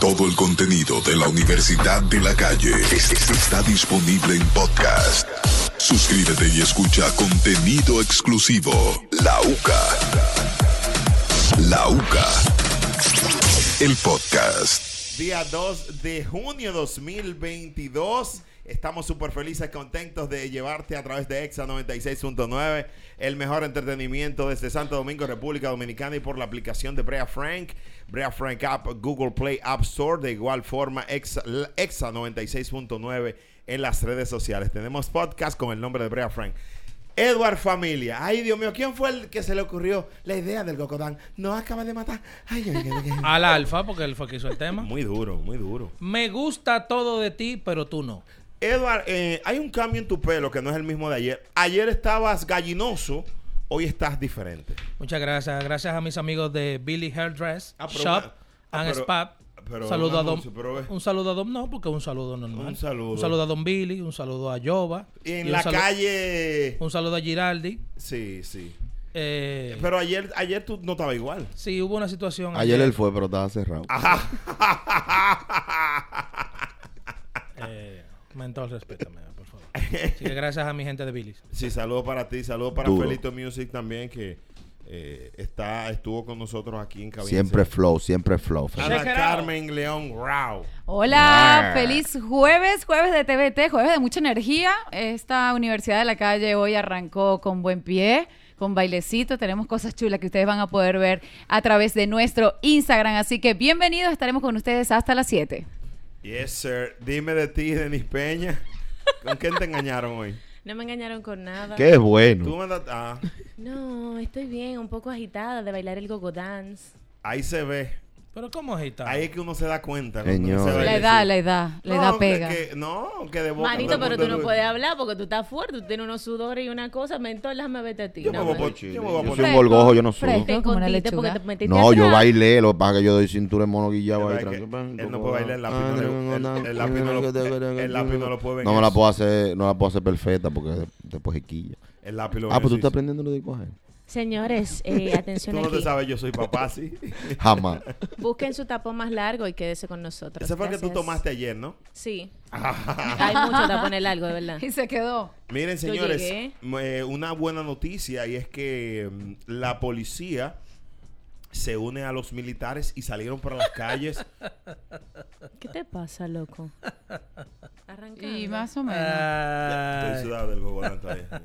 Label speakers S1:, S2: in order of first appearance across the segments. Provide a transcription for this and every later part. S1: Todo el contenido de la Universidad de la Calle es- es- está disponible en podcast. Suscríbete y escucha contenido exclusivo. La UCA. La UCA. El podcast.
S2: Día 2 de junio 2022. Estamos súper felices, contentos de llevarte a través de EXA 96.9, el mejor entretenimiento desde Santo Domingo, República Dominicana y por la aplicación de Brea Frank, Brea Frank App, Google Play App Store, de igual forma EXA, Exa 96.9 en las redes sociales. Tenemos podcast con el nombre de Brea Frank. Edward Familia. Ay, Dios mío, ¿quién fue el que se le ocurrió la idea del Gocodán? Nos acaba de matar. Ay, ay, ay, ay, ay.
S3: Al alfa, porque él fue que hizo el tema.
S2: Muy duro, muy duro.
S3: Me gusta todo de ti, pero tú no.
S2: Edward, eh, hay un cambio en tu pelo que no es el mismo de ayer. Ayer estabas gallinoso, hoy estás diferente.
S3: Muchas gracias. Gracias a mis amigos de Billy Hairdress
S2: Ah, pero
S3: Shop
S2: una- ah,
S3: and
S2: pero-
S3: Spa.
S2: pero
S3: saludo
S2: un
S3: a Dom.
S2: anuncio, pero ve.
S3: Un saludo a Dom, no, porque es un saludo normal.
S2: Un saludo.
S3: Un saludo a Don Billy, un saludo a Yoba.
S2: Y
S3: y
S2: en
S3: un
S2: la
S3: salu-
S2: calle.
S3: Un saludo a Giraldi.
S2: Sí, sí.
S3: Eh,
S2: Pero ayer, ayer tú no estabas igual.
S3: sí, hubo una situación.
S4: Ayer él fue, pero estaba cerrado.
S3: Eh, mentor, respétame, por favor. Así que gracias a mi gente de Billy.
S2: Sí, saludo para ti, saludo para
S4: Duro.
S2: Felito Music también, que eh, está, estuvo con nosotros aquí en cabina.
S4: Siempre flow, siempre flow.
S2: Ana
S3: Check it out.
S2: Carmen León Rao.
S5: Hola,
S4: Arr.
S5: feliz jueves, jueves de TVT, jueves de mucha energía. Esta Universidad de la Calle hoy arrancó con buen pie, con bailecito. Tenemos cosas chulas que ustedes van a poder ver a través de nuestro Instagram. Así que bienvenidos, estaremos con ustedes hasta las 7.
S2: Yes, sir. Dime de ti, Denis Peña. ¿Con quién te engañaron hoy?
S6: No me engañaron con nada.
S4: Qué
S2: Tú
S4: bueno.
S2: mandaste. Ah,
S6: No, estoy bien, un poco agitada de bailar el gogo dance.
S2: ahí se ve.
S3: Pero ¿cómo es está?
S2: Ahí es que uno se da cuenta.
S4: Señor.
S2: Cuando uno se
S5: La
S2: ve-
S5: edad, la edad, la edad
S2: No,
S5: pega.
S2: Que, que- no, que de boca.
S6: Manito,
S2: todo el
S6: pero tú
S2: mundo-
S6: no puedes hablar porque tú estás fuerte, tú tienes unos sudores y una cosa. Mentor, déjame verte a ti.
S2: Yo me
S6: no,
S2: voy a
S6: man.
S2: poner- yo me voy a
S4: Yo soy
S2: poner-
S4: un gorgojo, yo no subo.
S5: Fresco,
S6: Te
S5: Como una
S6: escondiste porque
S5: lechuga.
S6: te metiste
S4: No, yo
S6: atrás.
S4: bailé, lo que pasa es que yo doy cintura en mono guillado ahí.
S2: Pero es que
S4: tranquilo. Ah,
S2: él no puede bailar, el lápiz no le- el- el lápiz no lo- el lápiz no lo puede
S4: No me la
S2: venir.
S4: puedo hacer, no la puedo hacer perfecta porque de- después es quilla.
S2: El lápiz lo
S4: Ah, pues tú
S2: beneficia.
S4: estás aprendiendo lo de coger.
S6: Señores, eh, atención
S2: Tú no
S6: aquí.
S2: te sabes, yo soy papá, sí.
S4: Jamás.
S6: Busquen su tapón más largo y quédese con nosotros.
S2: Ese fue el que tú
S6: Gracias.
S2: tomaste ayer, ¿no?
S6: Sí. Hay mucho tapones largos, de verdad.
S5: Y se quedó.
S2: Miren,
S6: Yo
S2: señores,
S6: llegué.
S2: m- eh, una buena noticia y es que mm, la policía se une a los militares y salieron para las calles.
S6: ¿Qué te pasa, loco? Ah. Arranca.
S5: Y más o menos.
S2: Estoy
S3: Ay.
S2: sudado del gogolán todavía.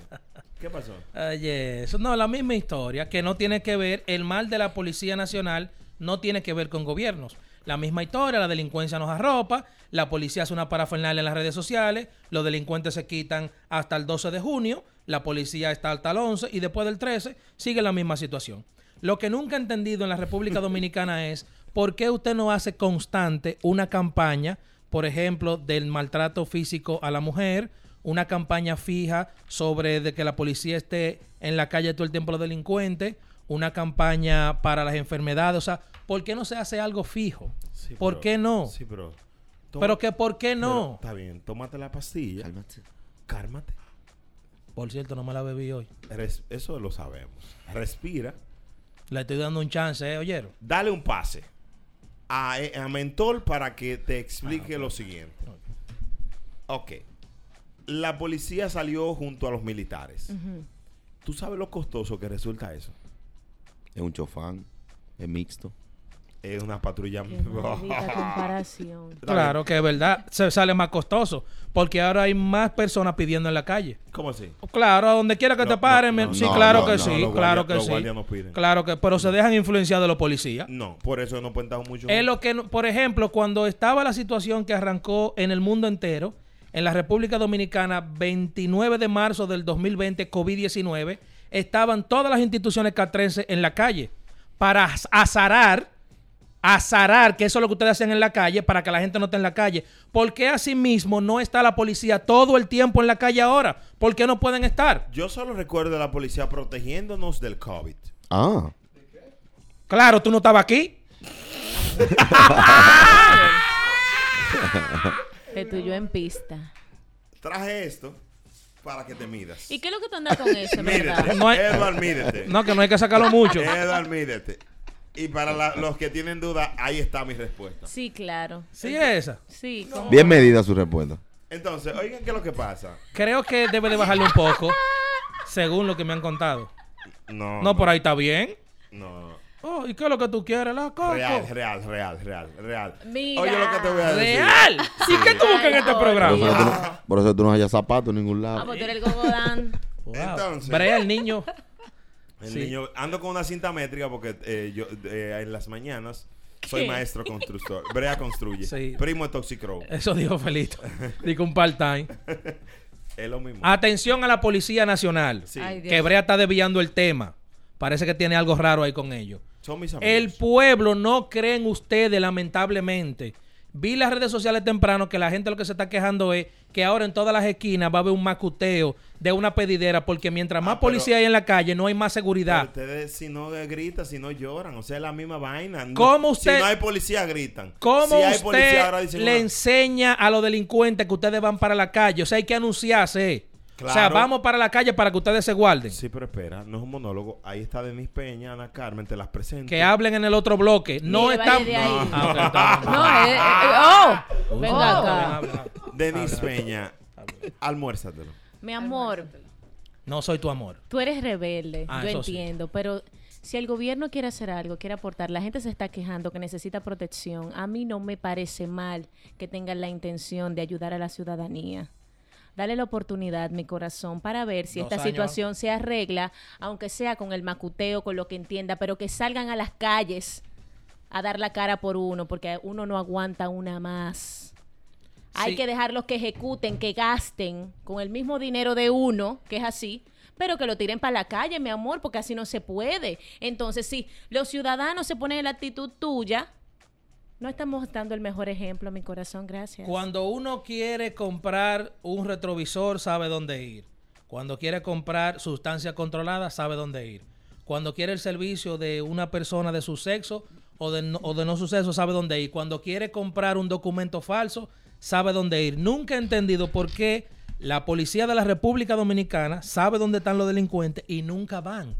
S2: ¿Qué pasó?
S3: Oye, eso Eh, no, la misma historia que no tiene que ver, el mal de la Policía Nacional no tiene que ver con gobiernos. La misma historia, la delincuencia nos arropa, la policía hace una parafernalia en las redes sociales, los delincuentes se quitan hasta el 12 de junio, la policía está hasta el 11 y después del 13 sigue la misma situación. Lo que nunca he entendido en la República Dominicana es por qué usted no hace constante una campaña, por ejemplo, del maltrato físico a la mujer, una campaña fija sobre de que la policía esté en la calle todo el tiempo los delincuentes, una campaña para las enfermedades, o sea, ¿por qué no se hace algo fijo?
S2: Sí,
S3: ¿Por
S2: pero-
S3: qué no?
S2: Sí, pero. toma-
S3: pero que ¿por qué
S2: pero
S3: no?
S2: Está bien, tómate la pastilla.
S4: Cálmate.
S2: Cálmate.
S3: Por cierto, no me la bebí hoy.
S2: Res- eso lo sabemos. Respira.
S3: Le estoy dando un chance, ¿eh? ¿Oyeron?
S2: dale un pase a, eh, a Mentor para que te
S3: Ah,
S2: explique lo siguiente. Ok. La policía salió junto a los militares. ¿Tú sabes lo costoso que resulta eso?
S4: Es un chofán, es mixto.
S2: Es una patrulla.
S6: Qué maldita comparación.
S3: Claro que es verdad, se sale más costoso, porque ahora hay más personas pidiendo en la calle.
S2: ¿Cómo así?
S3: Claro, a donde quiera que
S2: No,
S3: te paren,
S2: no, no,
S3: sí,
S4: no,
S3: claro
S4: no,
S3: que
S4: no,
S3: sí,
S2: los
S3: claro
S2: guardias-
S3: que
S2: los
S3: sí.
S2: guardias no piden.
S3: Claro que, pero se dejan influenciar de los policías.
S2: No, por eso no cuentan mucho.
S3: Es lo que, no- por ejemplo, cuando estaba la situación que arrancó en el mundo entero, en la República Dominicana, 29 de marzo del 2020, COVID-19, estaban todas las instituciones catrenses en la calle para az- azarar, azarar, que eso es lo que ustedes hacen en la calle, para que la gente no esté en la calle. ¿Por qué asimismo no está la policía todo el tiempo en la calle ahora? ¿Por qué no pueden estar?
S2: Yo solo recuerdo a la policía protegiéndonos del COVID.
S4: Ah,
S3: Claro, tú no estabas aquí.
S6: Te tuyo en pista.
S2: Traje esto para que te midas.
S6: ¿Y qué es lo que tú andas con eso, en verdad?
S2: Mídete.
S3: No hay-
S2: Edward, mídete.
S3: No, que no hay que sacarlo mucho.
S2: Edward, mídete. Y para la- los que tienen duda, ahí está mi respuesta.
S6: Sí, claro.
S3: Sí, es esa.
S6: Sí. como-
S4: Bien medida su respuesta.
S2: Este Entonces, oigan qué es lo que pasa.
S3: Creo que debe de bajarle un poco, según lo que me han contado.
S2: No.
S3: No, por ahí está bien.
S2: No.
S3: Oh, ¿y qué es lo que tú quieres, la coco?
S2: Real, real, real, real, real.
S6: Mira.
S2: Oye lo que te voy a decir.
S3: Real. ¿Sí que tú buscas en este
S4: Por
S6: Ay,
S4: eso,
S3: programa?
S6: Dios.
S4: tú no, por eso tú no hallas zapatos en ningún
S6: Ah,
S4: lado.
S6: pues tú eres el Gogodán.
S3: Wow.
S2: Entonces.
S3: Brea, el niño.
S2: El
S3: Sí.
S2: niño- ando con una cinta métrica porque eh, yo eh, en las mañanas soy
S6: ¿Qué?
S2: maestro constructor. Brea construye.
S3: Sí.
S2: Primo de Toxicrow.
S3: Eso dijo Felito. Dijo un part-time.
S2: Es lo mismo.
S3: Atención a la Policía Nacional.
S2: Sí.
S5: Ay, Dios.
S3: Que Brea está desviando el tema. Parece que tiene algo raro ahí con ellos.
S2: Son mis amigos.
S3: El pueblo no cree en ustedes, lamentablemente. Vi las redes sociales temprano que la gente lo que se está quejando es que ahora en todas las esquinas va a haber un macuteo de una pedidera porque mientras más
S2: Ah, pero-
S3: policía hay en la calle no hay más
S2: Pero
S3: seguridad.
S2: Ustedes si no gritan, si no lloran, o sea, es la misma vaina. No-
S3: ¿Cómo usted-
S2: Si no hay policía, gritan.
S3: ¿Cómo
S2: si hay
S3: usted
S2: policía, ahora dicen,
S3: le
S2: "Ah".
S3: enseña a los delincuentes que ustedes van para la calle? O sea, hay que anunciarse. O sea,
S2: Claro.
S3: vamos para la calle para que ustedes se guarden.
S2: Sí, pero espera, no es un monólogo. Ahí está Denis Peña, Ana Carmen, te las presento.
S3: Que hablen en el otro bloque. No
S6: Ni
S3: están...
S6: vaya de ahí.
S3: Ah, ok, está bien.
S5: No, eh, eh, eh, oh,
S6: Venga
S5: oh.
S3: Está
S6: acá.
S3: bien, habla, habla.
S2: Denis Peña, almuérzatelo.
S6: Mi amor,
S3: No soy tu amor.
S6: tú eres rebelde.
S3: Ah,
S6: yo
S3: eso sí.
S6: entiendo. Pero si el gobierno quiere hacer algo, quiere aportar, la gente se está quejando que necesita protección. A mí no me parece mal que tengan la intención de ayudar a la ciudadanía. Dale la oportunidad, mi corazón, para ver si
S3: Dos
S6: esta
S3: años.
S6: situación se arregla, aunque sea con el macuteo, con lo que entienda, pero que salgan a las calles a dar la cara por uno, porque uno no aguanta una más. Hay
S3: Sí.
S6: que dejarlos que ejecuten, que gasten con el mismo dinero de uno, que es así, pero que lo tiren para la calle, mi amor, porque así no se puede. Entonces, si los ciudadanos se ponen en la actitud tuya, no estamos dando el mejor ejemplo, mi corazón, gracias.
S3: Cuando uno quiere comprar un retrovisor, sabe dónde ir. Cuando quiere comprar sustancia controlada, sabe dónde ir. Cuando quiere el servicio de una persona de su sexo o de no, o de no su sexo, sabe dónde ir. Cuando quiere comprar un documento falso, sabe dónde ir. Nunca he entendido por qué la policía de la República Dominicana sabe dónde están los delincuentes y nunca van.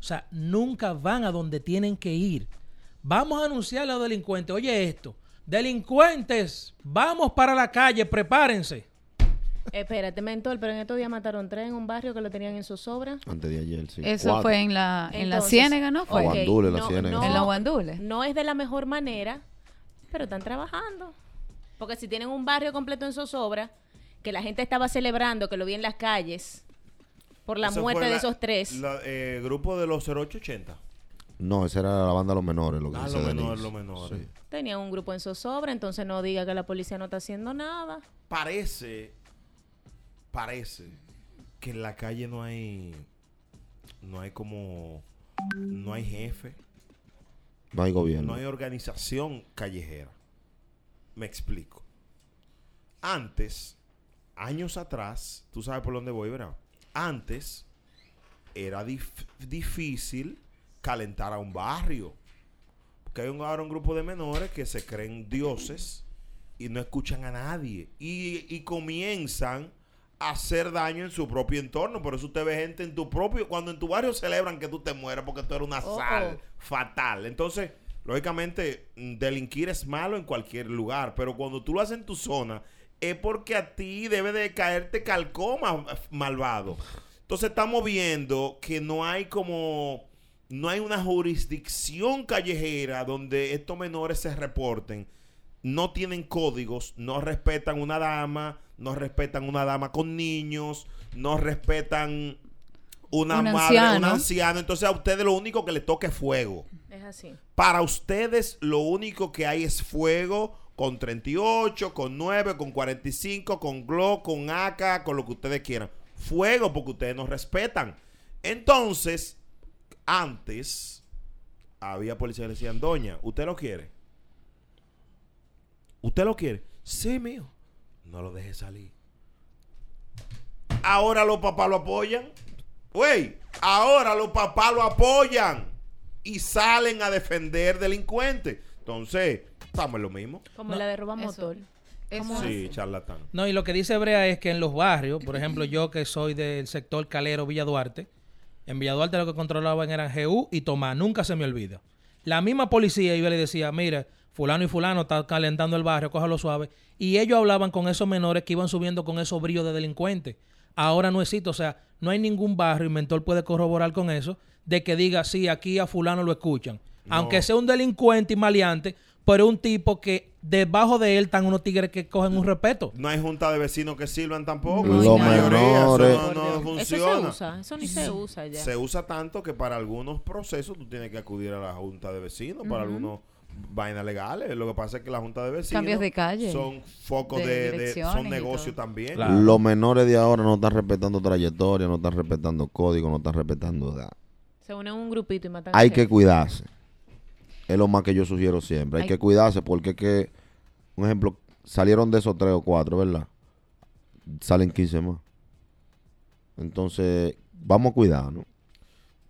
S3: O sea, nunca van a donde tienen que ir. Vamos a anunciarle a los delincuentes, oye esto, delincuentes, vamos para la calle, prepárense.
S6: Espérate, mentor, pero en estos días mataron tres en un barrio que lo tenían en zozobra.
S4: Antes de ayer, sí.
S5: Eso
S4: Cuatro.
S5: fue en la, en la
S6: Entonces,
S5: Ciénega, ¿no? Fue.
S6: ok,
S4: Guandule, la Ciénega.
S5: En la Guandule.
S6: No es de la mejor manera, pero están trabajando. Porque si tienen un barrio completo en zozobra, que la gente estaba celebrando, que lo vi en las calles, por la
S2: Eso
S6: muerte
S2: fue
S6: de
S2: la-
S6: esos tres.
S2: la- eh, grupo de los 0880.
S4: No, esa era la banda de los menores, lo que
S2: Ah,
S4: dice
S2: los
S4: Denise.
S2: menores, los menores.
S4: Sí.
S6: Tenían un grupo en zozobra, entonces no diga que la policía no está haciendo nada.
S2: Parece, parece que en la calle no hay, no hay como, no hay jefe,
S4: No hay gobierno.
S2: no hay organización callejera. Me explico. Antes, años atrás, tú sabes por dónde voy, ¿verdad? Antes era dif- difícil calentar a un barrio. Porque hay un, ahora un grupo de menores que se creen dioses y no escuchan a nadie. Y, y comienzan a hacer daño en su propio entorno. Por eso usted ve gente en tu propio... Cuando en tu barrio celebran que tú te mueras porque tú eres una
S6: Oh,
S2: sal fatal. Entonces, lógicamente, mm, delinquir es malo en cualquier lugar. Pero cuando tú lo haces en tu zona, es porque a ti debe de caerte calcoma f- malvado. Entonces estamos viendo que no hay como no hay una jurisdicción callejera donde estos menores se reporten. No tienen códigos, no respetan una dama, no respetan una dama con niños, no respetan una
S5: Un
S2: madre, un
S5: anciano.
S2: anciano. ah, Entonces a ustedes lo único que les toque es fuego.
S6: Es así.
S2: Para ustedes lo único que hay es fuego con 38, con 9, con 45, con Glock, con AK, con lo que ustedes quieran. Fuego porque ustedes nos respetan. Entonces, antes había policía que le decían, doña, ¿usted lo quiere? ¿Usted lo quiere? Sí, mío. No lo deje salir. Ahora los papás lo apoyan. Güey, ahora los papás lo apoyan y salen a defender delincuentes. Entonces, estamos en lo mismo.
S6: Como
S3: No,
S6: la de roba
S5: eso.
S6: motor.
S5: Eso-
S2: Sí, charlatán.
S3: No, y lo que dice Brea es que en los barrios, por ejemplo, yo que soy del sector Calero Villa Duarte, en Villa Duarte lo que controlaban eran GU y Tomás, nunca se me olvida. La misma policía iba y le decía, mira, fulano y fulano está calentando el barrio, cójalo suave. Y ellos hablaban con esos menores que iban subiendo con esos bríos de delincuentes. Ahora no existe, o sea, no hay ningún barrio, y Mentor puede corroborar con eso, de que diga, sí, aquí a fulano lo escuchan. Aunque sea un delincuente y maleante, pero un tipo que debajo de él están unos tigres que cogen un respeto.
S2: No hay junta de vecinos que sirvan tampoco.
S5: Los
S2: la mayoría, eso
S4: menores.
S2: no- no,
S6: Eso
S2: funciona.
S6: se usa, eso ni se usa ya.
S2: Se usa tanto que para algunos procesos tú tienes que acudir a la junta de vecinos, para algunos vainas legales. Lo que pasa es que la junta de vecinos
S5: Cambios de calle.
S2: son focos
S5: De
S2: de, de-
S5: direcciones
S2: son
S5: y
S2: negocios
S5: todo.
S2: también.
S3: Claro.
S4: Los menores de ahora no están respetando trayectoria, no están respetando código, no están respetando edad.
S6: Se unen un grupito y matan
S4: Hay
S6: gente.
S4: que cuidarse. Es lo más que yo sugiero siempre. Hay,
S5: Hay-
S4: que cuidarse porque es que, un ejemplo, salieron de esos tres o cuatro, ¿verdad? Salen 15 más. Entonces, vamos a cuidarnos.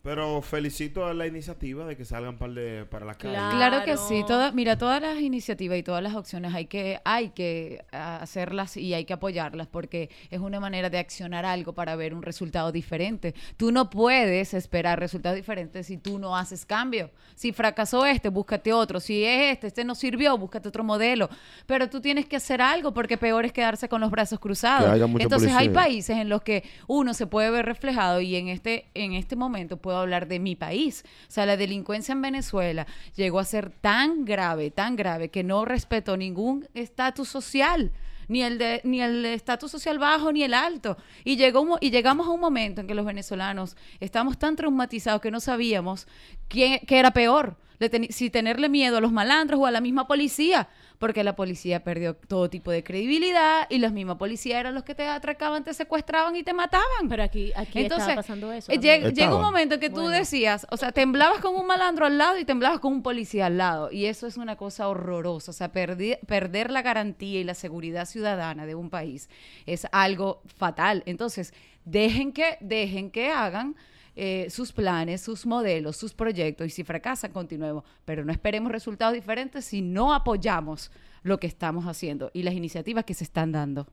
S2: Pero felicito a la iniciativa de que salgan par de- para las calles.
S6: Claro.
S5: Claro que sí,
S6: Claro.
S5: toda, mira, todas las iniciativas y todas las opciones hay que, hay que ah, hacerlas y hay que apoyarlas porque es una manera de accionar algo para ver un resultado diferente. Tú no puedes esperar resultados diferentes si tú no haces cambio. Si fracasó este, búscate otro. Si es este, este no sirvió, búscate otro modelo. Pero tú tienes que hacer algo porque peor es quedarse con los brazos cruzados.
S4: Que haya mucha
S5: Entonces hay
S4: policía.
S5: países en los que uno se puede ver reflejado y en este, en este momento puedo hablar de mi país. O sea, la delincuencia en Venezuela llegó a ser tan grave, tan grave, que no respetó ningún estatus social. Ni el, de, ni el estatus social bajo ni el alto. Y, llegó, un mo- y llegamos a un momento en que los venezolanos estamos tan traumatizados que no sabíamos quién, e-, qué era peor. Le teni- si tenerle miedo a los malandros o a la misma policía, porque la policía perdió todo tipo de credibilidad y los mismos policías eran los que te atracaban, te secuestraban y te mataban.
S6: Pero aquí, aquí
S5: Entonces,
S6: está pasando eso.
S5: eh,
S6: amigo.
S5: lleg- llega un
S4: Estaba.
S5: momento en que tú decías, o sea, temblabas con un malandro al lado y temblabas con un policía al lado. Y eso es una cosa horrorosa. O sea, perdi- perder la garantía y la seguridad ciudadana de un país es algo fatal. Entonces, dejen que, dejen que hagan. eh, sus planes, sus modelos, sus proyectos y si fracasan continuemos, pero no esperemos resultados diferentes si no apoyamos lo que estamos haciendo y las iniciativas que se están dando.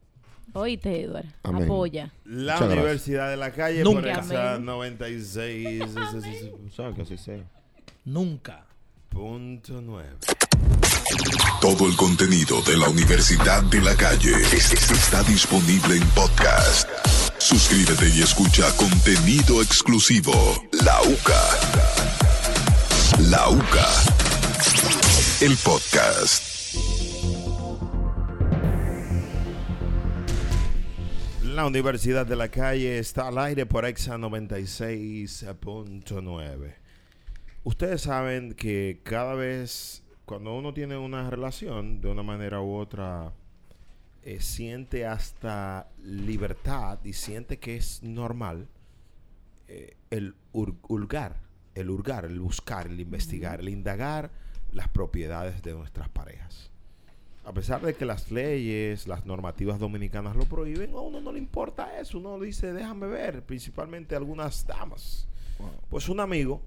S6: Oíste, Eduardo.
S4: Amén.
S6: Apoya.
S2: La
S4: Muchas gracias.
S2: Universidad de la Calle
S3: Nunca.
S2: por esa
S6: Amén.
S2: 96.9.
S4: ¿Sabes que así sea?
S3: Nunca.
S1: Todo el contenido de la Universidad de la Calle es- es- está disponible en podcast. Suscríbete y escucha contenido exclusivo. La UCA. La UCA. El podcast.
S2: La Universidad de la Calle está al aire por Exa 96.9. Ustedes saben que cada vez cuando uno tiene una relación de una manera u otra eh, siente hasta libertad y siente que es normal eh, el hur- hurgar, el hurgar, el buscar, el investigar, el indagar las propiedades de nuestras parejas. A pesar de que las leyes, las normativas dominicanas lo prohíben, a uno no le importa eso. Uno dice, déjame ver, principalmente algunas damas. Pues un amigo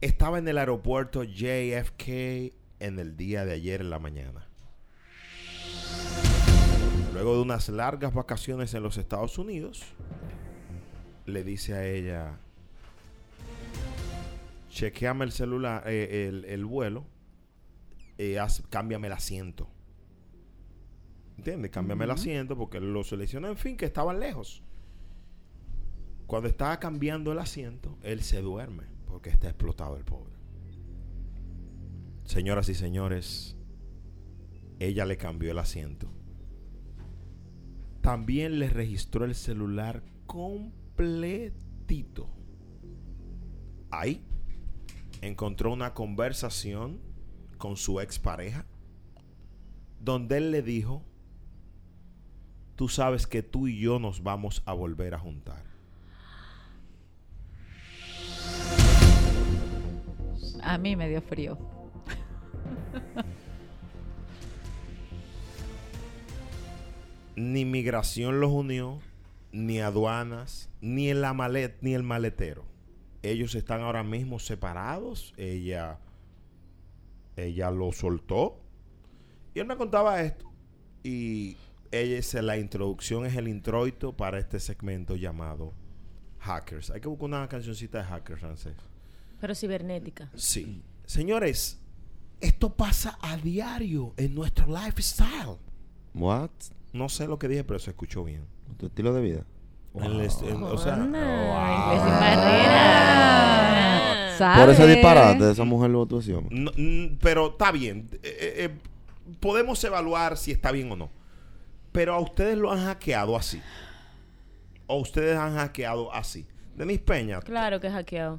S2: estaba en el aeropuerto JFK en el día de ayer en la mañana. Luego de unas largas vacaciones en los Estados Unidos, le dice a ella, chequeame el celular, eh, el- el vuelo, eh, haz- cámbiame el asiento. ¿Entiendes? Cámbiame el asiento porque lo seleccionó, en fin, que estaban lejos. Cuando estaba cambiando el asiento, él se duerme porque está explotado el pobre. Señoras y señores, ella le cambió el asiento. También le registró el celular completito. Ahí encontró una conversación con su expareja, donde él le dijo, tú sabes que tú y yo nos vamos a volver a juntar.
S5: A mí me dio frío.
S2: Ni migración los unió, ni aduanas, ni el amalet, ni el maletero. Ellos están ahora mismo separados. Ella, ella lo soltó. Y él me contaba esto. Y ella es la introducción, es el introito para este segmento llamado Hackers. Hay que buscar una cancioncita de Hackers francés.
S6: Pero cibernética.
S2: Sí. Señores, esto pasa a diario en nuestro lifestyle.
S4: What?
S2: No sé lo que dije, pero se escuchó bien.
S4: ¿Tu estilo de vida?
S2: En el est- en- o sea, ah.
S6: Ay, Leslie Barrera.
S4: Por ese
S5: ¿Sabes?
S4: disparate, esa mujer lo votó ese hombre.
S2: no- n- pero está bien. Eh, eh, eh, podemos evaluar si está bien o no. Pero a ustedes lo han hackeado así. O ustedes han hackeado así. Denis Peña.
S6: Claro que es hackeado.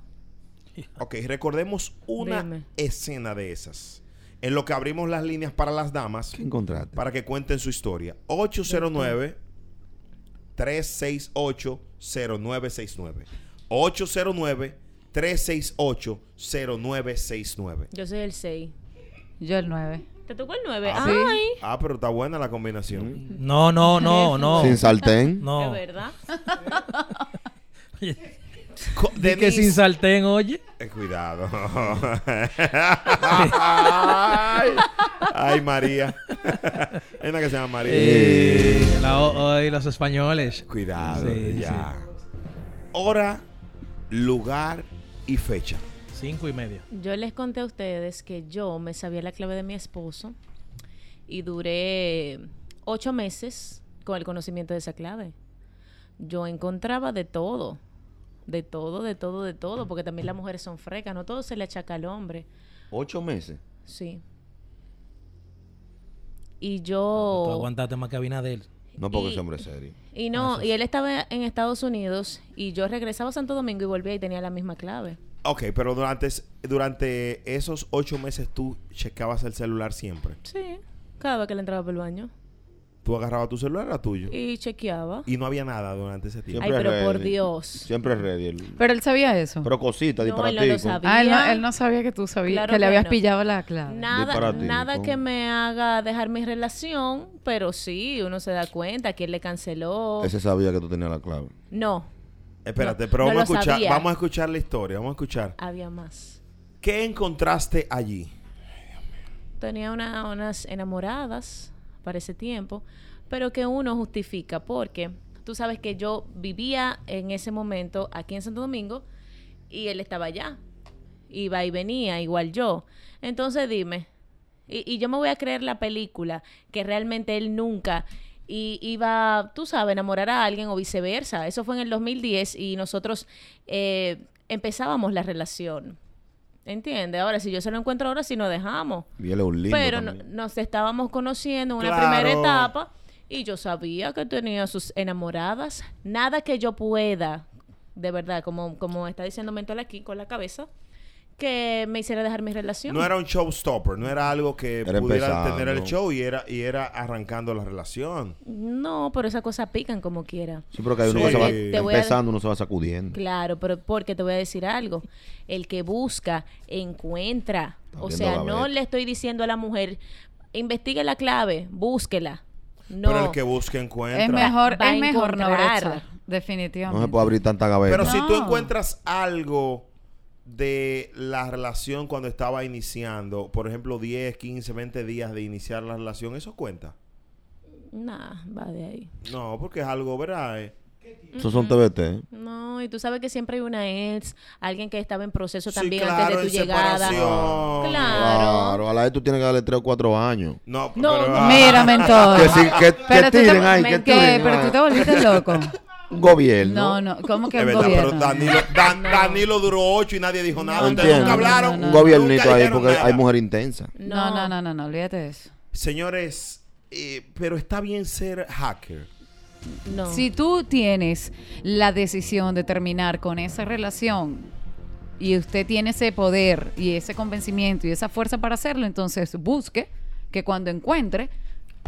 S2: Ok, recordemos una
S6: Dime.
S2: escena de esas. En lo que abrimos las líneas para las damas.
S4: ¿Qué encontraste?
S2: para que cuenten su historia. 809 368 0969. 809 368 0969.
S6: Yo soy el 6.
S5: Yo el 9.
S6: ¿Te tocó el 9?
S2: Ah,
S5: sí.
S6: Ay.
S2: Ah, pero está buena la combinación.
S3: No, no, no, no.
S4: Sin sartén.
S6: De
S3: No.
S6: verdad.
S2: Co-
S3: Di que
S2: Denise-
S3: sin sartén, oye.
S2: Eh, cuidado. ay, ay, María. Hay una que se llama María.
S3: Eh, la- hoy los españoles.
S2: Cuidado.
S3: Sí,
S2: ya. Hora, lugar y fecha.
S3: Cinco y media.
S6: Yo les conté a ustedes que yo me sabía la clave de mi esposo y duré ocho meses con el conocimiento de esa clave. Yo encontraba de todo, de todo, de todo, de todo, porque también las mujeres son frecas, no todo se le achaca al hombre.
S4: Ocho meses.
S6: Sí. Y
S3: Ah, pues Tú
S6: yo...
S3: aguantaste más que Abinadel.
S4: No, porque
S6: Oh. Y-
S4: ese hombre es serio.
S6: Y no, y él estaba en Estados Unidos y yo regresaba a Santo Domingo y volvía y tenía la misma clave.
S2: Ok, pero durante, es- durante esos ocho meses tú checabas el celular siempre.
S6: Sí, cada vez que le entraba por el baño.
S2: Tú agarrabas tu celular, era tuyo. Y,
S6: Y chequeaba.
S2: no había nada durante ese tiempo.
S4: Siempre
S6: Ay,
S4: es
S6: pero por
S4: ready.
S6: Dios.
S4: Siempre es ready. el-
S5: Pero él sabía eso.
S4: Pero cosita,
S6: No, él no lo
S4: disparatico.
S6: sabe.
S5: ah, él no,
S6: Había-
S5: él no sabía que tú sabías,
S6: Claro
S5: que le
S6: que
S5: habías
S6: no.
S5: pillado la clave.
S6: Nada,
S4: Disparate,
S6: nada
S4: ¿cómo?
S6: que me haga dejar mi relación, pero sí, uno se da cuenta que él le canceló.
S4: Ese sabía que tú tenías la clave.
S6: No,
S2: Espérate,
S6: No,
S2: pero
S6: no
S2: vamos,
S6: lo
S2: a escuchar,
S6: sabía.
S2: vamos a escuchar la historia, vamos a escuchar.
S6: había más.
S2: ¿Qué encontraste allí?
S6: Tenía una- unas enamoradas para ese tiempo, pero que uno justifica porque tú sabes que yo vivía en ese momento aquí en Santo Domingo y él estaba allá. Iba y venía, igual yo. Entonces dime, y, y yo me voy a creer la película que realmente él nunca i- iba, tú sabes, a enamorar a alguien o viceversa. Eso fue en el 2010 y nosotros eh, empezábamos la relación. ¿Entiendes? Ahora, si yo se lo encuentro ahora, si nos dejamos.
S4: Y él es un lindo.
S6: Pero no-
S4: también.
S6: nos estábamos conociendo en una
S2: Claro.
S6: primera etapa y yo sabía que tenía sus enamoradas. Nada que yo pueda, de verdad, como, como está diciendo Mental aquí con la cabeza, que me hiciera dejar mi relación.
S2: No era un showstopper, no era algo que
S4: Era
S2: pudiera
S4: empezando.
S2: tener el show y era, y era arrancando la relación.
S6: No, pero esas cosas pican como quiera.
S4: Sí, pero que hay uno
S2: Sí.
S4: que se va
S2: Te-
S6: te voy a-
S4: empezando, uno se va sacudiendo.
S6: Claro, pero porque te voy a decir algo. El que busca, encuentra.
S4: Está
S6: O
S4: viendo
S6: sea,
S4: la
S6: no
S4: beta.
S6: le estoy diciendo a la mujer, investigue la clave, búsquela. No.
S2: Pero el que busca encuentra.
S5: Es mejor,
S6: Va a
S5: es mejor no
S6: encontrar.
S5: brechar, definitivamente.
S4: No se puede abrir tanta gaveta.
S2: Pero si tú
S5: No.
S2: encuentras algo de la relación cuando estaba iniciando, por ejemplo, 10, 15, 20 días de iniciar la relación, ¿eso cuenta?
S6: Nah, va de ahí.
S2: No, porque es algo, ¿verdad? Eh,
S4: Esos son TBT. ¿eh?
S6: No, y tú sabes que siempre hay una ex, alguien que estaba en proceso
S2: Sí,
S6: también
S2: claro,
S6: antes de
S2: en
S6: tu llegada.
S2: separación.
S6: Claro.
S4: Claro, a la vez tú tienes que darle 3 o 4 años.
S2: No,
S6: No,
S2: pero-
S6: no.
S5: Mira, mentor.
S4: Que sí, que- que
S5: Pero tú te-
S4: tiren ahí, que
S5: men-
S4: tiren,
S5: Pero tú
S4: ah.
S5: te volviste loco.
S4: Un gobierno.
S5: No, no, ¿cómo que
S2: Es
S5: un
S2: verdad, pero
S5: gobierno?
S2: Danilo, Dan- Danilo duró ocho y nadie dijo nada. Ah, Ustedes
S4: Entiendo.
S2: nunca hablaron.
S5: No, no,
S4: Un
S5: no.
S4: gobiernito
S2: nunca
S4: ahí
S2: dijeron
S4: porque
S2: nada.
S4: hay mujer intensa.
S5: No, no, no, no, no, olvídate de eso.
S2: Señores, eh, pero está bien ser hacker.
S6: No.
S5: Si tú tienes la decisión de terminar con esa relación y usted tiene ese poder y ese convencimiento y esa fuerza para hacerlo, entonces busque que cuando encuentre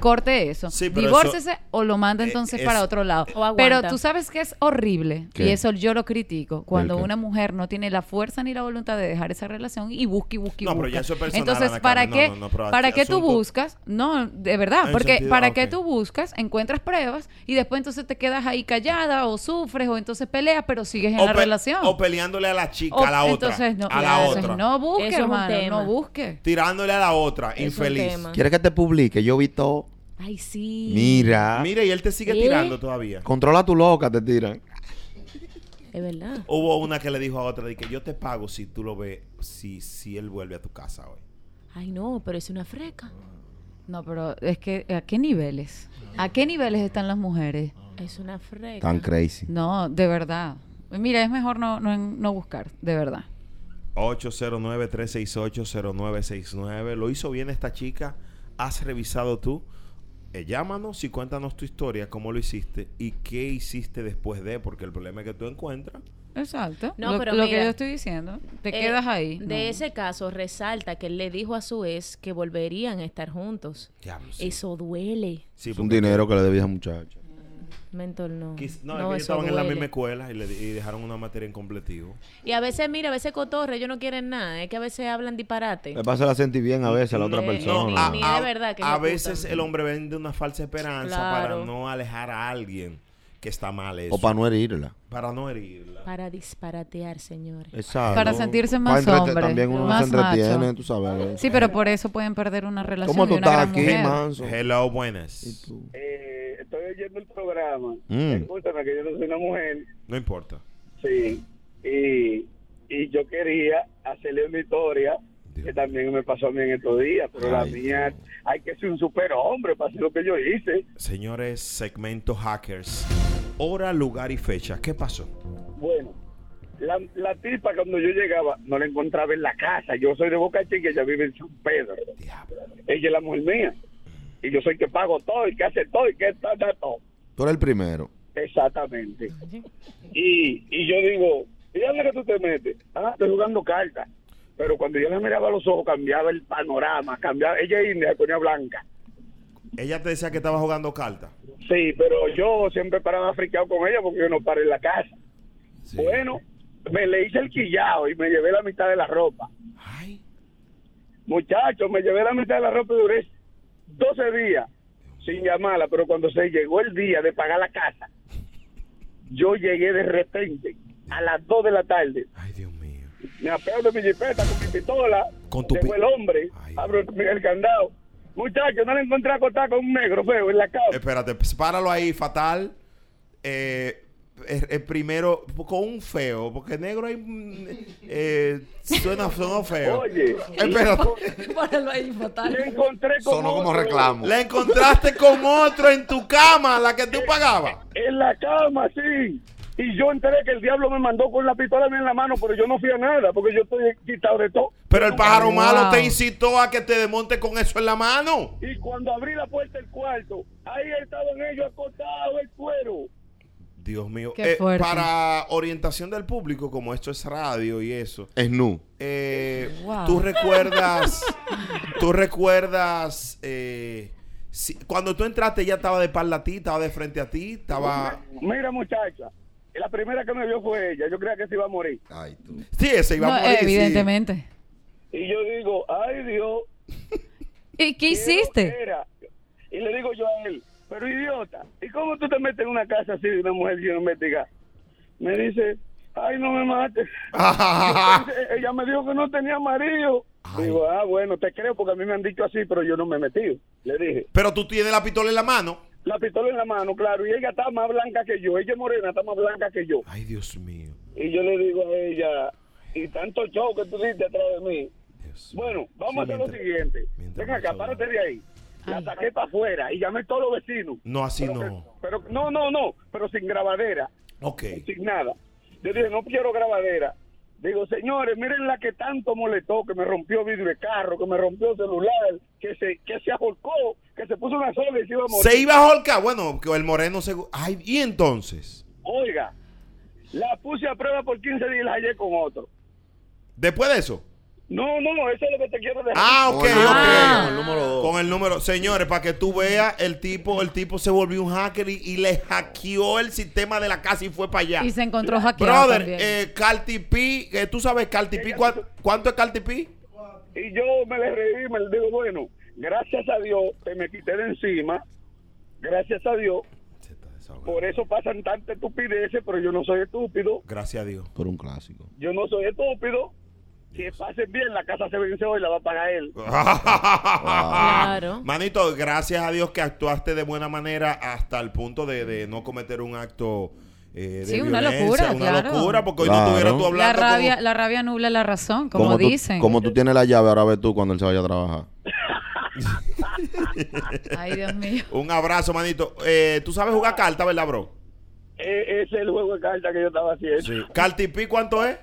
S5: corte eso,
S2: Sí, pero
S5: divórcese
S2: eso-
S5: o lo manda
S2: Eh,
S5: entonces
S2: es-
S5: para otro lado.
S6: O aguanta.
S5: Pero tú sabes que es horrible
S4: ¿Qué?
S5: y eso yo lo critico cuando
S4: ¿El qué?
S5: una mujer no tiene la fuerza ni la voluntad de dejar esa relación y busca y busca y
S2: No, pero
S5: busca.
S2: ya eso es personal,
S5: entonces
S2: Ana
S5: para
S2: Carmen.
S5: qué
S2: No, no, no, pero
S5: para
S2: aquí
S5: qué tú
S2: asunto-
S5: buscas no de verdad
S2: Ah, en
S5: porque
S2: sentido-
S5: para
S2: ah,
S5: qué
S2: ok.
S5: tú buscas, encuentras pruebas y después entonces te quedas ahí callada o sufres o entonces peleas, pero sigues en la
S2: pe-
S5: relación.
S2: o peleándole a la chica,
S5: O-
S2: a la otra.
S5: Entonces no,
S2: a la
S5: claro,
S2: otra.
S5: no busque,
S6: Eso es un
S5: hermano,
S6: tema.
S5: no busque.
S2: Tirándole a la otra,
S6: Es un
S2: infeliz.
S5: Ah.
S6: tema.
S4: ¿Quieres que te publique? Yo vi todo.
S6: Ay, sí.
S4: Mira.
S2: Mira, y él te sigue
S6: ¿Eh?
S2: tirando todavía.
S4: Controla tu loca, te tiran.
S6: Es verdad.
S2: Hubo una que le dijo a otra de que yo te pago si tú lo ves, si, si él vuelve a tu casa hoy.
S6: Ay, no, pero es una freca.
S5: No, pero es que ¿a qué niveles? ¿A qué niveles están las mujeres?
S6: Es una freca.
S4: Tan crazy.
S5: No, de verdad. Mira, es mejor no, no, no buscar, de verdad.
S2: 809-368-0969. Lo hizo bien esta chica. ¿Has revisado tú? Eh, llámanos y cuéntanos tu historia, cómo lo hiciste y qué hiciste después de, porque el problema es que tú encuentras.
S5: Exacto.
S6: No,
S5: lo,
S6: pero
S5: lo
S6: mira,
S5: que yo estoy diciendo, te
S6: Eh,
S5: quedas ahí.
S6: De
S5: no.
S6: ese caso resalta que él le dijo a su ex que volverían a estar juntos.
S2: Diablo, sí.
S6: Eso duele.
S2: Sí,
S4: Es un
S2: porque
S4: dinero que le debías a muchacho.
S6: Mentor no.
S2: quis- No, es
S6: No,
S2: que ellos
S6: eso
S2: estaban en la
S6: duele.
S2: misma escuela y, le, di- y dejaron una materia en completivo.
S6: Y a veces, mira, a veces cotorre, ellos no quieren nada. Es que a veces hablan disparate. Eh,
S4: Me pasa la sentí bien a veces a la otra
S6: No,
S4: persona.
S6: Ni- ni de verdad que
S2: a
S6: ejecutan.
S2: veces el hombre vende una falsa esperanza para
S6: Claro.
S2: no alejar a alguien que está mal eso.
S4: O para no herirla.
S2: para no herirla.
S6: Para disparatear, señores.
S4: Exacto.
S5: Para sentirse
S4: Pa'
S5: más
S4: entrete-
S5: hombre,
S4: También uno
S5: más
S4: se entretiene,
S5: macho.
S4: tú sabes.
S5: Sí, pero por eso pueden perder una relación.
S4: ¿Cómo
S5: y
S4: tú
S5: una
S4: estás
S5: gran
S4: aquí,
S5: mujer.
S4: manso?
S2: Hello, buenas.
S4: Tú.
S7: Eh, estoy oyendo el programa.
S4: Mm.
S7: Escúchame que yo no soy una mujer.
S2: No importa.
S7: Sí. Y, y yo quería hacerle una historia que también me pasó a mí en estos días. Pero la
S4: Ay,
S7: mía, hay que ser un superhombre para hacer lo que yo hice.
S2: Señores, segmento hackers. Hora, lugar y fecha. ¿Qué pasó?
S7: Bueno, la, la tipa cuando yo llegaba no la encontraba en la casa. Yo soy de Boca Chica y ella vive en San Pedro. Ella es la mujer mía. Y yo soy que pago todo y que hace todo y que está está todo.
S4: Tú eres el primero.
S7: Exactamente. Y, y yo digo, ¿y dónde que tú te metes? Ah, estoy jugando cartas. Pero cuando yo la miraba a los ojos, cambiaba el panorama, cambiaba. Ella es india, se ponía blanca.
S2: Ella te decía que estaba jugando cartas.
S7: Sí, pero yo siempre paraba friqueado con ella porque yo no paré en la casa. Bueno, me le hice el quillao y me llevé la mitad de la ropa.
S2: Ay.
S7: Muchachos, me llevé la mitad de la ropa y duré 12 días sin llamarla, pero cuando se llegó el día de pagar la casa, yo llegué de repente a las 2 de la tarde.
S2: Ay, Dios mío.
S7: Me apeo de mi jipeta con mi pistola.
S2: Con tu
S7: Llegó
S2: pi-
S7: el hombre,
S2: Ay.
S7: abro el, el candado. Muchachos, no le encontré acostada con un negro feo en la cama.
S2: Espérate, pues, páralo ahí, fatal. Eh, el, el primero, con un feo, porque negro ahí mm, eh, suena, sonó feo.
S7: Oye,
S2: Espérate.
S6: Páralo ahí, fatal.
S7: le encontré con
S4: Sonó como
S7: otro
S4: reclamo.
S2: La encontraste con otro en tu cama, la que tú pagabas.
S7: En la cama, sí. Y yo enteré que el diablo me mandó con la pistola en la mano, pero yo no fui a nada, porque yo estoy quitado de todo.
S2: Pero el pájaro
S5: Wow.
S2: malo te incitó a que te desmonte con eso en la mano.
S7: Y cuando abrí la puerta del cuarto, ahí estaban ellos acostados el cuero.
S2: Dios mío.
S5: Qué
S2: Eh,
S5: fuerte.
S2: para orientación del público, como esto es radio y eso,
S4: Es nu.
S2: eh,
S5: Wow.
S2: tú recuerdas, tú recuerdas, eh, si- cuando tú entraste ya estaba de espalda a ti, estaba de frente a ti, estaba...
S7: Mira, muchacha, la primera que me vio fue ella. Yo creía que se iba a morir.
S4: Ay, tú.
S2: Sí, ese iba
S5: No,
S2: a morir. sí.
S5: evidentemente.
S7: Y yo digo, ay Dios,
S5: ¿Y qué
S7: Pero
S5: hiciste?
S7: era- Y le digo yo a él, pero idiota, ¿y cómo tú te metes en una casa así de una mujer sin investigar? Me dice, ay, no me mates. Entonces, ella me dijo que no tenía marido. Digo, ah, bueno, te creo porque a mí me han dicho así, pero yo no me he metido. Le dije,
S2: Pero tú tienes la pistola en la mano.
S7: la pistola en la mano, claro, y ella está más blanca que yo, ella es morena, está más blanca que yo.
S2: Ay, Dios mío.
S7: Y yo le digo a ella, y tanto show que tú diste atrás de mí. Bueno, vamos a
S2: Sí,
S7: hacer lo
S2: mientras-
S7: siguiente.
S2: mientras
S7: Venga acá,
S2: más hablamos.
S7: párate de ahí. La saqué para afuera y llamé a todos los vecinos.
S2: No, así
S7: pero
S2: no.
S7: que- pero no, no, no, pero sin grabadera,
S2: Ok.
S7: sin nada. Yo dije, no quiero grabadera. Digo, señores, miren la que tanto molestó, que me rompió vidrio de carro, que me rompió celular, que se, que se ahorcó, que se puso una soga y se iba a morir.
S2: Se iba a holcar. Bueno, que el moreno se... Ay, y entonces,
S7: Oiga, la puse a prueba por 15 días y la hallé con otro.
S2: después de eso.
S7: No, no, eso es lo que te quiero dejar.
S2: Ah, ok,
S4: Con el número-
S2: ok.
S4: con el número dos.
S2: Con el número, señores, para que tú veas, el tipo, el tipo se volvió un hacker y, y le hackeó el sistema de la casa y fue para allá.
S5: Y se encontró hackeado
S2: Brother,
S5: también.
S2: eh, Carti P, eh, tú sabes Carti P, ¿cuán- ¿cuánto es Carti P?
S7: Y yo me le reí, me le digo, bueno, gracias a Dios te me quité de encima, gracias a Dios, por eso pasan tantas estupideces, pero yo no soy estúpido,
S2: Gracias a Dios.
S4: Por un clásico.
S7: yo no soy estúpido. Que pasen bien, la casa se vence hoy, la va a pagar él.
S2: Ah.
S6: Claro.
S2: Manito, gracias a Dios que actuaste de buena manera hasta el punto de, de no cometer un acto eh, de
S5: Sí, una
S2: violencia,
S5: locura,
S2: una
S5: claro.
S2: locura, porque hoy
S4: Claro.
S2: no estuvieras tú
S5: La
S2: hablando
S5: rabia,
S2: con-
S5: la rabia nubla la razón, como,
S4: tú-
S5: dicen.
S4: como tú tienes la llave, ahora ves tú cuando él se vaya a trabajar.
S5: Ay, Dios mío.
S2: Un abrazo, manito. Eh, tú sabes jugar carta, ¿verdad, bro?
S7: E- ese es el juego de cartas que yo estaba haciendo.
S2: Sí. ¿Cartipí cuánto es?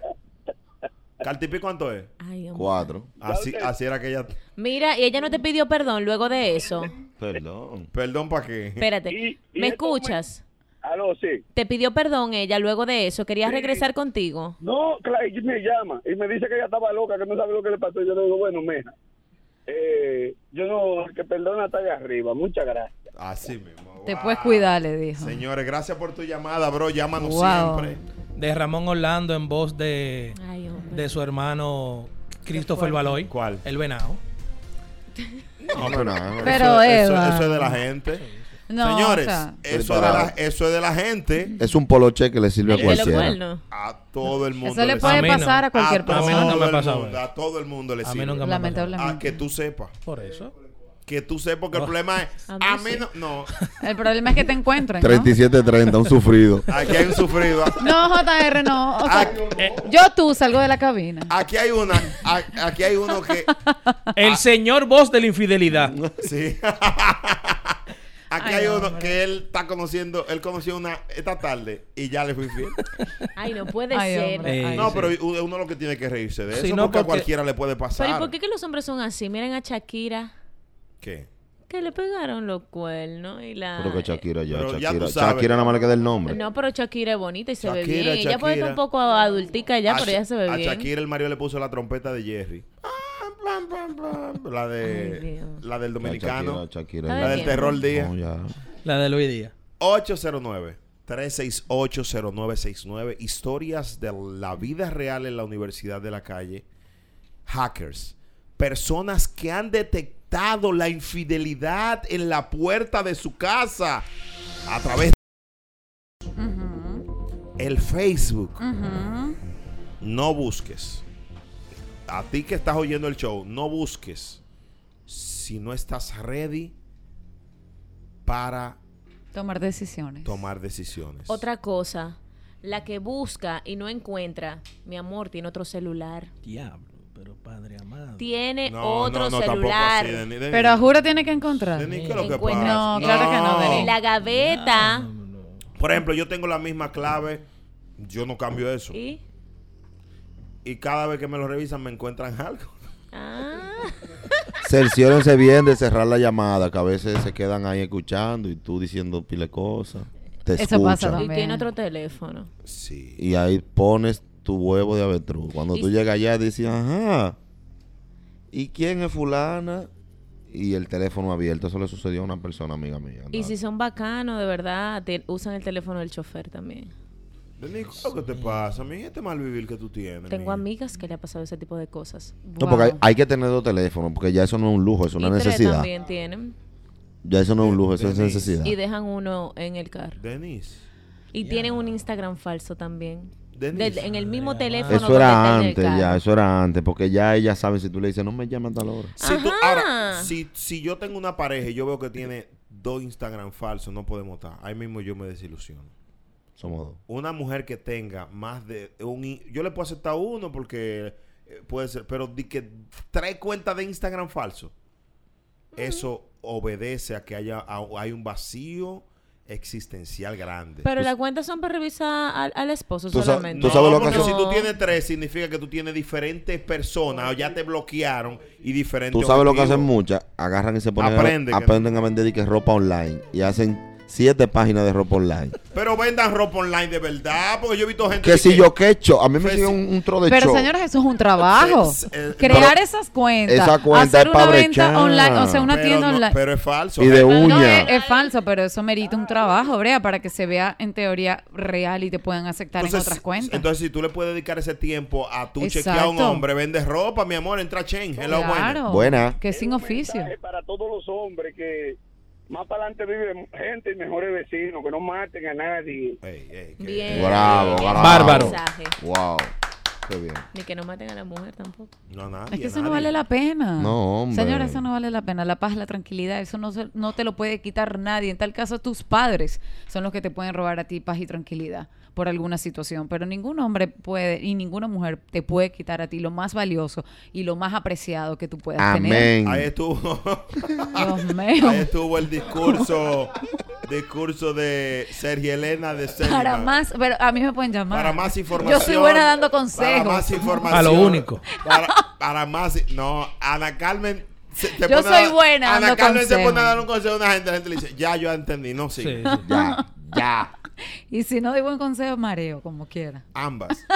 S2: ¿Cartipí cuánto es?
S6: Ay, Dios mío.
S4: Cuatro.
S2: Así, así era aquella.
S6: Mira, y ella no te pidió perdón luego de eso.
S4: Perdón.
S2: Perdón, ¿para qué?
S6: Espérate,
S7: Y- y
S6: ¿me
S7: esto me-
S6: escuchas?
S2: Ah,
S7: Aló, sí.
S6: Te pidió perdón ella luego de eso. Quería regresar contigo.
S7: No, claro, y me llama y me dice que ella estaba loca, que no sabe lo que le pasó. Yo le digo, bueno, mija, eh, yo no, que perdona está allá arriba, muchas gracias.
S2: Así mismo.
S5: Te
S2: Wow.
S5: puedes cuidar, le dijo.
S2: Señores, gracias por tu llamada, bro. Llámanos
S5: Wow.
S2: siempre.
S3: De Ramón Orlando en voz de,
S6: Ay, hombre.
S3: de su hermano Christopher Baloy.
S2: ¿Cuál?
S3: El venado.
S4: No, no, no.
S5: Pero
S2: eso,
S5: Eva.
S2: eso es de la gente.
S5: No,
S2: Señores,
S5: o sea,
S2: eso, de la, eso es de la gente.
S4: Es un poloche que le sirve a
S6: Ay, de lo
S4: cualquiera.
S6: cual no.
S2: A todo el mundo.
S5: eso le
S3: A
S5: puede
S3: mí no.
S5: pasar a cualquier
S2: a
S3: A mí
S5: persona.
S2: todo
S3: nunca me ha
S2: el
S3: pasado
S2: mundo,
S3: eso.
S2: a todo el mundo le
S3: A mí
S2: sirve.
S3: nunca me ha
S5: Lamentablemente.
S2: A que tú sepas.
S3: Por eso.
S2: Que tú sepas que el problema es.
S6: A mí
S2: A
S6: sí.
S2: mí no. No.
S5: El problema es que te encuentran. ¿no?
S4: 37-30, un sufrido.
S2: Aquí hay un sufrido.
S5: No, JR, no. O sea, eh,
S2: Aquí,
S5: yo tú salgo de la cabina.
S2: aquí hay una. a- Aquí hay uno que.
S6: Ah.
S3: El señor voz de la infidelidad.
S2: Sí. Aquí
S5: Ay,
S2: hay
S5: no,
S2: uno
S5: hombre.
S2: que él está conociendo. Él conoció una esta tarde y ya le fue infiel.
S6: Ay, no puede
S5: Ay,
S6: ser.
S5: hombre.
S3: Eh,
S2: No,
S3: sí.
S2: pero u- uno lo que tiene que reírse de eso
S3: Sí,
S2: porque,
S3: no,
S2: a
S3: porque-
S2: cualquiera le puede pasar.
S6: Pero ¿y por qué que los hombres son así? Miren a Shakira,
S2: ¿Qué?
S6: que le pegaron los cuernos y la...
S4: Pero que Shakira ya,
S2: Pero ya
S4: Shakira.
S2: tú sabes.
S4: Shakira nada más le queda el nombre.
S6: No, pero Shakira es bonita y se ve bien.
S2: Shakira,
S6: Ella puede
S2: Shakira.
S6: estar un poco adultica ya,
S2: a
S6: pero ella se ve
S2: a
S6: bien.
S2: Shakira el Mario le puso la trompeta de Jerry. La
S6: Ay,
S2: de
S6: Dios.
S2: la del
S4: Ya
S2: dominicano,
S4: Shakira,
S6: Está
S2: la
S4: Shakira.
S2: del
S6: bien.
S2: terror día.
S4: No, ya.
S3: La de Luis Díaz.
S2: 809-368-0969. Historias de la vida real en la Universidad de la Calle. Hackers. Personas que han detectado la infidelidad en la puerta de su casa a través el Facebook. No busques. A ti que estás oyendo el show, no busques si no estás ready para
S5: Tomar decisiones.
S2: tomar decisiones.
S6: Otra cosa, la que busca y no encuentra, mi amor, tiene otro celular.
S3: Diablo, pero padre amado.
S6: Tiene
S2: Ah. No,
S6: otro
S2: no, no, tampoco
S6: celular.
S2: así, Denis, Denis.
S5: Pero a juro tiene que encontrar.
S2: Denis, ¿qué es lo que
S6: Encuentra-
S2: pasa?
S5: Pues No, claro que no, Denis.
S6: En la
S4: Ah,
S6: gaveta.
S2: Por ejemplo, yo tengo la misma clave, yo no cambio eso.
S6: Y...
S2: Y cada vez que me lo revisan me encuentran algo.
S6: Ah,
S4: Cerciórense bien de cerrar la llamada, que a veces se quedan ahí escuchando y tú diciendo pile cosas. Te
S5: Eso
S4: escuchan.
S5: pasa
S6: y
S5: también.
S6: tiene otro teléfono.
S2: Sí.
S4: Y ahí pones tu huevo de avestruz. Cuando tú
S6: Y-
S4: llegas allá, dices, ajá, ¿y quién es fulana? Y el teléfono abierto. Eso le sucedió a una persona amiga mía.
S6: Y si son bacanos, de verdad, te- usan el teléfono del chofer también.
S2: Denis, ¿qué es lo que te pasa? Mi este mal vivir que tú tienes.
S6: Tengo
S2: mija?
S6: amigas que le ha pasado ese tipo de cosas.
S4: No, porque hay,
S5: Wow.
S4: hay que tener dos teléfonos, porque ya eso no es un lujo, es una
S6: y tres
S4: necesidad.
S6: también tienen.
S4: Ya eso no es un lujo, eso es
S2: Denise.
S4: necesidad.
S6: Y dejan uno en el carro.
S2: Denis.
S6: Y tienen un Instagram falso también.
S2: Denise.
S6: Del- en el mismo teléfono.
S4: Eso
S6: donde
S4: era
S6: está en el
S4: antes,
S6: carro.
S4: ya, eso era antes, porque ya ellas saben si tú le dices, no me llamas a tal hora.
S2: Si tú-
S6: Ajá.
S2: ahora, si, si yo tengo una pareja y yo veo que tiene dos Instagram falsos, no podemos estar. Ahí mismo yo me desilusiono.
S4: Somos dos.
S2: Una mujer que tenga más de un... i- Yo le puedo aceptar uno porque eh, puede ser, pero di que trae cuenta de Instagram falso. Eso obedece a que haya a- hay un vacío existencial grande.
S6: Pero la cuenta son para revisar al, al esposo
S4: Pues Tú sa-
S6: solamente.
S4: tú sabes lo que
S2: porque
S4: hace-
S2: si tú
S6: No.
S2: tienes tres, significa que tú tienes diferentes personas o ya te bloquearon y diferentes.
S4: Tú sabes lo que hacen
S2: objetivos.
S4: muchas, agarran y se ponen,
S2: Aprende
S4: a,
S2: que-
S4: aprenden a vender y que ropa online y hacen siete páginas de ropa online.
S2: Pero vendan ropa online de verdad, porque yo he visto gente
S4: que si yo que hecho, a mí me
S2: Pues
S4: sigue
S2: sí.
S4: un, un tro de
S5: Pero
S4: show.
S5: señores, eso es un trabajo.
S2: Sí, sí, eh,
S5: Crear
S4: pero-
S5: esas cuentas.
S4: Esa cuenta
S5: hacer
S4: es
S5: una
S4: pa' brechar.
S5: venta online, o sea, una
S2: pero
S5: tienda
S2: no-
S5: online.
S2: Pero es falso.
S4: y de
S5: No,
S4: uña.
S5: es, es falso, pero eso merita un trabajo, Brea, para que se vea en teoría real y te puedan aceptar en otras cuentas.
S2: entonces, si tú le puedes dedicar ese tiempo a tú
S5: Exacto.
S2: chequear a un hombre, vendes ropa, mi amor, entra a Chain, hello, bueno.
S5: claro,
S4: Buena.
S5: que es sin
S7: un
S5: oficio.
S7: mensaje Para todos los hombres que más para adelante vive gente y mejores vecinos, que no maten a nadie.
S2: Ey, ey, que-
S6: Bien.
S4: Bravo,
S6: Bien.
S4: bravo.
S3: Bárbaro.
S6: Mensaje.
S4: Wow. Qué bien.
S6: Ni que no maten a la mujer tampoco.
S2: No, nada.
S5: Es que eso no vale la pena.
S4: Ah, No, hombre.
S5: Señora, eso no vale la pena. La paz, la tranquilidad, eso no, se- no te lo puede quitar nadie. En tal caso, tus padres son los que te pueden robar a ti paz y tranquilidad por alguna situación. Pero ningún hombre puede y ninguna mujer te puede quitar a ti lo más valioso y lo más apreciado que tú puedas tener.
S4: Amén.
S2: Ahí estuvo.
S5: Dios mío.
S2: Ahí estuvo el discurso. discurso de Sergio Elena de Sergio.
S5: Para más, pero a mí me pueden llamar.
S2: Para más información.
S5: Yo soy buena dando consejos.
S2: Para más información.
S3: A lo único.
S2: Para, para más. No, Ana Carmen. se- te
S5: Yo
S2: pone a-
S5: soy buena
S2: Ana
S5: dando
S2: Carmen se pone a
S5: consejos.
S2: dar un consejo a una gente. La gente le dice, ya yo entendí. No, sí.
S3: Sí, sí.
S4: Ya, ya.
S5: Y si no doy buen consejo, mareo, como quiera.
S2: Ambas.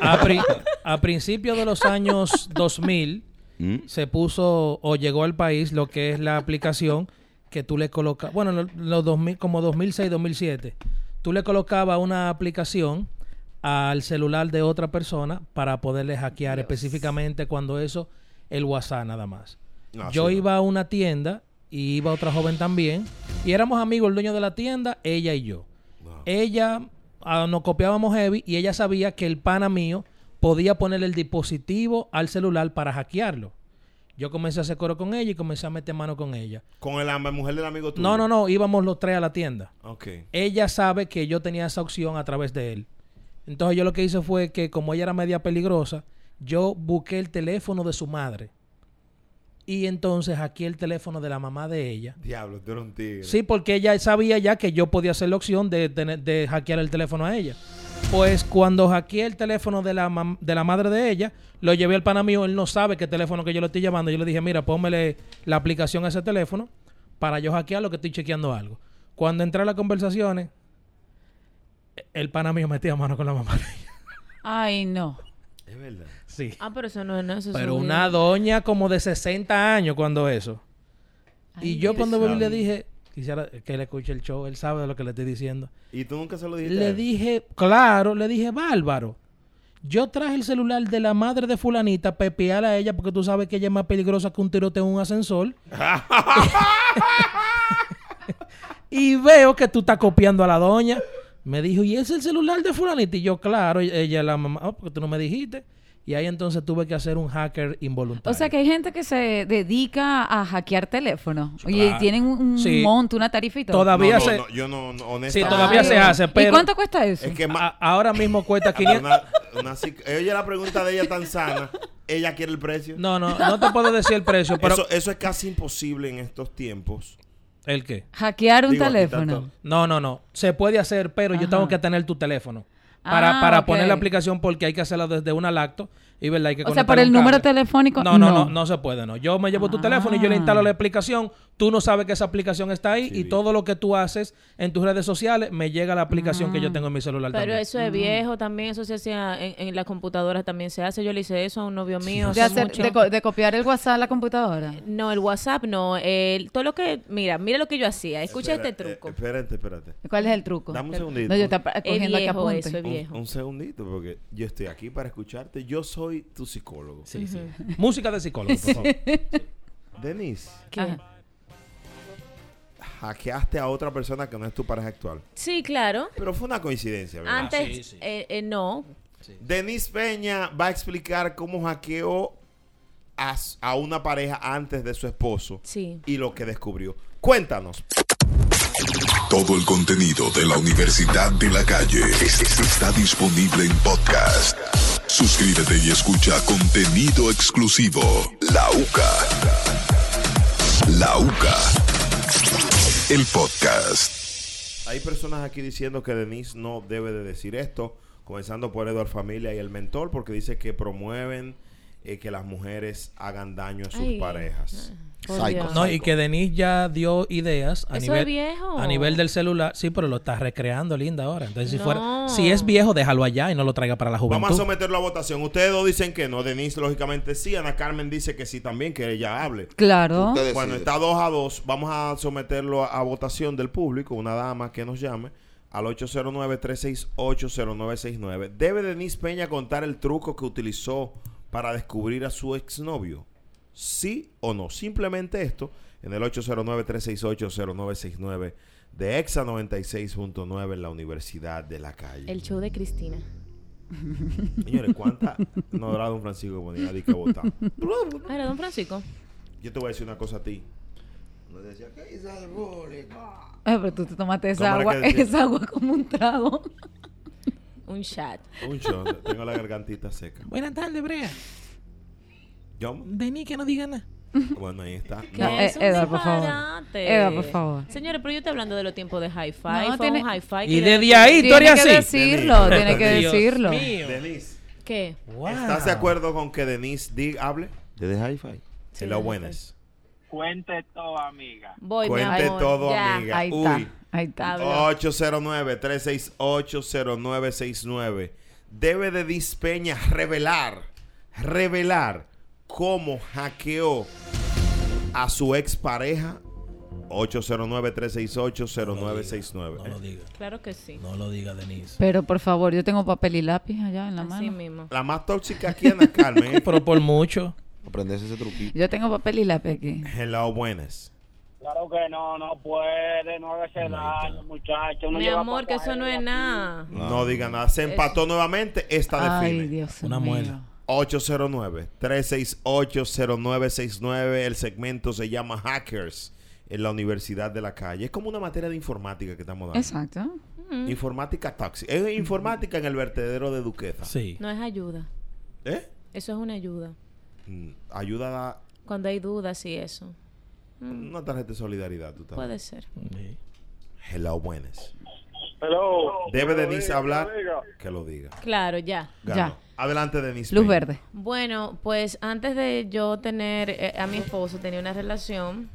S3: A, pri- a principios de los años 2000
S4: Mm.
S3: se puso o llegó al país lo que es la aplicación que tú le colocas, bueno, lo- los 2000, como 2006, 2007, tú le colocabas una aplicación al celular de otra persona para poderle hackear específicamente cuando eso, el WhatsApp nada más.
S2: No,
S3: Yo
S2: sí, no.
S3: iba a una tienda y iba otra joven también y éramos amigos, el dueño de la tienda, ella y yo ella ah, nos copiábamos heavy y ella sabía que el pana mío podía poner el dispositivo al celular para hackearlo. Yo comencé a hacer coro con ella y comencé a meter mano con ella.
S2: Con el, la mujer del amigo tuyo.
S3: No, no, no, íbamos los tres a la tienda.
S2: Ok.
S3: Ella sabe que yo tenía esa opción a través de él. Entonces yo lo que hice fue que como ella era media peligrosa, yo busqué el teléfono de su madre. Y entonces hackeé el teléfono de la mamá de ella.
S2: Diablo, tú eres un tigre.
S3: Sí, porque ella sabía ya que yo podía hacer la opción de, tener- de hackear el teléfono a ella. Pues cuando hackeé el teléfono de la, mam- de la madre de ella, lo llevé al pana mío, él no sabe qué teléfono que yo le estoy llevando. Yo le dije, mira, pónmele la aplicación a ese teléfono para yo hackear lo que estoy chequeando algo. Cuando entré a las conversaciones, e-, el pana mío metía mano con la mamá de ella.
S5: Ay, no.
S2: Es verdad.
S3: Sí.
S6: Ah, pero eso no es nada. Eso es
S3: Pero
S6: un-
S3: una doña como de 60 años cuando eso. y yo cuando volví le dije, quisiera que él escuche el show, él sabe de lo que le estoy diciendo.
S2: ¿Y tú nunca se lo dijiste? a
S3: Le
S2: él?
S3: dije, claro, le dije, bárbaro. Yo traje el celular de la madre de fulanita, pepear a ella, porque tú sabes que ella es más peligrosa que un tiroteo en un ascensor.
S2: Ah.
S3: y veo que tú estás copiando a la doña. Me dijo, ¿y ese es el celular de fulanita? Y yo, claro, y ella la mamá, "Ah, porque tú no me dijiste. Y ahí entonces tuve que hacer un hacker
S5: O
S3: involuntario.
S5: sea que hay gente que se dedica a hackear teléfonos
S3: Sí,
S5: y
S3: claro.
S5: tienen un, un
S3: Sí.
S5: monto, una tarifa y todo.
S3: Todavía
S2: no, no,
S3: se...
S2: no, yo no, no,
S3: Sí,
S2: honestamente.
S3: todavía se hace, pero...
S5: ¿Y cuánto cuesta eso?
S2: Es que más,
S3: a- ahora mismo cuesta 500...
S2: Una, una psic- Oye, la pregunta de ella tan sana. ¿Ella quiere el precio?
S3: No, no, no te puedo decir el precio, pero...
S2: eso, eso es casi imposible en estos tiempos.
S3: ¿El qué?
S5: Hackear un
S2: Digo, aquí
S5: teléfono.
S2: tanto-
S3: No, no, no. Se puede hacer, pero yo
S5: Ajá.
S3: tengo que tener tu teléfono. Para,
S5: Ah,
S3: para
S5: ok.
S3: poner la aplicación porque hay que hacerlo desde una lacto y verdad hay que
S5: O sea,
S3: conectar
S5: por
S3: un
S5: el número
S3: cable.
S5: telefónico.
S3: No, no, no, no se puede, no. Yo me llevo tu teléfono y yo le instalo la aplicación. Tú no sabes que esa aplicación está ahí y todo lo que tú haces en tus redes sociales me llega a la aplicación que yo tengo en mi celular
S6: Pero
S3: también.
S6: eso es viejo también, eso se hacía en, en las computadoras también se hace. Yo le hice eso a un novio mío.
S5: De,
S6: hace
S5: hacer-
S6: mucho.
S5: de co- de copiar el WhatsApp a la computadora.
S6: No, el WhatsApp no. El, todo lo que. Mira, mira lo que yo hacía. Escucha este
S2: Espera,
S6: truco.
S2: eh, espérate, espérate.
S5: ¿Cuál es el truco?
S2: Dame un
S5: No,
S2: segundito.
S5: yo estaba
S6: es
S5: cogiendo aquí
S6: viejo eso,
S5: apuntes.
S6: es viejo.
S2: Un, un segundito, porque yo estoy aquí para escucharte. Yo soy tu psicólogo.
S3: Sí, sí. Música de psicólogo, por favor.
S2: Denise,
S6: ¿Qué?
S5: Ajá.
S2: hackeaste a otra persona que no es tu pareja actual.
S6: Sí, claro.
S2: Pero fue una coincidencia, ¿verdad?
S6: Antes,
S3: Ah, sí, sí.
S6: eh, eh, no.
S2: Denise Peña va a explicar cómo hackeó a, s- a una pareja antes de su esposo
S6: Sí.
S2: y lo que descubrió. Cuéntanos.
S1: Todo el contenido de la Universidad de la Calle es- es- está disponible en podcast. Suscríbete y escucha contenido exclusivo. La UCA. La UCA. El podcast.
S2: Hay personas aquí diciendo que Denise no debe de decir esto, comenzando por Eduard Familia y el mentor, porque dice que promueven eh, que las mujeres hagan daño a sus
S6: Ay.
S2: parejas.
S6: Por
S4: Psycho.
S6: Dios.
S3: No, y que Denise ya dio ideas a
S6: Eso
S3: nivel
S6: es viejo.
S3: a nivel del celular. Sí, pero lo estás recreando, linda, ahora. Entonces, si fuera
S6: No.
S3: si es viejo, déjalo allá y no lo traiga para la juventud.
S2: Vamos a someterlo a votación. Ustedes dos dicen que no. Denise, lógicamente, sí. Ana Carmen dice que sí también, que ella hable.
S5: Claro.
S4: Usted decide.
S2: Cuando está 2 a 2, vamos a someterlo a, a votación del público, una dama que nos llame al 809-368-0969. ¿Debe Denise Peña contar el truco que utilizó para descubrir a su exnovio? ¿Sí o no? Simplemente esto en el 809-368-0969 de EXA 96.9 en la Universidad de la Calle.
S6: El show de Cristina.
S2: Señores, ¿cuánta no era Don Francisco ponía di que votar?
S6: Ahora, don Francisco.
S2: Yo te voy a decir una cosa a ti. Nos decía, ¿qué hizo el bullying?
S5: Ay, Ah, pero tú te tomaste
S2: ¿Cómo
S5: esa
S2: era
S5: agua,
S2: que decía?
S5: esa agua como un
S6: Ah,
S5: trago.
S6: Un chat.
S2: Un shot, tengo la gargantita seca.
S3: Buenas tardes, Brea.
S2: Yo,
S3: De ni que no diga nada.
S2: bueno, ahí está.
S6: Que
S5: No,
S6: es
S5: eh,
S6: un
S5: Edward, por favor.
S6: disparate.
S5: Edward, por favor.
S6: Señores, pero yo estoy hablando de los tiempos de hi-fi.
S5: No,
S6: fue
S5: tiene-
S6: un hi-fi.
S3: Y
S6: que-
S3: desde ahí, tú
S5: Tiene
S3: eres
S5: que
S3: así.
S5: decirlo, tiene que
S3: Dios
S5: decirlo.
S3: mío.
S2: Denise,
S6: ¿Qué?
S3: Wow.
S2: ¿estás de acuerdo con que Denise diga, hable?
S4: Desde Hi-Fi.
S6: Sí,
S2: en las
S6: Denise.
S2: buenas.
S8: Cuente todo, amiga.
S6: Voy, mi
S2: Cuente
S6: amor.
S2: todo,
S6: Ya.
S2: amiga.
S5: Ahí
S2: Uy.
S5: está, ahí está.
S6: Habla.
S2: 809-368-0969. Debe de Dispeña revelar, revelar cómo hackeó a su expareja. 809-368-0969.
S3: No lo diga.
S6: Claro que sí.
S3: No lo diga, Denise.
S5: Pero por favor, yo tengo papel y lápiz allá en la
S6: Así
S5: mano.
S6: mismo.
S2: La más tóxica aquí en la Carmen. ¿eh?
S3: Pero por mucho.
S4: Aprenderse ese truquito.
S5: Yo tengo papel y lápiz aquí.
S2: Hello, buenas.
S8: Claro que no, no puede, no haga ese daño, muchacho. uno
S6: Mi
S8: lleva
S6: amor, que
S8: papá
S6: eso no es
S8: ahí.
S6: nada.
S2: No diga nada. Se empató nuevamente. Esta define.
S5: Ay, Dios
S3: Una
S5: mío.
S3: muela.
S2: 809-368-0969. El segmento se llama Hackers en la Universidad de la Calle. Es como una materia de informática que estamos dando.
S5: Exacto. Mm.
S2: Informática taxi. Es informática en el vertedero de Duquesa.
S3: Sí.
S6: No es ayuda.
S2: ¿Eh?
S6: Eso es una ayuda.
S2: Mm, Ayuda a
S6: Cuando hay dudas y eso.
S2: una tarjeta de solidaridad. Tú también.
S6: Puede ser.
S3: Sí.
S2: Hello, buenas.
S8: Hello.
S2: Debe
S8: Que lo
S2: Denise
S8: diga,
S2: hablar.
S8: que lo diga.
S2: Que lo diga.
S6: Claro, ya.
S2: Ganó.
S5: Ya.
S2: Adelante, Denise.
S5: Luz
S2: Peña.
S5: verde.
S6: Bueno, pues antes de yo tener eh, a mi esposo, tenía una relación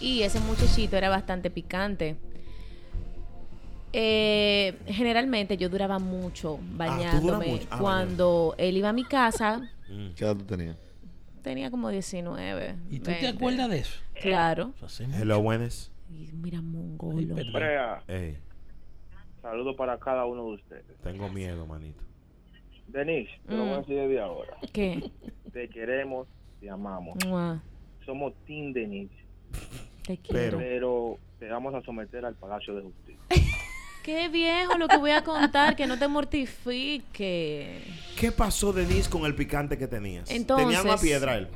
S6: y ese muchachito era bastante picante. Eh, generalmente yo duraba mucho bañándome.
S2: Ah, mucho. Ah,
S6: Cuando él iba a mi casa,
S2: Mm.
S4: ¿Qué edad tú tenías?
S6: tenía como 19.
S3: ¿Y tú
S6: 20.
S3: te acuerdas de eso?
S6: Claro.
S3: Eso sí.
S2: Hello, buenas.
S6: Y mira, mongolo.
S3: Ay, perdón.
S8: Brea,
S2: Ey,
S8: saludo para cada uno de ustedes.
S2: tengo miedo, manito.
S8: Denise, te lo voy a
S6: Mm.
S8: decir desde ahora.
S6: ¿Qué?
S8: Te queremos, te amamos.
S6: Mua,
S8: Somos Team Denise,
S6: Te
S2: Pero-
S6: quiero.
S8: pero te vamos a someter al Palacio de Justicia.
S6: Qué viejo lo que voy a contar, que no te mortifique.
S2: ¿Qué pasó, Denise, con el picante que tenías? Tenía
S6: Entonces-
S2: una piedra él.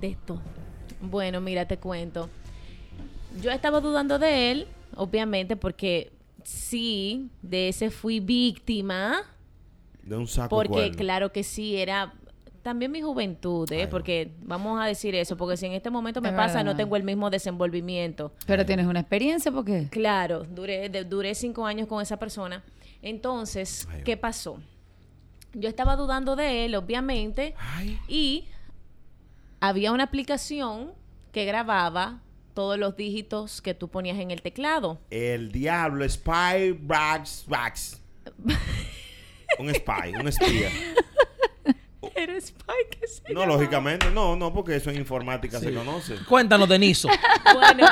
S6: de todo. Bueno, mira, te cuento. Yo estaba dudando de él, obviamente, porque sí, de ese fui víctima,
S2: De un saco
S6: porque
S2: cuerno.
S6: claro que sí, era también mi juventud, ¿eh?
S2: Ay, no.
S6: porque vamos a decir eso, porque si en este momento me
S5: Es
S6: pasa,
S5: verdad.
S6: no tengo el mismo desenvolvimiento.
S5: Pero tienes una experiencia porque
S6: Claro, duré, de- duré cinco años con esa persona. Entonces,
S2: Ay,
S6: ¿qué
S2: oh.
S6: pasó? Yo estaba dudando de él, obviamente,
S2: Ay.
S6: y había una aplicación que grababa todos los dígitos que tú ponías en el teclado.
S2: El diablo, Spy, Rags, Rags. un spy, un espía.
S6: Eres Spike, ¿qué
S2: No, lógicamente, no, no, porque eso en informática se conoce.
S3: Cuéntanos, Deniso.
S6: Bueno,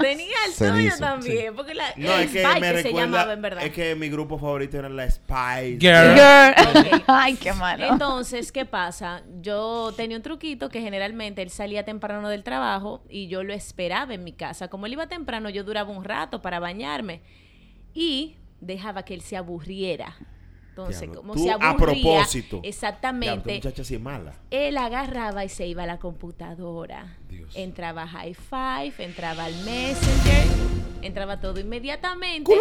S6: tenía el tuyo
S4: Cenizo,
S6: también, porque la,
S2: No,
S6: el
S2: es que
S6: Spike
S2: me
S6: se llamaba
S2: recuerda.
S6: en verdad.
S2: Es que mi grupo favorito era la Spy.
S3: Girl.
S5: Girl. Ay, qué malo.
S6: Entonces, ¿qué pasa? Yo tenía un truquito que generalmente él salía temprano del trabajo y yo lo esperaba en mi casa. Como él iba temprano, yo duraba un rato para bañarme y dejaba que él se aburriera. Entonces,
S2: Diablo,
S6: como
S2: tú
S6: se
S2: a
S6: aburría,
S2: propósito. Diablo, esta
S6: exactamente,
S2: muchacha sí es mala.
S6: él agarraba y se iba a la computadora.
S2: Dios.
S6: Entraba a High Five, entraba al Messenger, entraba todo inmediatamente.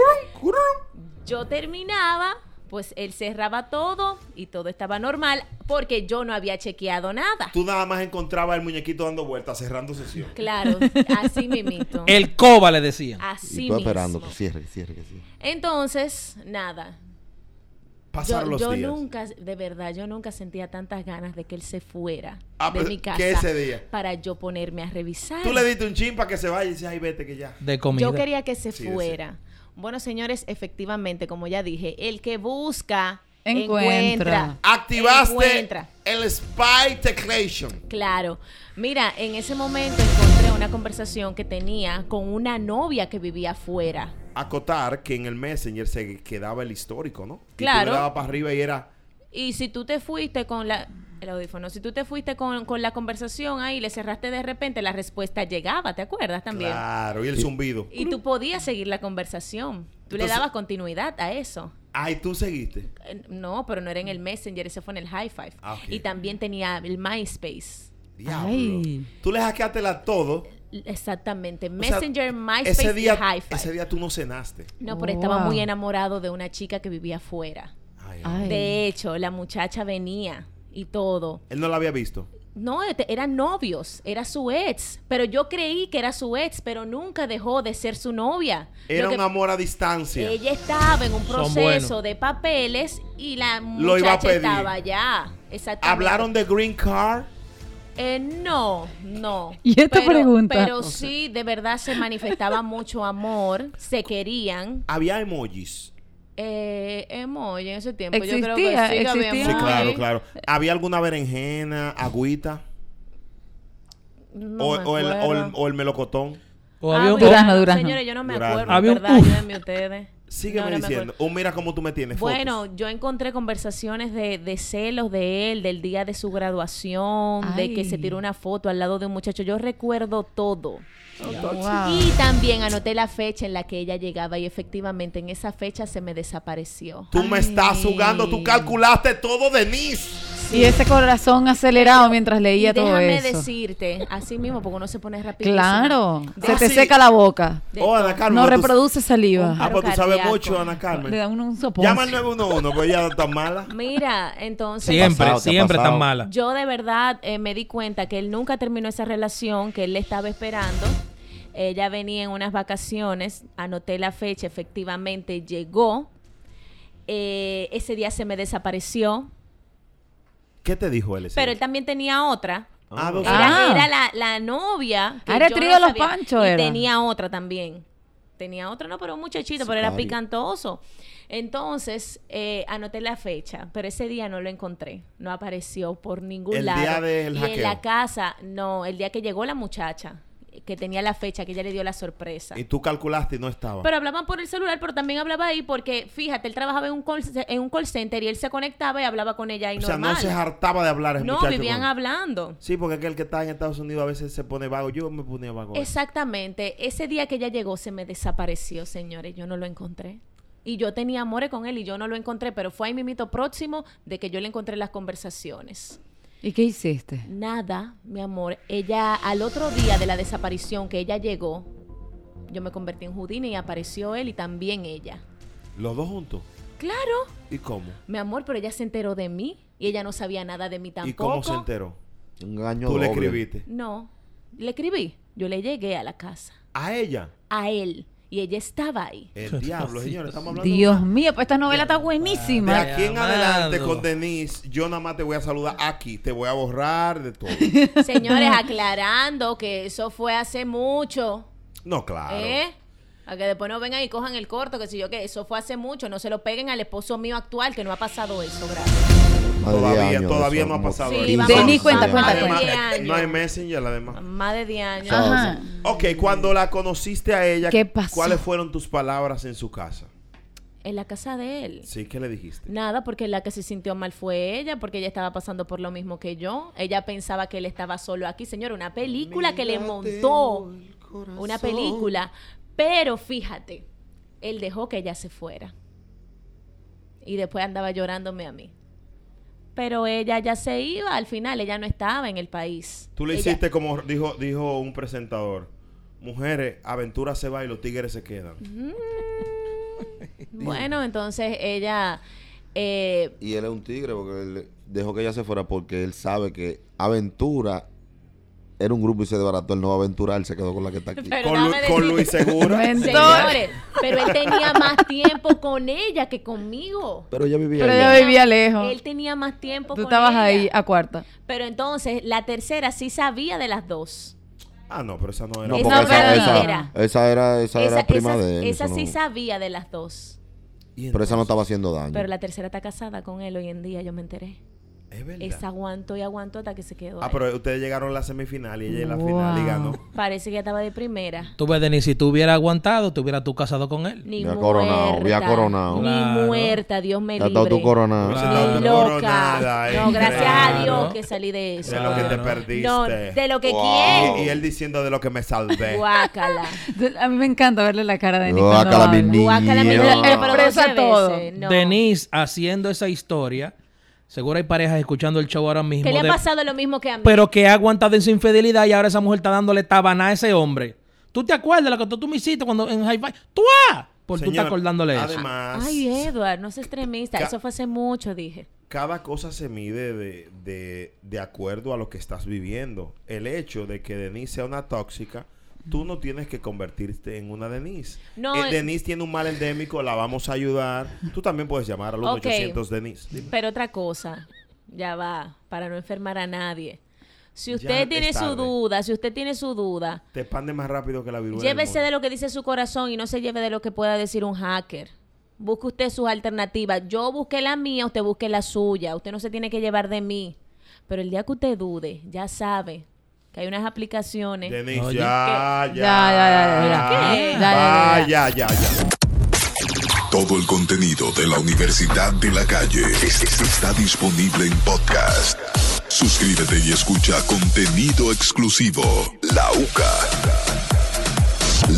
S6: Yo terminaba, pues él cerraba todo y todo estaba normal porque yo no había chequeado nada.
S2: Tú nada más encontrabas el muñequito dando vueltas, cerrando sesión.
S6: Claro, así mimito.
S3: El coba le decía.
S6: Así
S4: y tú esperando
S6: mismo.
S4: que cierre, que cierre, que cierre.
S6: Entonces, nada. Yo,
S2: Pasaron los
S6: yo
S2: días.
S6: nunca, de verdad, yo nunca sentía tantas ganas de que él se fuera
S2: Ah,
S6: de
S2: pero,
S6: mi casa
S2: ¿qué ese día?
S6: para yo ponerme a revisar.
S2: Tú le diste un chin para que se vaya y dices, ay, vete que ya.
S3: De comida.
S6: Yo quería que se
S2: Sí, sí.
S6: fuera. Bueno, señores, efectivamente, como ya dije, el que busca
S5: Encuentra.
S6: encuentra.
S2: Activaste
S6: Encuentra.
S2: el Spy Teclation.
S6: Claro. Mira, en ese momento encontré una conversación que tenía con una novia que vivía afuera.
S2: acotar que en el Messenger se quedaba el histórico, ¿no? Y tú
S6: Claro.
S2: le dabas para arriba y era
S6: Y si tú te fuiste con la el audífono, si tú te fuiste con, con la conversación ahí, le cerraste de repente, la respuesta llegaba, ¿te acuerdas también?
S2: claro, y el zumbido.
S6: Y tú podías seguir la conversación. Tú
S2: Entonces-
S6: le dabas continuidad a eso.
S2: Ay, tú seguiste.
S6: Eh, No, pero no era en el Messenger, ese fue en el High Five.
S2: Ah, ok.
S6: Y también tenía el MySpace.
S2: Diablo.
S5: Ay.
S2: Tú le hackeatela todo.
S6: Exactamente,
S2: O sea,
S6: Messenger, MySpace
S2: ese día,
S6: y High Five.
S2: Ese día tú no cenaste.
S6: No, pero
S5: Oh,
S6: estaba
S5: wow.
S6: muy enamorado de una chica que vivía afuera.
S2: Ay,
S5: Ay.
S6: De hecho, la muchacha venía y todo.
S2: Él no la había visto.
S6: No, este, eran novios, era su ex. Pero yo creí que era su ex, pero nunca dejó de ser su novia.
S2: Era
S6: Lo que-
S2: un amor a distancia.
S6: Ella estaba en un
S3: Son
S6: proceso
S3: buenos.
S6: de papeles y la
S2: Lo iba a
S6: muchacha
S2: pedir.
S6: estaba allá. Exactamente.
S2: ¿Hablaron de Green Card?
S6: Eh, no, no.
S5: ¿Y esta
S6: Pero-
S5: pregunta?
S6: Pero sí, de verdad se manifestaba mucho amor, se querían.
S2: Había emojis.
S6: Eh, emoji en ese tiempo. Yo
S5: Existía,
S6: creo que sí, que había
S5: existía.
S2: Sí,
S5: Ay.
S6: emoji.
S2: claro, claro. ¿Había alguna berenjena, agüita?
S6: No
S2: o, o
S6: me
S2: el, o, el,
S6: acuerdo.
S2: o el melocotón.
S3: O
S6: Ah,
S3: había un-
S6: bueno,
S5: Durazno, durazno.
S6: Señores, yo no me
S2: Durazno.
S6: acuerdo.
S3: Había un-
S6: ¿verdad?
S3: uf.
S6: Ayúdenme ustedes.
S2: Sígueme
S6: No, no me
S2: diciendo.
S6: acuerdo.
S2: O mira cómo tú me tienes. fotos.
S6: Bueno, yo encontré conversaciones de, de celos de él, del día de su graduación, de que se
S5: Ay.
S6: tiró una foto al lado de un muchacho. Yo recuerdo todo.
S5: Oh, Wow.
S6: Y también anoté la fecha en la que ella llegaba y efectivamente en esa fecha se me desapareció.
S2: Tú me estás jugando. Tú calculaste todo, Denise.
S5: Y ese corazón acelerado mientras leía
S6: Y
S5: todo
S6: déjame
S5: eso.
S6: decirte, así mismo, porque uno se pone rápido.
S5: Claro, se
S2: Ah,
S5: te
S2: sí.
S5: seca la boca.
S6: De
S2: Oh, Ana
S6: todo.
S2: Carmen.
S5: No
S2: tú-
S5: reproduce saliva.
S2: Ah, pues tú sabes
S6: Cardíaco.
S2: mucho, Ana
S5: Le
S2: Carmen.
S5: da uno un sopón.
S2: Llama al 911, pues ella está mala.
S6: Mira, entonces...
S4: ¿Qué ha
S3: Siempre,
S4: pasado? ¿Qué ha
S3: siempre
S4: pasado?
S3: tan mala.
S6: Yo de verdad eh, me di cuenta que él nunca terminó esa relación, que él le estaba esperando. Ella venía en unas vacaciones, anoté la fecha, efectivamente llegó. Eh, ese día se me desapareció,
S2: ¿Qué te dijo él? ese
S6: pero él
S2: día?
S6: también tenía otra.
S2: Ah, dos-
S6: Era,
S5: Ah.
S6: era la, la novia. que
S5: Ah, era
S6: yo
S5: trío de los
S6: sabía.
S5: Pancho,
S6: Y
S5: era.
S6: tenía otra también. Tenía otra, no, pero un muchachito, pero era
S4: Sicario.
S6: picantoso. Entonces, eh, anoté la fecha, pero ese día no lo encontré. No apareció por ningún
S2: El
S6: lado.
S2: día del
S6: y
S2: hackeo.
S6: en la casa, no, el día que llegó la muchacha, que tenía la fecha, que ella le dio la sorpresa.
S3: Ah.
S2: Y tú calculaste y no estaba.
S6: Pero hablaban por el celular, pero también hablaba ahí porque, fíjate, él trabajaba en un call, en un call center y él se conectaba y hablaba con ella ahí
S2: o sea,
S6: normal.
S2: no se hartaba de hablar. ese
S6: No,
S2: muchacho
S6: vivían
S2: con-
S6: hablando.
S2: Sí, porque es que el que está en Estados Unidos a veces se pone vago. Yo me ponía vago.
S6: Exactamente. Ese día que ella llegó se me desapareció, señores. Yo no lo encontré. Y yo tenía amores con él y yo no lo encontré, pero fue ahí mimito próximo de que yo le encontré las conversaciones.
S5: ¿Y qué hiciste?
S6: Nada, mi amor. Ella, al otro día de la desaparición que ella llegó, yo me convertí en Houdini y apareció él y también ella.
S2: Los dos juntos.
S6: Claro,
S2: ¿Y cómo?
S6: mi amor, pero ella se enteró de mí y ella no sabía nada de mí tampoco.
S2: ¿Y cómo se enteró?
S4: Un engaño
S2: Tú le
S4: doble.
S2: escribiste.
S6: No, le escribí. Yo le llegué a la casa,
S2: A ella.
S6: a él, y ella estaba ahí.
S2: El diablo, señores. Estamos hablando de
S5: Dios mío, pues esta novela está
S2: De
S5: buenísima.
S2: aquí en
S3: Amado.
S2: adelante con Denise, yo nada más te voy a saludar aquí, te voy a borrar de todo.
S6: Señores, aclarando que eso fue hace mucho,
S2: No, claro.
S6: ¿eh? A que después no vengan y cojan el corto, que si yo que eso fue hace mucho, no se lo peguen al esposo mío actual, que no ha pasado eso, gracias.
S4: Más de
S2: Todavía-
S4: 10 años de
S2: todavía
S4: eso,
S2: no ha
S4: como
S2: pasado
S6: Sí,
S4: 15
S6: vamos.
S5: Denis,
S4: años.
S5: cuenta, cuenta,
S6: Más de
S5: cuenta.
S6: 10
S2: no hay
S6: años.
S2: Messenger, además.
S6: Más de 10 años.
S4: Ajá.
S2: Ok, cuando la conociste a ella,
S5: ¿Qué pasó?
S2: ¿cuáles fueron tus palabras en su casa?
S6: En la casa de él.
S2: Sí, ¿qué le dijiste?
S6: Nada, porque la que se sintió mal fue ella, porque ella estaba pasando por lo mismo que yo. Ella pensaba que él estaba solo aquí, señor, una película que le montó. Una película. Pero fíjate, él dejó que ella se fuera. Y después andaba llorándome a mí. Pero ella ya se iba, al final ella no estaba en el país.
S2: Tú le
S6: Ella-
S2: hiciste como dijo, dijo un presentador. Mujeres, aventura se va y los tigres se quedan.
S6: Bueno, entonces ella... eh,
S4: Y él es un tigre porque él dejó que ella se fuera porque él sabe que Aventura era un grupo y se desbarató. Él no va a aventurar, él se quedó con la que está aquí.
S6: Pero
S2: Con, Lu-
S6: dame de-
S2: con Luis Segura.
S6: Señores, pero él tenía más tiempo con ella que conmigo.
S4: Pero ella vivía
S5: Pero
S4: allá.
S5: ella vivía lejos.
S6: Él tenía más tiempo
S5: Tú
S6: con
S5: estabas
S6: ella.
S5: ahí a cuarta.
S6: Pero entonces, la tercera sí sabía de las dos.
S2: ah, no, pero esa no era.
S4: No,
S6: Esa
S4: porque esa,
S6: era
S4: esa-
S6: ligera.
S4: esa era, esa era prima
S6: esa-
S4: de él.
S6: esa
S4: eso
S6: sí
S4: no-
S6: sabía de las dos.
S2: Y
S4: Pero esa no
S2: entonces,
S4: estaba haciendo daño.
S6: Pero la tercera está casada con él hoy en día, yo me enteré.
S2: Es verdad.
S6: Esa aguantó y aguantó hasta que se quedó.
S2: Ah,
S6: ahí.
S2: pero ustedes llegaron a la semifinal y ella en la
S5: Wow.
S2: final y ganó.
S6: Parece que ya estaba de primera.
S3: Tú ves, Denis, si tú hubieras aguantado, te hubieras tú casado con él.
S6: Ni
S4: Ya
S6: muerta.
S4: coronado, ya coronado.
S6: Ni
S3: Claro.
S6: muerta, Dios me
S4: Ya
S6: libre.
S4: está tu corona.
S2: Hubiese
S3: Claro.
S2: estado
S6: Ni
S2: tú coronada,
S6: loca. No,
S2: eh,
S6: gracias
S3: Claro.
S6: a Dios que salí de eso.
S2: De lo que te
S3: Claro.
S2: perdiste.
S6: No, de lo que
S4: Wow.
S6: quiero.
S2: y, y él diciendo de lo que me salvé.
S6: Guácala.
S5: A mí me encanta verle la cara de Nick cuando
S4: Guácala, mi
S5: habla.
S4: niño.
S6: Guácala, mi
S4: Dios.
S6: niño, pero
S5: Expresa
S6: doce
S5: todo.
S6: veces, no.
S3: Denise haciendo esa historia, seguro hay parejas escuchando el show ahora mismo.
S6: Que le ha
S3: de-
S6: pasado lo mismo que a mí.
S3: pero que ha aguantado en su infidelidad y ahora esa mujer está dándole tabaná a ese hombre. ¿Tú te acuerdas lo que tú, tú me hiciste cuando en High Five? ¡Tú! ah! Por tú
S2: Señor,
S3: estás acordándole eso.
S2: Además,
S6: Ay, Edward, no seas extremista.
S2: Ca-
S6: Eso fue hace mucho, dije.
S2: cada cosa se mide de, de- de acuerdo a lo que estás viviendo. El hecho de que Denise sea una tóxica, tú no tienes que convertirte en una Denise.
S6: No,
S2: Eh,
S6: eh.
S2: Denise tiene un mal endémico, la vamos a ayudar. Tú también puedes llamar al
S6: Ok.
S2: 800 Denise. Dime.
S6: Pero otra cosa, ya va, para no enfermar a nadie. Si usted
S2: Ya
S6: tiene
S2: es
S6: su
S2: tarde.
S6: duda, si usted tiene su duda,
S2: Te expande más rápido que la viruela. del
S6: llévese
S2: mono.
S6: de lo que dice su corazón y no se lleve de lo que pueda decir un hacker. Busque usted sus alternativas. Yo busqué la mía, usted busque la suya. Usted no se tiene que llevar de mí. Pero el día que usted dude, ya sabe que hay unas aplicaciones.
S2: Denise,
S3: Oye.
S2: ya, ya,
S5: Ya, ya, ya, ya.
S6: ¿Qué?
S5: Ya, ya, ya, ya.
S2: Vaya, ya, ya.
S1: Todo el contenido de la Universidad de la Calle es- es- está disponible en podcast. Suscríbete y escucha contenido exclusivo. La UCA.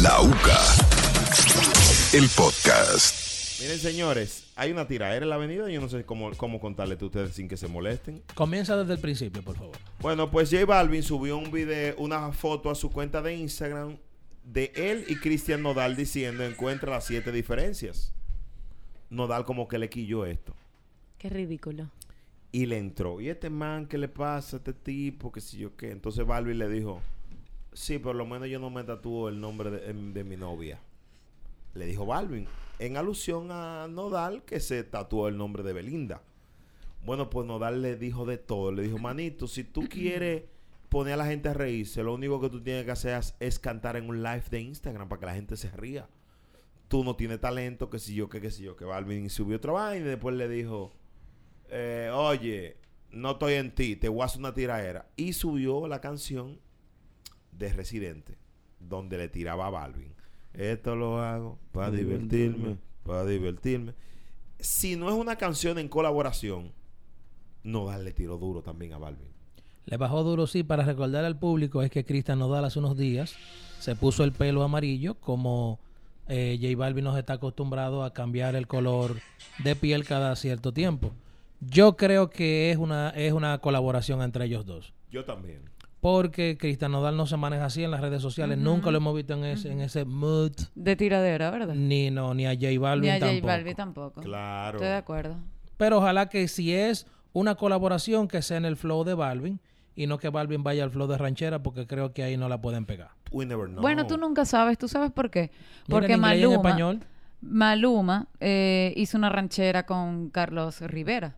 S1: La UCA. El podcast.
S2: Miren, señores, hay una tiradera en la avenida. Yo no sé cómo, cómo contarle a ustedes sin que se molesten.
S3: Comienza desde el principio, por favor.
S2: Bueno, pues J Balvin subió un video, una foto a su cuenta de Instagram de él y Cristian Nodal diciendo encuentra las siete diferencias. Nodal como que le quilló esto.
S6: Qué ridículo.
S2: Y le entró. ¿Y este man qué le pasa a este tipo? ¿Qué sé yo qué? Entonces Balvin le dijo, sí, por lo menos yo no me tatúo el nombre de, em, de mi novia. Le dijo Balvin, en alusión a Nodal que se tatuó el nombre de Belinda. Bueno, pues Nodal le dijo de todo. Le dijo, manito, si tú quieres poner a la gente a reírse, lo único que tú tienes que hacer es, es cantar en un live de Instagram para que la gente se ría. Tú no tienes talento, que si yo, que, que si yo, que Balvin subió otra vaina y después le dijo, eh, oye, no estoy en ti, te voy a hacer una tiraera. Y subió la canción de Residente, donde le tiraba a Balvin. Esto lo hago para divertirme, para divertirme. Si no es una canción en colaboración, Nodal le tiró duro también a Balvin.
S3: Le bajó duro, sí, para recordar al público es que Cristian Nodal hace unos días se puso el pelo amarillo, como eh, J Balvin nos está acostumbrado a cambiar el color de piel cada cierto tiempo. Yo creo que es una, es una colaboración entre ellos dos.
S2: Yo también.
S3: Porque Cristian Nodal no se maneja así en las redes sociales. Nunca lo hemos visto en ese, en ese mood.
S5: De tiradera, ¿verdad?
S3: Ni, no, ni a J Balvin
S5: Ni a J
S3: tampoco.
S5: Balvin tampoco.
S2: Claro.
S5: Estoy de acuerdo.
S3: Pero ojalá que si es una colaboración que sea en el flow de Balvin y no que Balvin vaya al flow de ranchera porque creo que ahí no la pueden pegar.
S2: We never know.
S5: Bueno, tú nunca sabes. ¿Tú sabes por qué?
S3: Mira
S5: Porque
S3: en inglés y en
S5: Maluma,
S3: español.
S5: Maluma eh, hizo una ranchera con Carlos Rivera.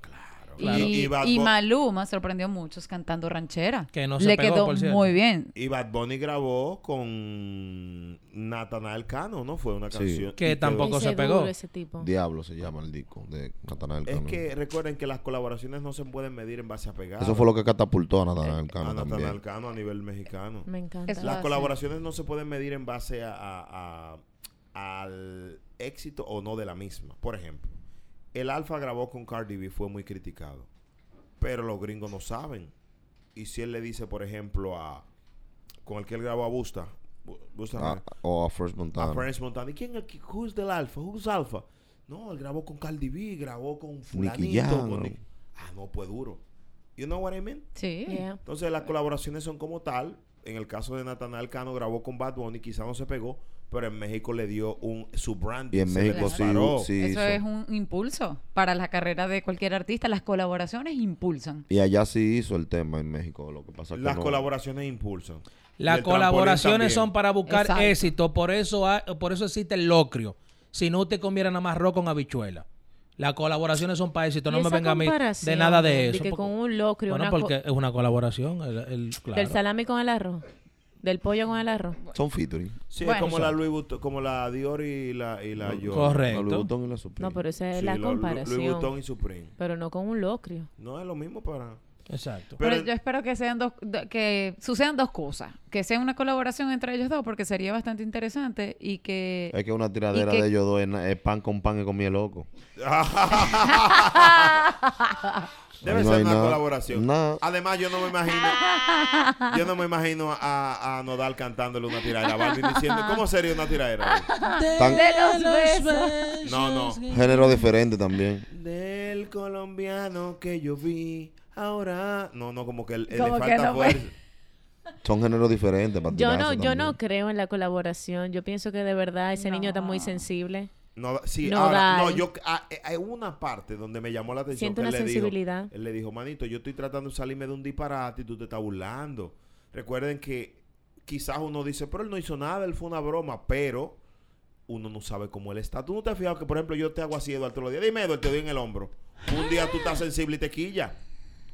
S2: Claro.
S5: Y,
S2: Y- y Bad
S5: y
S2: Bo-
S5: Maluma sorprendió a muchos cantando ranchera.
S3: Que no se
S5: Le
S3: pegó,
S5: quedó
S3: por cierto.
S5: muy bien.
S2: Y Bad Bunny grabó con Natanael Cano, ¿no? Fue una
S4: Sí.
S2: canción.
S3: Que
S2: y quedó-
S3: tampoco- Poco
S6: Ese
S3: se pegó.
S6: duro, ese tipo.
S4: Diablo se llama el disco de Natanael
S2: Es
S4: Cano.
S2: que recuerden que las colaboraciones no se pueden medir en base a pegar. Eh,
S4: Eso fue lo que catapultó a Natanael
S2: a
S4: Cano
S2: Natanael
S4: también.
S2: Cano a nivel mexicano.
S6: Me encanta.
S5: Eso
S2: Las
S5: Ah, sí.
S2: colaboraciones no se pueden medir en base a, a- a- al éxito o no de la misma. Por ejemplo, el Alfa grabó con Cardi B, fue muy criticado. Pero los gringos no saben. Y si él le dice, por ejemplo, a con el que él grabó a Busta, Bu- Busta
S4: Ah,
S2: Rhymes,
S4: o a First Montana.
S2: a Prince Montana, ¿y quién es el- who's del Alfa? ¿Who's Alfa? No, él grabó con Cardi B, grabó con fulanito.
S4: Jam,
S2: con
S4: ¿no?
S2: Nick- Ah, no, pues duro. You know what I mean?
S5: Sí.
S6: Yeah.
S2: Entonces las colaboraciones son como tal. En el caso de Natanael Cano grabó con Bad Bunny, quizá no se pegó, pero en México le dio un su branding.
S4: Y en
S2: se le
S4: México sí,
S2: disparó.
S4: sí
S5: Eso
S4: hizo.
S5: es un impulso para la carrera de cualquier artista. Las colaboraciones impulsan.
S4: Y allá sí hizo el tema en México. Lo que pasa que
S2: Las
S4: no-
S2: colaboraciones impulsan. Y
S3: Las
S2: el trampolín
S3: colaboraciones
S2: también.
S3: son para buscar
S5: Exacto.
S3: éxito, por eso, ha- por eso existe el locrio. Si no, usted comiera nada más arroz con habichuela. Las colaboraciones son para éxito,
S6: Y
S3: no me
S6: esa
S3: venga a mí de
S6: comparación
S3: nada de eso.
S6: que
S3: porque-
S6: con un locrio,
S3: bueno,
S6: una co-
S3: porque es una colaboración. el- el- claro.
S6: del salami con el arroz. Del pollo con el arroz.
S4: Son featuring.
S2: Sí,
S5: Bueno.
S2: es como la, Louis Vuitton- como la Dior y la, y la Dior.
S4: La Louis
S3: Correcto.
S4: Vuitton y la Supreme.
S6: No, pero esa es
S2: Sí,
S6: la
S2: Lu- Louis Vuitton
S6: comparación.
S2: y Supreme.
S6: Pero no con un locrio.
S2: No es lo mismo para...
S3: Exacto.
S5: Pero,
S2: Pero-
S5: yo espero que sean dos, do- que sucedan dos cosas, que sea una colaboración entre ellos dos, porque sería bastante interesante y que
S4: Es que una tiradera
S5: ¿Y qué?
S4: de ellos dos es, na- es pan con pan y con miel loco.
S2: Debe
S4: Ahí no
S2: ser
S4: hay
S2: una
S4: nada.
S2: colaboración.
S4: Nada.
S2: Además, yo no me imagino... Yo no me imagino a, a Nodal cantándole una tiradera. A Balvin diciendo, ¿cómo sería una tiradera?
S4: Tan-
S5: de los besos.
S2: No, no.
S4: Género diferente también.
S2: Del colombiano que yo vi ahora... No, no, como que el- el le
S5: Como que
S2: falta
S5: no fue.
S2: fuerza.
S4: Son géneros diferentes para
S6: Yo no,
S4: tirarse
S6: yo no
S4: también.
S6: creo en la colaboración. Yo pienso que de verdad ese niño está muy sensible.
S2: No, sí,
S6: No
S2: ahora,
S6: da,
S2: no,
S6: eh.
S2: yo, ah, eh, hay una parte donde me llamó la atención.
S6: Siento
S2: que él
S6: una
S2: le dijo-
S6: sensibilidad.
S2: él le dijo, manito, yo estoy tratando de salirme de un disparate y tú te estás burlando. Recuerden que quizás uno dice, pero él no hizo nada, él fue una broma, pero uno no sabe cómo él está. Tú no te has fijado que, por ejemplo, yo te hago así, Eduardo, los días. Dime, Eduardo, te doy en el hombro. Un día tú estás sensible y te quilla.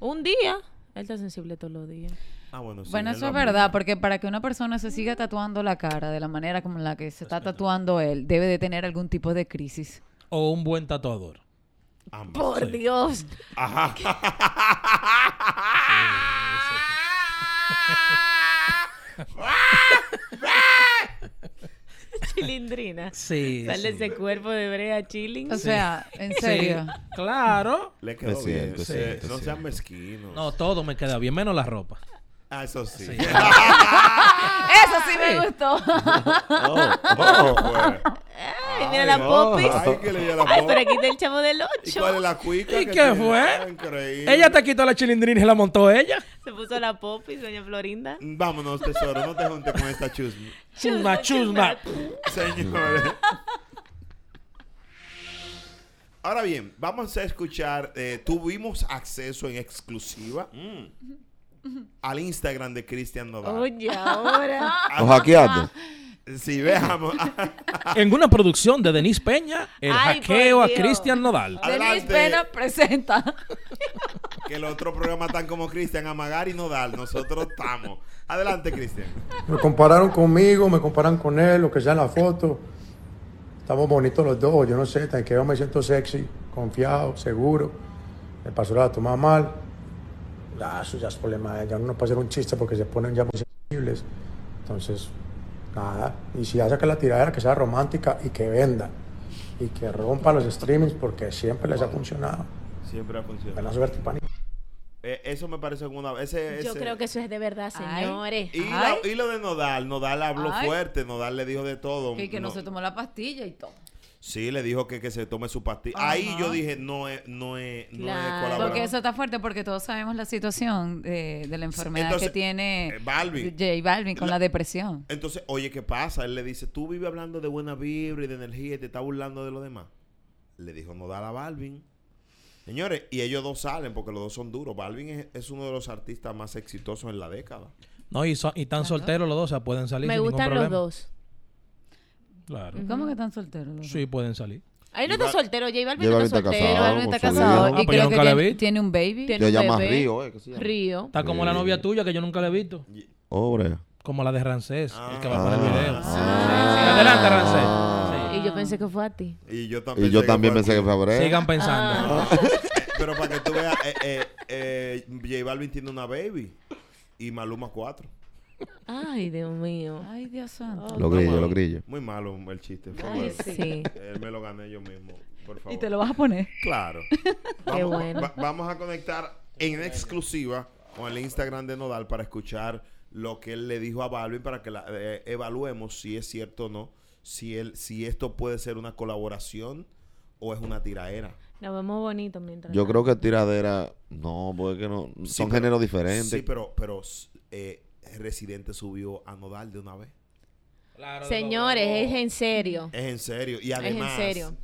S6: Un día, él está sensible todos los días.
S2: Ah, bueno, sí.
S5: Bueno,
S2: él
S5: eso
S2: no
S5: es
S2: ha-
S5: verdad, porque para que una persona se siga tatuando la cara de la manera como la que se está tatuando él, debe de tener algún tipo de crisis.
S3: O un buen tatuador.
S2: Ambas.
S6: Por Dios. Chilindrina.
S3: Sí.
S6: Sale ese cuerpo de brea chilling.
S5: O sea, en serio.
S3: Claro.
S2: Le quedó
S4: Es cierto,
S2: bien.
S4: es
S2: Sí,
S4: cierto,
S2: no
S4: es
S2: sean
S4: cierto.
S2: mezquinos.
S3: No, todo me queda bien, menos la ropa.
S2: Ah, eso sí.
S5: Eso sí me gustó.
S2: Oh, fue.
S6: Ay, mira la popis.
S2: Ay, que le dio la
S6: Ay, pero
S2: popis.
S6: aquí está el chavo del
S2: ¿Y
S6: 8.
S2: cuál es la cuica?
S3: ¿Y
S2: que
S3: qué
S2: tiene?
S3: fue?
S2: Ah, Increíble.
S3: Ella te quitó la chilindrina y la montó ella.
S6: Se puso la popis, doña Florinda.
S2: Vámonos, tesoro, no te juntes con esta chusma.
S3: Chusma, chusma.
S2: Señores. Ahora bien, vamos a escuchar. eh, tuvimos acceso en exclusiva al Instagram de Cristian Nodal.
S6: Oye, ahora.
S2: Ah,
S4: ¿Los hackeaste?
S2: Si veamos.
S3: En una producción de Denise Peña, el
S6: Ay, por
S3: hackeo a
S6: Dios.
S3: Cristian Nodal.
S5: Denise
S2: Adelante.
S5: Pena presenta.
S2: que el otro programa tan como Cristian, Amagar y Nodal. Nosotros estamos. Adelante, Cristian.
S9: Me compararon conmigo, me comparan con él, lo que sea en la foto. Estamos bonitos los dos, yo no sé, tan que yo me siento sexy, confiado, seguro. Me pasó la toma mal. Ya, eso ya es problema de ella, uno no puede hacer un chiste porque se ponen ya muy sensibles. Entonces, nada. Y si ya saca la tiradera, que sea romántica y que venda. Y que rompa los streamings porque siempre les ha funcionado.
S2: Siempre ha funcionado.
S9: Buena suerte, pan.
S2: Eh, eso me parece como una. Ese,
S6: Yo
S2: ese-
S6: creo que eso es de verdad,
S5: Ay.
S6: señores.
S2: Y,
S5: Ay.
S2: la- y lo de Nodal, Nodal habló
S5: Ay.
S2: fuerte, Nodal le dijo de todo.
S5: Y que no
S2: No-
S5: se tomó la pastilla y todo.
S2: Sí, le dijo que, que se tome su pastilla.
S5: Ajá.
S2: Ahí yo dije, no es, no es, no es
S6: Claro.
S2: colaborador.
S5: Porque eso está fuerte porque todos sabemos la situación de, de la enfermedad
S2: Entonces,
S5: que tiene
S2: eh, Balvin.
S5: J Balvin con la, depresión.
S2: Entonces, oye, ¿qué pasa? Él le dice, tú vives hablando de buena vibra y de energía y te está burlando de los demás. Le dijo Nodal a Balvin. Señores, y ellos dos salen porque los dos son duros. Balvin es, es uno de los artistas más exitosos en la década.
S3: No, y, so- y tan solteros los dos, o sea, pueden salir.
S6: Me
S3: sin ningún
S6: gustan los
S3: problema.
S6: dos.
S3: Claro.
S5: ¿Cómo que están solteros? los
S3: Sí, pueden salir.
S6: Ahí no está soltero, J
S4: J
S6: Balvin no
S4: Balvin
S6: está
S4: está
S5: dos? J
S4: casado.
S5: Balvin
S6: soltero.
S5: está
S4: con su
S5: casado
S4: vida.
S5: y
S3: Ah, pues yo
S5: creo que
S3: nunca la
S5: tiene,
S3: vi.
S5: tiene un baby.
S6: Tiene
S4: Se
S6: un
S4: llama
S6: bebé.
S4: Río, ¿eh? ¿Qué se llama?
S6: Río.
S3: Está como la
S4: Sí.
S3: novia tuya que yo nunca la he visto.
S4: Obrea.
S3: Como la de Rancés, el que va
S4: Ah.
S3: para el video.
S4: Ah.
S3: Sí, sí, Adelante, Rancés.
S6: Ah. Y yo pensé que fue a ti.
S2: Y yo también,
S4: Y yo también pensé que fue
S3: Sí.
S4: Obrea.
S3: Sigan pensando.
S2: Pero para que tú veas, eh, eh, eh, J Balvin tiene una baby y Maluma cuatro.
S6: Ay, Dios mío. Oh,
S5: Ay, Dios santo.
S4: Los grillos, los grillos.
S2: Muy malo el chiste. fue
S5: Ay,
S2: bueno.
S6: Sí.
S2: Él me lo gané yo mismo, por favor.
S5: Y te lo vas a poner.
S2: Claro.
S6: Qué bueno.
S2: va- vamos a conectar en exclusiva con el Instagram de Nodal para escuchar lo que él le dijo a Balvin para que la, eh, evaluemos si es cierto o no, si él, si esto puede ser una colaboración o es una tiraera.
S6: Nos vemos bonito mientras.
S4: Yo creo que tiradera. No, porque que no.
S2: Sí,
S4: son
S2: pero-
S4: géneros diferentes.
S2: Sí, pero, pero eh, Residente subió a Nodal de una vez.
S6: Señores, es en serio.
S2: Es en serio. Y
S6: en
S2: además,
S6: serio.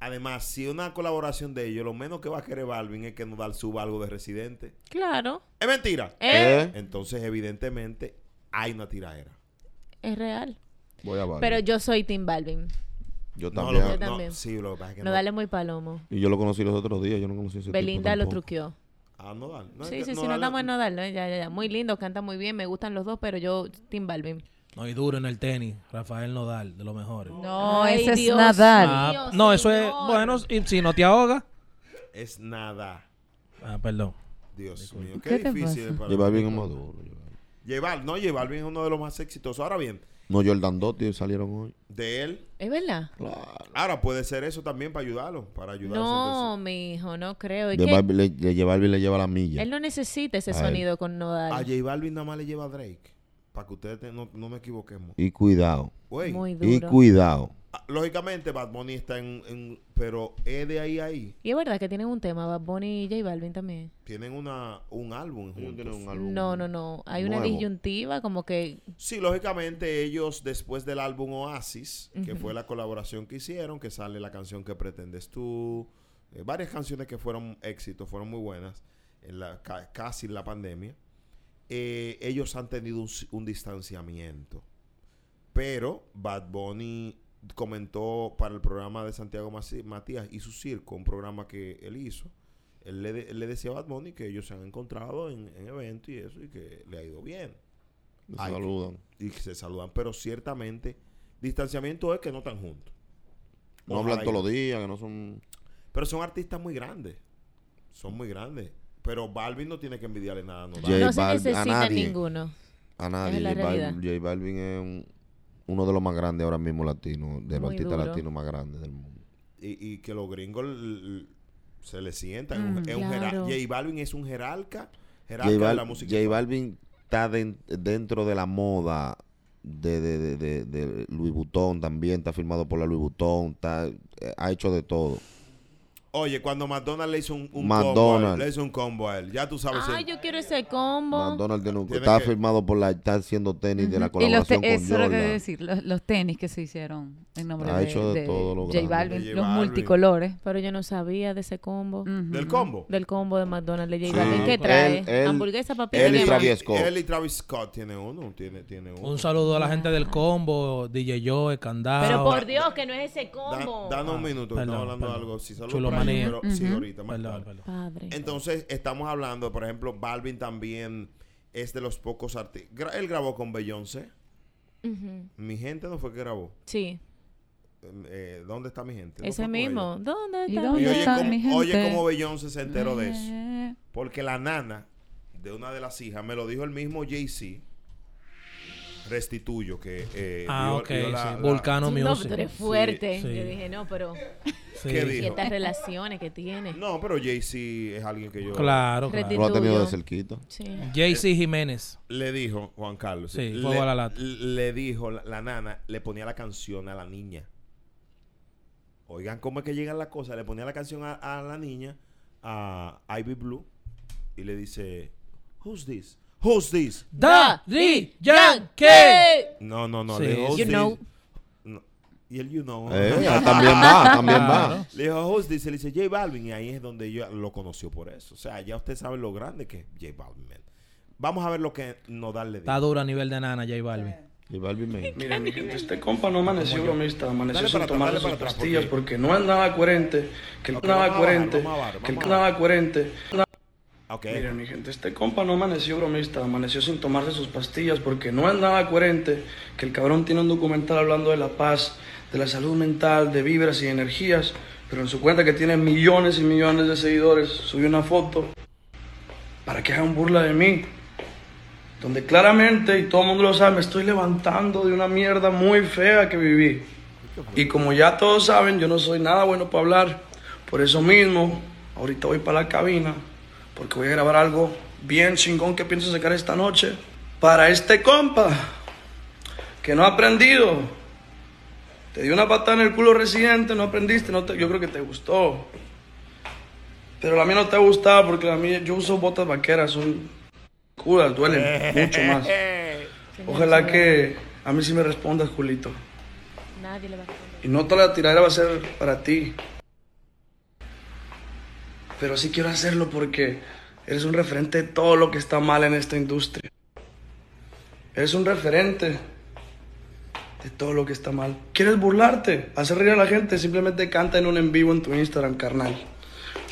S2: además, si una colaboración de ellos, lo menos que va a querer Balvin es que Nodal suba algo de Residente.
S6: Claro.
S2: Es mentira.
S6: Eh,
S4: ¿Eh?
S2: Entonces, evidentemente, hay una tiraera.
S6: Es real.
S4: Voy a Balvin.
S6: Pero yo soy Tim Balvin.
S4: yo
S2: No,
S4: también.
S2: lo que-
S6: Yo
S2: no,
S6: también.
S2: sí, lo que pasa es que
S6: No
S2: no.
S6: dale muy palomo.
S4: Y yo lo conocí los otros días. Yo no conocí a ese tipo
S6: Belinda lo
S4: tampoco.
S6: truqueó.
S2: A Nodal. Ah, No, es
S6: Sí,
S2: que
S6: sí, sí,
S2: Nodal
S6: no
S2: es-
S6: estamos en Nodal, ¿no? Ya, ya, ya. Muy lindo, canta muy bien, me gustan los dos, pero yo, Tim Balvin.
S3: No, y duro en el tenis. Rafael Nodal, de los mejores.
S5: No,
S6: Ay,
S5: ese es
S6: Dios
S5: Nadal.
S3: Ah,
S6: Dios,
S3: no, eso es.
S6: señor.
S3: Bueno, y si no te ahoga.
S2: Es nada.
S3: Ah, perdón.
S2: Dios mío.
S5: ¿Qué
S2: Qué,
S5: te
S2: difícil
S5: pasa?
S2: es para
S4: Lleva bien en Maduro. lleva bien.
S2: Llevar, no, llevar bien es uno de los más exitosos. Ahora bien,
S4: No, Jordan Dotti salieron hoy.
S2: de él,
S6: ¿Es verdad?
S2: ahora puede ser eso también para ayudarlo, para ayudarse.
S6: No,
S2: entonces.
S6: mi hijo, no creo. Es
S4: De
S6: que
S4: Barbie le, de J Balvin le lleva la milla.
S6: él no necesita ese
S4: A él.
S6: sonido con Nodal.
S2: A J Balvin nada más le lleva a Drake, para que ustedes te- no, no me equivoquemos.
S4: Y cuidado.
S2: Güey,
S6: Muy
S4: Y
S6: duro. Y,
S4: cuidado.
S2: ah, lógicamente Bad Bunny está en, en- pero es de ahí a ahí.
S6: es verdad que tienen un tema, Bad Bunny y J Balvin también.
S2: Tienen una, un álbum juntos.
S6: No, no, no. Hay una
S4: nuevo.
S6: disyuntiva como que...
S2: Sí, lógicamente ellos después del álbum Oasis, que fue la colaboración que hicieron, que sale la canción que pretendes tú, eh, varias canciones que fueron éxitos, fueron muy buenas, en la, ca- casi en la pandemia, eh, ellos han tenido un, s- un distanciamiento. Pero Bad Bunny comentó para el programa de Santiago Masi- Matías y su circo, un programa que él hizo. Él le, de- él le decía a Bad Bunny que ellos se han encontrado en, en eventos y eso, y que le ha ido bien
S4: Le
S2: Ay,
S4: saludan.
S2: y que se saludan, pero ciertamente distanciamiento es que no están juntos.
S4: No
S2: Ojalá
S4: hablan
S2: y-
S4: todos los días, que no son.
S2: Pero son artistas muy grandes. Son muy grandes. Pero Balvin no tiene que envidiarle nada. No,
S4: J
S6: no se
S4: Balvin, a
S6: necesita
S4: nadie.
S6: ninguno.
S4: A nadie.
S6: la
S4: J
S6: realidad.
S4: Balvin, J Balvin es un- uno de los más grandes ahora mismo latino, de los
S6: Muy
S4: artistas
S6: duro.
S4: latinos más grandes del mundo.
S2: Y, y que los gringos l- l- se le sientan. es un
S6: Ah, claro.
S2: jerar- J Balvin es un jerarca. Jerarca
S4: J,
S2: de
S4: Bal-
S2: la música.
S4: J Balvin está den- dentro de la moda de, de, de, de- de Louis Vuitton también, está firmado por la Louis Vuitton, está, eh, ha hecho de todo.
S2: Oye, cuando McDonald's le hizo un, un combo a él,
S4: McDonald's.
S2: le hizo un combo a él. Ya tú
S4: Ah,
S2: sabes.
S6: Ay,
S2: el-
S6: yo quiero ese combo.
S4: McDonald's tiene un-
S2: Tiene
S4: está
S2: que-
S4: firmado por la, está haciendo tenis de la
S5: Y los te-
S4: colaboración con
S5: eso es lo que
S4: Jordan.
S5: decir, los, los tenis que se hicieron en nombre
S4: Ha
S5: de,
S4: hecho de todo lo
S5: J
S4: grande.
S5: Balvin,
S2: De J
S5: los
S2: Balvin.
S5: multicolores.
S6: Pero yo no sabía de ese combo.
S5: Ujú.
S2: Del combo.
S6: Del combo de McDonald's de J
S4: Sí.
S6: Balvin. ¿Qué
S4: Él-
S6: trae?
S4: él-
S6: eh, Hamburguesa, papi.
S4: él y
S6: ¿qué más?
S4: Travis Scott.
S2: Él y Travis Scott tiene uno. Tiene, tiene uno.
S3: Un saludo a la gente del combo, DJ Joe, Candado.
S5: Ah,
S6: Pero por Dios, que no es ese
S2: Da-
S6: combo.
S2: danos un minuto.
S3: Ah,
S2: estamos
S3: perdón,
S2: hablando
S3: perdón.
S2: de algo. Sí, saludos.
S3: Chulomanía.
S2: para ellos, pero sí, ahorita. más
S3: Perdón,
S2: tarde.
S3: perdón.
S6: Padre.
S2: Entonces, estamos hablando, por ejemplo, Balvin también es de los pocos artistas. Él grabó con Beyoncé.
S6: Ujú.
S2: Mi gente no fue que grabó.
S6: Sí,
S2: Eh, ¿Dónde está mi gente? No
S6: ese
S2: fue con
S6: mismo.
S2: ella.
S6: ¿Dónde
S5: ¿Y
S6: está?
S5: dónde
S2: Y oye,
S5: está
S2: cómo,
S5: mi gente?
S2: oye cómo Beyoncé se enteró de eso.
S5: Eh,
S2: Porque la nana de una de las hijas me lo dijo el mismo Jay-Z. Restituyo, que. eh,
S3: Ah,
S2: dio-
S3: ok.
S2: dio la-
S3: sí.
S2: la-
S3: Vulcano
S6: No, pero
S3: Music.
S6: es fuerte.
S3: Sí.
S6: Yo dije, no, pero...
S3: Sí.
S2: ¿Qué
S6: Y
S2: dijo?
S6: estas relaciones que tiene.
S2: No, pero Jay-Z es alguien que yo.
S3: Claro,
S6: Retiro.
S3: claro.
S4: Lo ha tenido de
S6: Tuyo.
S4: cerquita.
S6: Sí.
S3: Jay-Z Jiménez.
S2: Le dijo, Juan Carlos.
S3: Sí,
S2: le,
S3: fuego a la lata.
S2: le dijo, la, la nana le ponía la canción a la niña. Oigan, ¿cómo es que llegan las cosas? Le ponía la canción a, a la niña, a Ivy Blue, y le dice, Who's this? Who's this?
S3: Da, Ri, Yankee.
S2: No, no, no.
S3: Sí,
S2: le dijo,
S3: sí.
S2: "Who's
S3: You
S2: this?"
S6: know.
S2: No. Y el you know.
S4: Eh, también va, también va.
S2: Le dijo, Who's this? Y le dice, J Balvin. Y ahí es donde ella lo conoció por eso. O sea, ya usted sabe lo grande que es J Balvin. man. Vamos a ver lo que nos da le dijo.
S3: Está duro a nivel de nana, J Balvin.
S4: J Balvin me-
S10: Miren, mi gente, este compa no amaneció bromista, amaneció
S2: Dale
S10: sin
S2: para atrás,
S10: tomar
S2: dale
S10: sus
S2: para atrás,
S10: pastillas
S2: porque-
S10: porque no es nada coherente, que no
S2: Ok,
S10: es nada
S2: vamos a bajar,
S10: coherente,
S2: vamos a bajar,
S10: que no
S2: vamos
S10: es
S2: a
S10: nada coherente. Na-
S2: Ok.
S10: Miren, mi gente, este compa no amaneció bromista, amaneció sin tomarse sus pastillas porque no es nada coherente, que el cabrón tiene un documental hablando de la paz, de la salud mental, de vibras y de energías, pero en su cuenta que tiene millones y millones de seguidores, subió una foto para que hagan burla de mí donde claramente, y todo el mundo lo sabe, me estoy levantando de una mierda muy fea que viví. Y como ya todos saben, yo no soy nada bueno para hablar. Por eso mismo, ahorita voy para la cabina, porque voy a grabar algo bien chingón que pienso sacar esta noche. Para este compa, que no ha aprendido. Te di una patada en el culo residente, no aprendiste, no te- yo creo que te gustó. Pero la mía no te gustaba porque la mía, yo uso botas vaqueras, son cudas, duelen mucho más. Ojalá que a mí sí me respondas, Julito.
S6: Nadie le va a responder.
S10: Y no toda la tiradera va a ser para ti. Pero sí quiero hacerlo porque eres un referente de todo lo que está mal en esta industria. Eres un referente de todo lo que está mal. ¿Quieres burlarte? Hacer reír a la gente. Simplemente canta en un en vivo en tu Instagram, carnal.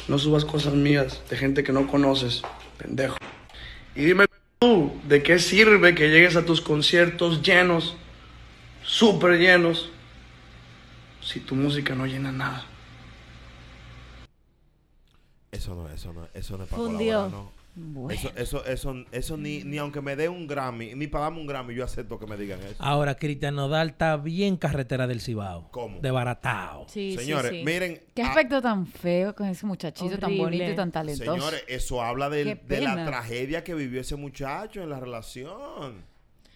S10: No subas cosas mías de gente que no conoces, pendejo. Y dime tú, ¿de qué sirve que llegues a tus conciertos llenos, súper llenos, si tu música no llena nada?
S2: Eso no, eso no, eso no es para
S6: Fundió.
S2: colaborar, no.
S6: Bueno.
S2: Eso, eso, eso, eso ni, ni aunque me dé un Grammy, ni para darme un Grammy, yo acepto que me digan eso.
S3: Ahora, Cristian Nodal está bien carretera del Cibao.
S2: ¿Cómo?
S3: De baratao.
S5: Sí,
S2: Señores, miren.
S5: Qué aspecto tan feo con ese muchachito tan
S6: Horrible.
S5: bonito y tan talentoso.
S2: Señores, eso habla del-
S5: Qué
S2: de la
S5: pena.
S2: tragedia que vivió ese muchacho en la relación.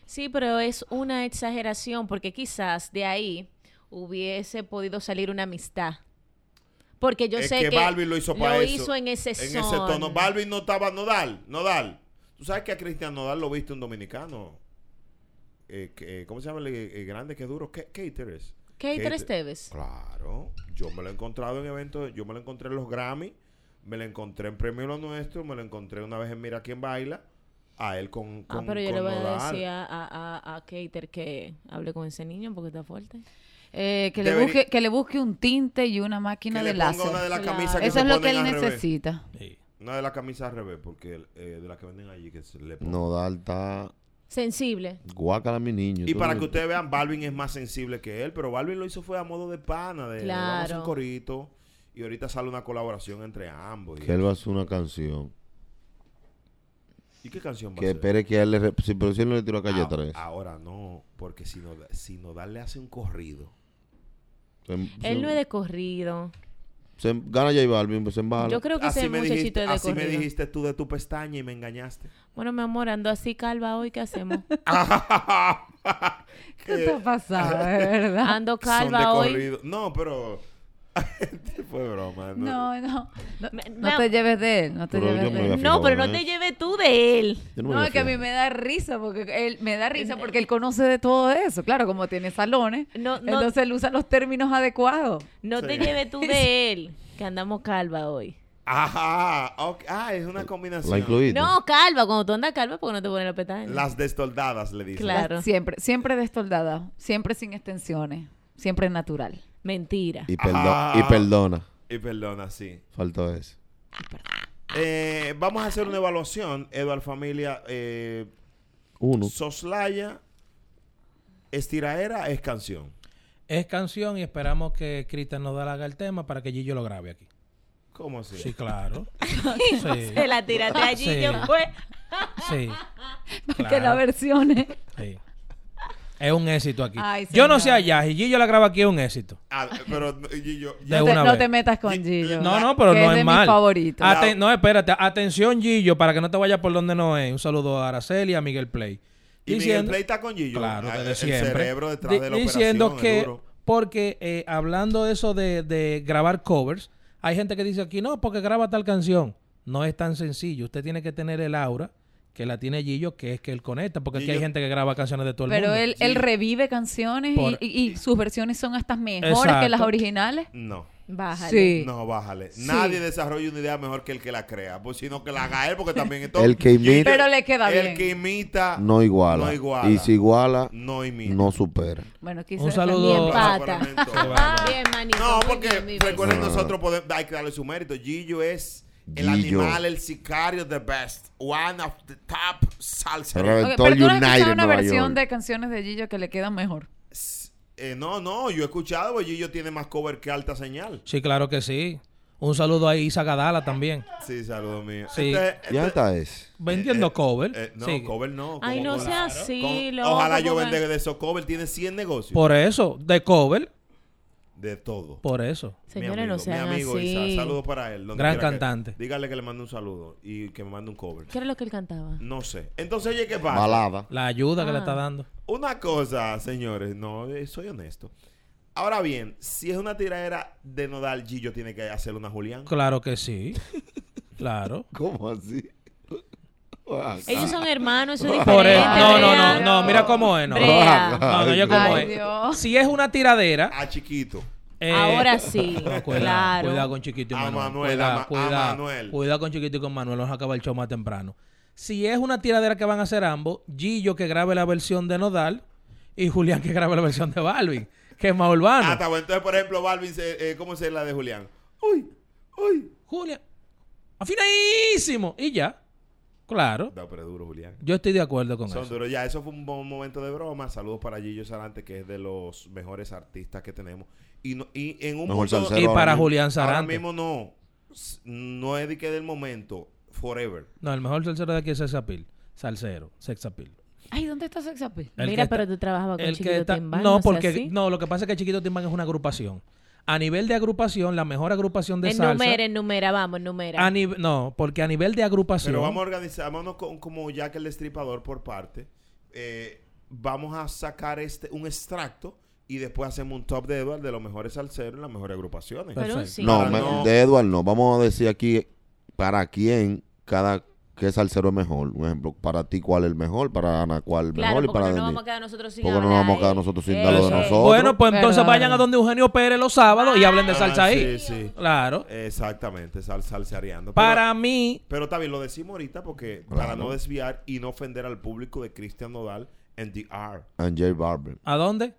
S6: Sí, pero es una exageración porque quizás de ahí hubiese podido salir una amistad. Porque yo
S2: es
S6: sé
S2: que,
S6: que,
S2: Balvin lo hizo para
S6: lo
S2: eso.
S6: hizo en ese
S2: En ese
S6: son.
S2: tono. Balvin no estaba Nodal. Nodal. Tú sabes que a Cristian Nodal lo viste un dominicano. Eh, que- eh, ¿Cómo se llama el, el grande que duro? Ca- Cater es.
S6: Cater
S2: Cater-
S6: Esteves.
S2: Claro. Yo me lo he encontrado en eventos. Yo me lo encontré en los Grammy. Me lo encontré en Premio Lo Nuestro. Me lo encontré una vez en Mira Quién Baila. A él con,
S6: Ah,
S2: con
S6: pero yo
S2: con
S6: le voy a
S2: Nodal.
S6: decir a, a, a- a Cater que hable con ese niño porque está fuerte.
S5: Eh, que, le
S2: Deberí-
S5: busque, que le busque un tinte y una máquina
S2: Que
S5: de
S2: le ponga
S5: láser.
S2: una de las
S6: Claro.
S2: camisas que
S5: Eso
S2: se
S5: es lo que
S2: ponen
S5: él
S2: al revés.
S5: necesita.
S2: Una de las camisas al revés. Porque el- eh, de las que venden allí que se le ponen.
S4: Nodal está
S6: Sensible.
S4: guácala mi niño.
S2: Y
S4: tú
S2: para
S4: no-
S2: que ustedes vean, Balvin es más sensible que él, pero Balvin lo hizo fue a modo de pana, de
S6: Claro.
S2: vamos a hacer un corito. Y ahorita sale una colaboración entre ambos. Y,
S4: Que él va a hacer una canción.
S2: ¿Y qué canción va
S4: Que
S2: a ser?
S4: espere que a él le... re- sí, pero si él no le tiró a Calle
S2: Ah,
S4: 3.
S2: Ahora no, porque si no, si Nodal le hace un corrido.
S6: Él no es de corrido.
S4: gana J Balvin, pues se embala.
S6: Yo creo que
S2: Así,
S6: ese
S2: me
S6: muchachito
S2: dijiste,
S6: es de
S2: así me
S6: corrido.
S2: dijiste tú de tu pestaña y me engañaste.
S6: Bueno, mi amor, ando así calva hoy, ¿qué hacemos?
S5: ¿Qué te ha pasado, de verdad?
S6: Ando
S2: Son de
S6: calva hoy.
S2: corrido. No, pero... Fue broma.
S5: No, no. No,
S6: Me-
S5: no
S6: me-
S5: te lleves de él, no te
S4: Pero yo
S5: lleves
S4: me
S5: de
S4: voy a
S5: él.
S4: fijar
S6: No, pero
S4: con
S6: no te
S4: eso.
S6: lleves tú de él.
S4: Yo no me
S5: No,
S4: voy
S5: es que a mí
S4: fijar.
S5: me da risa, porque él me da risa porque él conoce de todo eso. Claro, como tiene salones,
S6: No, no-
S5: entonces él usa los términos adecuados.
S6: No te lleves tú de él, que andamos calva hoy.
S2: Ajá. ok. Ah, es una combinación.
S4: La incluiste.
S6: No, calva, cuando tú andas calva, porque no te pones la petaña.
S2: Las destoldadas, le dicen.
S6: Claro.
S5: Siempre, siempre destoldada, siempre sin extensiones, siempre natural.
S6: Mentira.
S4: Y, perdo-
S2: Ah.
S4: y perdona.
S2: Y perdona, sí.
S4: Faltó eso.
S2: Eh, vamos a hacer una evaluación, Eduard Familia. Eh,
S4: Uno.
S2: Soslaya, estiraera es canción.
S3: Es canción y esperamos que Cristian Nodal haga el tema para que Gillo lo grabe aquí.
S2: ¿Cómo así?
S3: Sí, claro.
S6: Se la tiraste allí,
S3: Sí.
S6: yo
S5: pues.
S6: fue.
S3: Sí.
S5: Que la
S3: claro.
S5: versiones.
S3: Sí. Es un éxito aquí.
S5: Ay,
S3: yo no sé
S5: señor.
S3: allá, si Gillo la graba aquí es un éxito.
S2: Ah, pero no, Gillo,
S3: De
S5: no, te,
S3: una
S5: no
S3: vez.
S5: te metas con Gillo.
S3: No, no, pero
S5: que
S3: no
S5: es
S3: es,
S5: de mis
S3: mal.
S5: favoritos.
S3: Aten- no, espérate. Atención, Gillo, para que no te vayas por donde no es. Un saludo a Araceli y a Miguel Play.
S2: y Miguel
S3: Diciendo-
S2: Play está con Gillo.
S3: Claro,
S2: Ah,
S3: desde
S2: el
S3: siempre.
S2: cerebro detrás
S3: Di-
S2: de la
S3: diciendo
S2: operación, el
S3: que,
S2: duro.
S3: porque eh, hablando de eso de, de grabar covers, hay gente que dice aquí, no, porque graba tal canción. No es tan sencillo. Usted tiene que tener el aura que la tiene Gillo, que es que él conecta, porque aquí hay
S2: Gillo-
S3: gente que graba canciones de todo el
S5: Pero
S3: mundo.
S5: él, él revive canciones y-
S3: Por-
S5: y, y sus versiones son hasta mejores que
S3: Exacto.
S5: las originales.
S2: No,
S6: Bájale.
S5: Sí.
S2: no, bájale.
S5: Sí.
S2: Nadie desarrolla una idea mejor que el que la crea, pues, sino que la haga él, porque también entonces-
S4: El que imita
S5: Pero le queda
S2: el
S5: bien.
S2: que imita
S4: no iguala.
S2: Ah, no iguala.
S4: Y si iguala,
S2: no imita.
S4: no supera.
S5: Bueno, quizás
S3: Un
S6: Bien
S3: saludo.
S2: Aplauso para
S6: pata.
S2: Mento.
S6: Ah, Bien, manito.
S2: No,
S6: muy
S2: porque
S6: bien, mi bebé.
S2: recuerden
S4: No, no, no.
S2: nosotros podemos, hay que darle su mérito. Gillo es el
S4: Gillo.
S2: animal, el sicario, the best. One of the top salsa.
S5: Ok,
S4: Todo
S5: pero tú no has
S4: United
S5: escuchado
S4: en
S5: una
S4: Nueva
S5: versión
S4: York.
S5: de canciones de Gillo que le quedan mejor.
S2: Eh, no, no, yo he escuchado, porque Gillo tiene más cover que alta señal.
S3: Sí, claro que sí. Un saludo a Isa Gadala también.
S2: Sí, saludo mío.
S3: Sí.
S4: Y alta es.
S3: Vendiendo cover.
S2: Este, eh, no,
S3: Sí.
S2: cover no.
S6: Ay,
S2: como
S6: no
S2: con-
S6: sea
S2: con-
S6: así, loco.
S2: Ojalá yo
S6: porque-
S2: venda de esos cover, tiene 100 negocios.
S3: Por eso, de cover,
S2: de todo.
S3: por eso.
S2: Mi
S6: Señores, no
S2: amigo-
S6: sean
S2: Mi amigo
S6: así.
S2: Isa, saludos para él. donde
S3: Gran
S2: quiera que-
S3: cantante.
S2: dígale que le mande un saludo y que me mande un cover.
S6: ¿Qué era lo que él cantaba?
S2: No sé. Entonces, oye, ¿qué pasa?
S4: Balada.
S3: La ayuda que le
S6: Ah.
S3: está dando.
S2: Una cosa, señores, no, eh, soy honesto. Ahora bien, si es una tiradera de Nodal, Gillo tiene que hacer una Julián.
S3: Claro que sí. Claro.
S4: ¿Cómo así?
S6: Ellos son hermanos, eso es
S3: Por
S6: diferente.
S3: eso. No, no,
S6: brea.
S3: no, no, mira cómo es, no.
S6: Brea.
S3: No, no, yo como
S5: Ay,
S3: es.
S5: Dios.
S3: Si es una tiradera.
S2: A Ah, Chiquito.
S3: eh,
S6: Ahora sí,
S3: no, cuidado,
S6: claro.
S3: cuidado con Chiquito y
S2: A
S3: Manuel.
S2: Manuel,
S3: cuidado,
S2: a Ma-
S3: cuidado,
S2: a Manuel.
S3: cuidado con Chiquito y con Manuel. Nos acaba el show más temprano. Si es una tiradera que van a hacer ambos, Gillo que grabe la versión de Nodal y Julián que grabe la versión de Balvin, que es más urbano.
S2: Ah, está bueno. Entonces, por ejemplo, Balvin, se- eh, ¿cómo se la de Julián? Uy, uy,
S3: Julia, afinadísimo. Y ya, claro.
S2: Da, pero es duro, Julián.
S3: Yo estoy de acuerdo con
S2: Son
S3: eso.
S2: duros. Ya, eso fue un buen momento de broma. Saludos para Gillo Sarante, que es de los mejores artistas que tenemos. Y, no- y en un
S4: Mejor
S2: punto-
S4: salsero Y ahora para mismo.
S3: Julián
S2: Ahora
S3: Sarante.
S2: mismo no. S- No es de que del momento. Forever.
S3: No, el mejor salsero de aquí es Sexapil. Salsero, Sexapil.
S5: Ay, ¿dónde está Sexapil?
S3: El
S6: Mira,
S3: que
S6: pero
S3: está-
S6: tú trabajabas con
S3: el que
S6: Chiquito
S3: está-
S6: Timbán,
S3: No,
S6: no sea
S3: porque
S6: así.
S3: no, lo que pasa es que Chiquito Timbán es una agrupación. A nivel de agrupación, la mejor agrupación de salsa.
S6: Enumera, enumera, vamos, enumera.
S5: Ah,
S3: a nive- no, porque a nivel de agrupación.
S2: Pero vamos a organizar, vámonos con- como ya que el destripador por parte. Eh, vamos a sacar este un extracto y después hacemos un top de Edward de los mejores salseros y las mejores agrupaciones. Ah,
S6: Pero Perfecto. sí.
S4: No,
S2: Para
S4: me- de Edward no. Vamos a decir aquí para quién cada qué salsero es mejor. Por ejemplo, para ti cuál es el mejor, para Ana cuál el
S6: Claro,
S4: mejor y
S6: porque
S4: para
S6: no nos
S4: Denis.
S6: vamos a quedar nosotros sin
S4: Porque no nos
S6: hablar,
S4: vamos a quedar
S6: eh.
S4: nosotros sin
S6: Eh,
S4: dar lo de
S6: eh.
S4: nosotros.
S3: Bueno, pues entonces
S5: Verdad.
S3: vayan a donde Eugenio Pérez los sábados y hablen de salsa
S2: Ah,
S3: ahí.
S2: Sí, sí.
S3: Claro.
S2: Exactamente, sal, salseareando. Pero-
S3: Para mí,
S2: Pero está bien, lo decimos ahorita porque para
S4: Claro.
S2: no desviar y no ofender al público de Cristian Nodal en DR,
S4: And Jay Barber.
S3: ¿a dónde?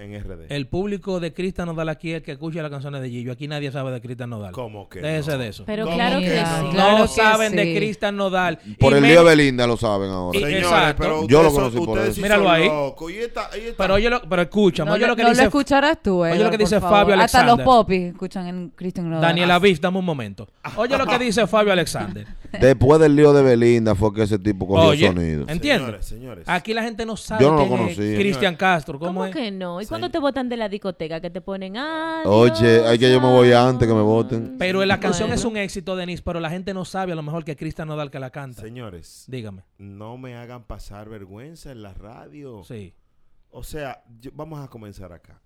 S2: en RD.
S3: El público de Cristian Nodal aquí es el que escucha las canciones de Gillo. Aquí nadie sabe de Cristian Nodal.
S2: ¿Cómo que
S3: Déjese
S2: no?
S3: de eso.
S6: Pero
S2: ¿Cómo
S6: claro que,
S2: que
S6: sí.
S3: no
S5: claro que
S3: saben de
S5: sí.
S3: Cristian Nodal.
S4: Por
S3: Y
S4: el
S3: me-
S4: lío de Belinda lo saben ahora.
S3: Y-
S2: Señores,
S3: exacto.
S2: pero
S4: Yo lo
S2: ustedes son-
S4: conocí por
S2: ustedes
S4: eso.
S2: sí
S3: Míralo
S2: son
S3: ahí.
S2: locos. Y esta- y esta-
S3: Pero oye, lo- pero escúchame,
S5: No,
S3: oye
S5: lo-
S3: lo que
S5: no
S3: dice.
S5: escucharás tú, eh.
S3: oye lo que dice Fabio
S5: Hasta
S3: Alexander.
S5: los popis escuchan en Christian Nodal.
S3: Daniel
S4: Ah,
S3: Aviv, dame un momento. Oye lo que dice Fabio Alexander.
S4: Después del lío de Belinda fue que ese tipo cogió
S3: Oye,
S4: sonido.
S3: ¿entiendes?
S2: Señores, señores.
S3: Aquí la gente no sabe
S4: Yo ¿eh? no lo
S3: quién es
S4: conocía.
S3: Cristian Castro. ¿Cómo,
S6: ¿Cómo
S3: es?
S6: que no? ¿Y cuando te votan de la discoteca? Que te ponen, ah.
S4: Oye, ay, que yo me voy antes que me voten.
S3: Pero la canción
S6: Bueno.
S3: es un éxito, Denis, pero la gente no sabe a lo mejor que Cristian Nodal que la canta.
S2: Señores,
S3: Dígame.
S2: no me hagan pasar vergüenza en la radio.
S3: Sí.
S2: O sea, yo- vamos a comenzar acá.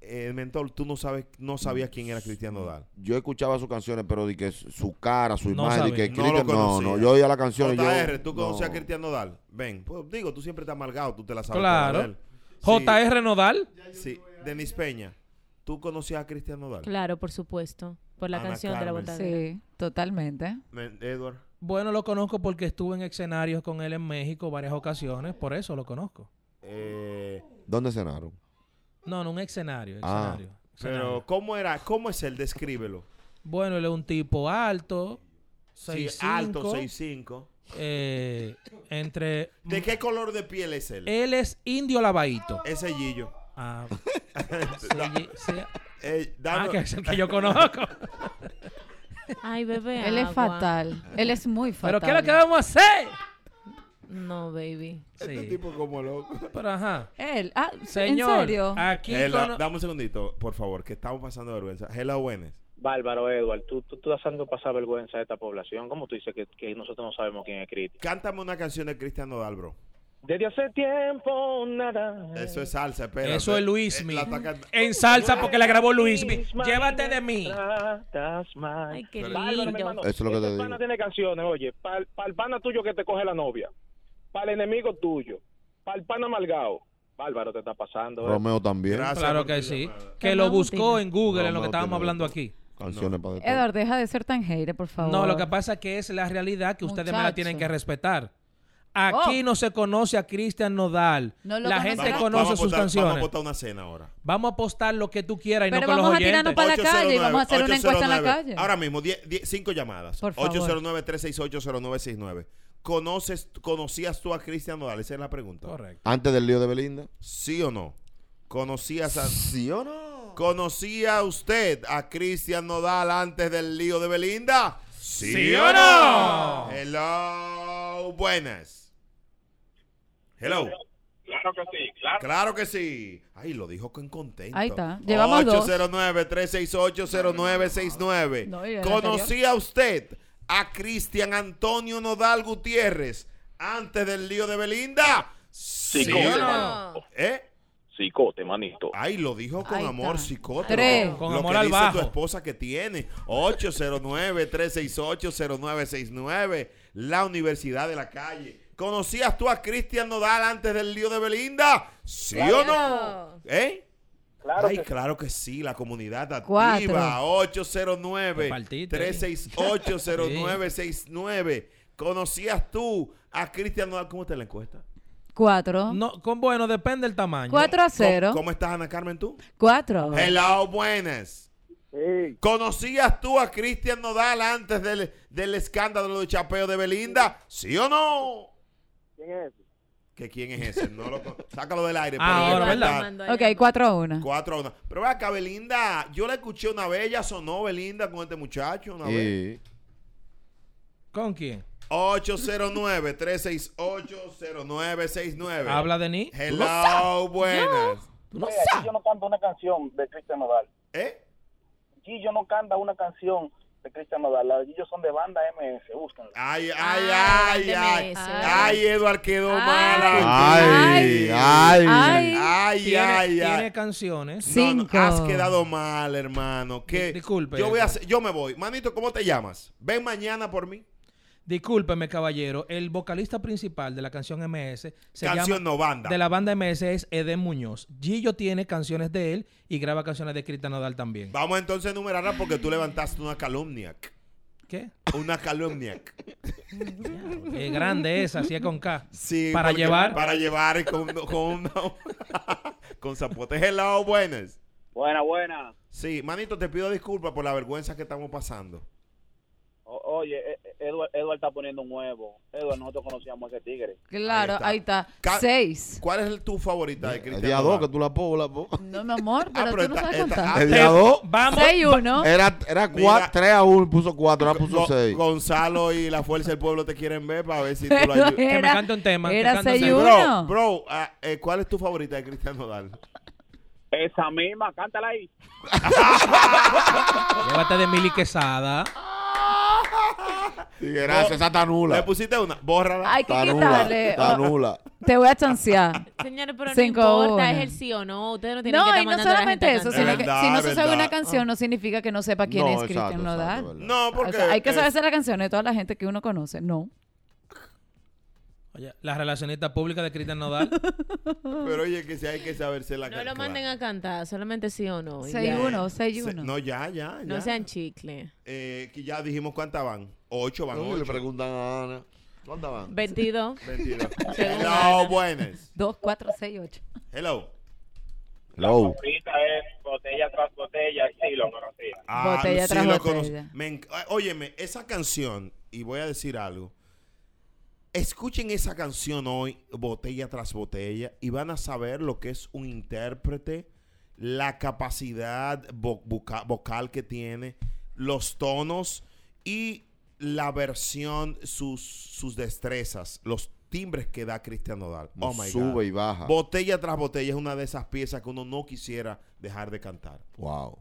S2: El mentor, tú no sabes, no sabías quién era Cristian Nodal.
S4: Yo escuchaba sus canciones, pero de que su cara, su
S3: No
S4: imagen, de que
S3: sabía.
S2: No lo
S4: Cristian- no, no,
S2: conocía.
S4: yo oía la canción y yo.
S2: JR, tú conocías
S4: no.
S2: a Cristian Nodal. Ven, pues, digo, tú siempre estás amargado, tú te la sabes.
S3: Claro.
S2: toda de él.
S3: JR Nodal.
S2: Sí, sí. Denis Peña, tú conocías a Cristian Nodal.
S6: Claro, por supuesto. Por la
S4: Ah,
S2: Ana
S6: canción de la
S2: Carmen.
S6: botadera.
S5: Sí, totalmente.
S2: Men- Edward.
S3: Bueno, lo conozco porque estuve en escenarios con él en México varias ocasiones, por eso lo conozco.
S2: Eh,
S4: ¿Dónde cenaron?
S3: No, no un escenario,
S4: Ah.
S3: escenario. escenario.
S2: pero, ¿cómo era? ¿Cómo es él? Descríbelo.
S3: Bueno, él es un tipo alto, 6'5",
S2: Sí, alto, 6'5".
S3: eh, entre...
S2: ¿De qué color de piel es él?
S3: Él es indio lavaito.
S2: Ese Gillo.
S3: Ah, sí, sí.
S2: Eh,
S3: Ah,
S2: dame-
S3: que es el que yo conozco.
S6: Ay, bebé.
S5: Él es
S6: agua.
S5: fatal. Él es muy fatal.
S3: pero ¿qué es lo que vamos a hacer?
S6: No, baby.
S2: Este
S3: Sí,
S2: tipo como loco.
S3: pero ajá.
S5: Él. Ah,
S3: Señor, Ah,
S5: ¿en serio?
S3: aquí
S2: Hello,
S3: cono-
S2: dame un segundito, por favor, que estamos pasando vergüenza. Hello, buenas.
S8: Bárbaro, Edward, tú, tú, tú estás haciendo pasar vergüenza a esta población. ¿Cómo tú dices que, que nosotros no sabemos quién es Cristian?
S2: Cántame una canción de Cristian Nodal, bro.
S8: Desde hace tiempo, nada.
S2: Eso es salsa, Eh, espera.
S3: Eso es Luismi.
S2: mío.
S3: En salsa porque la grabó Luismi. Llévate de mí.
S6: Ay, qué
S8: Bárbaro, mi hermano.
S4: Eso
S6: lindo.
S4: es lo que
S8: Este
S4: te digo.
S8: pana tiene canciones, oye. Para el, pana tuyo que te coge la novia. Para el enemigo tuyo. Para el pana amargado. Bárbaro, te está pasando.
S2: Pues,
S8: eh.
S4: Romeo también.
S3: Claro que sí. Que
S6: Qué
S3: lo
S6: mamá
S3: buscó
S6: tiene.
S3: en Google,
S4: No,
S3: en lo que
S4: no
S3: estábamos
S4: tiene
S3: hablando
S4: otro.
S3: aquí.
S4: Canciones para después.
S5: Edward, deja de ser tan hater, por favor.
S3: No, lo que pasa que es la realidad que ustedes me la
S5: Muchacho.
S3: tienen que respetar. Aquí
S5: Oh.
S3: no se conoce a Cristian Nodal.
S5: No lo
S3: la
S5: conoce
S3: gente
S5: nadie.
S3: conoce sus
S2: Vamos a
S3: canciones.
S2: botar una cena ahora.
S3: Vamos a apostar lo que tú quieras y
S5: Pero
S3: no con los
S5: vamos a
S3: oyentes.
S5: tirarnos Para la calle, vamos a hacer una encuesta en la
S2: 809.
S5: calle.
S2: Ahora mismo, 10 10 cinco llamadas.
S5: Por favor.
S2: 809-368-0969. ¿Conoces, ¿Conocías tú a Cristian Nodal? Esa es la pregunta.
S3: Correcto.
S4: Antes del lío de Belinda.
S2: ¿Sí o no? ¿Conocías a...
S4: ¿Sí o no?
S2: ¿Conocía usted a Cristian Nodal antes del lío de Belinda? ¿Sí,
S3: o no?
S2: Hello, buenas. Hello.
S8: Claro que sí, claro.
S2: Claro que sí. Ay, lo dijo con contento.
S5: Ahí está. Llevamos dos.
S2: 809-368-0969.
S5: No, y el
S2: ¿Conocía usted a Cristian Antonio Nodal Gutiérrez antes del lío de Belinda? ¿Sí,
S8: ¿cómo
S2: o
S8: se
S2: no? ¿Eh?
S8: Psicote, manito.
S2: Ay, lo dijo con
S5: Ahí
S2: amor
S5: está.
S2: psicótico.
S5: Tres.
S2: Lo
S3: Con
S2: que
S3: amor al
S2: dice
S3: bajo.
S2: tu esposa que tiene. 809-368-0969. La Universidad de la Calle. ¿Conocías tú a Cristian Nodal antes del lío de Belinda? ¿Sí o no? ¿Eh?
S8: Claro
S2: Ay,
S8: que
S2: claro que sí, la comunidad
S5: Cuatro.
S2: activa. 809
S3: Partiste.
S2: 368-0969. ¿Conocías tú a Cristian Nodal? ¿Cómo está la encuesta?
S5: Cuatro.
S2: Mm.
S3: No, con bueno, depende del tamaño.
S5: Cuatro a
S2: ¿Cómo-
S5: cero.
S2: ¿Cómo estás, Ana Carmen, tú?
S5: Cuatro.
S2: Hello, buenas. ¿Conocías tú a Cristian Nodal antes del, del escándalo de chapeo de Belinda? ¿Sí o no?
S7: ¿Quién es ese?
S2: ¿Que quién es ese? No lo con- Sácalo del aire. pero
S3: Ah, ahora,
S2: es
S3: ¿verdad?
S2: verdad.
S5: Ok, 4 a 1.
S2: 4 a 1. Pero ve acá, Belinda, yo la escuché una vez, ella sonó Belinda con este muchacho una
S4: Y
S2: vez.
S3: ¿Con quién?
S2: 809-368-0969.
S3: Habla de mí.
S2: Hello, buenas.
S7: Oye, Gillo no canta una canción de Cristian Nodal.
S2: ¿Eh?
S7: Gillo no canta una canción de Cristian Nodal. Las de Gillo son de banda MS, búsquenla.
S2: Ay, ay,
S5: Ah.
S2: ay, ay.
S6: ese.
S2: Ay, Eduard quedó
S5: Ay.
S2: mal.
S4: Ay, ay.
S5: Ay.
S2: Ay,
S3: Tiene,
S2: ay,
S3: tiene
S2: ay.
S3: canciones.
S2: No, no,
S5: Cinco.
S2: has quedado mal, hermano. Que
S3: Di- disculpe,
S2: Yo, voy a
S3: Eduard.
S2: hacer- yo me voy. Manito, ¿cómo te llamas? Ven mañana por mí.
S3: Discúlpeme, caballero. El vocalista principal de la canción MS se
S2: Canción
S3: llama-
S2: no banda.
S3: de la banda MS es Eden Muñoz. Gillo tiene canciones de él y graba canciones de Cristian Nodal también.
S2: Vamos entonces a enumerarla porque tú levantaste una calumnia.
S3: ¿Qué?
S2: Una calumnia.
S3: Es grande esa, así es con K.
S2: Sí,
S3: Para
S2: porque-
S3: llevar.
S2: Para llevar con, con, con zapote. Hello, buenas.
S7: Buena, buena.
S2: Sí, manito, te pido disculpas por la vergüenza que estamos pasando.
S7: O- oye,
S11: E,
S7: eh, eh, Edward, Edward está poniendo un huevo. Edward, nosotros conocíamos a ese tigre.
S5: Claro,
S2: ahí
S5: ahí está.
S2: Ca-
S5: 6.
S2: ¿Cuál es el- tu favorita de
S4: el
S2: Cristian?
S4: día 2
S2: Nodal?
S4: que tú la po, la po.
S5: No, mi amor,
S2: Ah,
S5: pero
S2: pero
S5: tú no
S2: esta-
S5: sabes
S2: esta-
S5: contar.
S4: El día 2
S3: Vamos.
S5: 6 1.
S4: era, era
S2: Mira.
S4: 3 a 1, puso 4, ahora puso
S2: Go-
S4: 6.
S2: Gonzalo y la Fuerza del Pueblo te quieren ver para ver si tú lo ayudas.
S3: me cante un tema, que
S5: Era
S3: cante un
S5: 6
S3: tema.
S2: Bro,
S5: 1.
S2: bro, ah, eh, ¿cuál es tu favorita de Cristian Nodal?
S7: Esa misma, cántala ahí.
S3: Llévate de Mili Quesada.
S4: Gracias, esa está
S2: ¿Le
S4: nula.
S2: pusiste una? Bórrala.
S5: Hay que
S4: Está nula,
S2: ah,
S5: quitarle.
S4: está
S5: Oh,
S4: nula.
S5: Te voy a chancear.
S6: Señores, pero
S5: Oh, Cinco
S6: no importa,
S5: una.
S6: es el sí o no. Ustedes no tienen
S5: No,
S6: que estar
S5: y no
S6: mandando a la
S5: solamente
S6: gente a
S5: eso,
S6: cantar.
S5: sino que
S2: Verdad,
S5: si no se sabe
S2: verdad.
S5: una canción, no significa que no sepa quién
S4: No,
S5: es Cristian
S4: exacto,
S5: Nodal.
S4: exacto, verdad.
S2: No, porque.
S5: O sea, hay que
S2: es-
S5: saberse las canciones de toda la gente que uno conoce. No.
S3: Oye, la relacionista pública de Cristian Nodal.
S2: Pero oye, que si hay que saberse la
S6: No lo
S2: canción.
S6: manden a cantar, solamente sí o no. y
S5: 6
S6: ya.
S5: 1, 6
S2: Se-
S5: 1.
S2: No, ya, ya. ya.
S6: No sean chicle.
S2: Eh, que ya dijimos cuántas van. Ocho van.
S4: No, le
S2: Ocho.
S4: preguntan a Ana. ¿Cuántas van?
S6: 22.
S2: 22.
S6: Según
S2: Hello,
S6: Ana.
S2: buenas.
S5: 2 4 6 8.
S2: Hello.
S4: Low.
S7: Ahorita
S11: Eh,
S7: es botella tras botella, estilo, conocía.
S2: Ah,
S5: Botella tras
S2: lo
S5: botella.
S2: conozco. Me enc- ah, óyeme, esa canción, y voy a decir algo. Escuchen esa canción hoy, botella tras botella, y van a saber lo que es un intérprete, la capacidad vo- voca- vocal que tiene, los tonos y la versión, sus, sus destrezas, los timbres que da Cristian Nodal. Oh my
S4: Sube
S2: God.
S4: y baja.
S2: Botella tras botella es una de esas piezas que uno no quisiera dejar de cantar.
S4: Wow.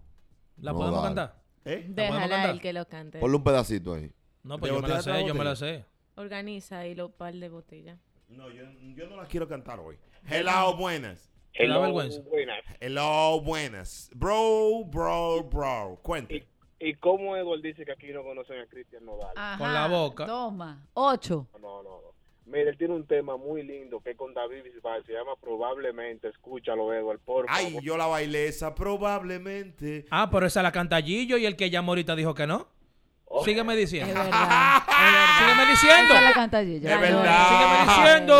S3: ¿La
S4: No,
S3: podemos
S4: dale.
S3: cantar?
S2: ¿Eh?
S3: podemos
S6: Déjala
S3: cantar?
S6: el que lo cante.
S4: Ponle un pedacito ahí.
S3: No,
S2: ¿De
S3: pues yo me
S2: botella
S3: la
S2: tras
S3: sé, yo me
S2: botella?
S3: la sé.
S6: Organiza y lo par de botellas.
S2: No, yo, yo no las quiero cantar hoy. Hello, buenas.
S3: Te da vergüenza.
S11: Buenas.
S2: Hello, buenas. Bro, bro, bro. Cuente.
S11: ¿Y cómo Edward dice que aquí no conocen a Cristian Nodal?
S5: Ah.
S3: Con la boca.
S5: Toma. 8.
S11: No, no, no. Mira, él tiene un tema muy lindo que es con David Bisbal. Se llama Probablemente. Escúchalo, Edward, por
S2: Ay,
S11: favor.
S2: yo la bailé esa probablemente.
S3: Ah, pero esa la canta Gillo y el que llamó ahorita dijo que no. Sígueme
S5: Es
S3: diciendo.
S5: verdad.
S3: Sígueme diciendo.
S5: Ah, Esa la canta Gillo.
S2: Es
S3: Sígueme
S2: verdad. Ah.
S3: diciendo.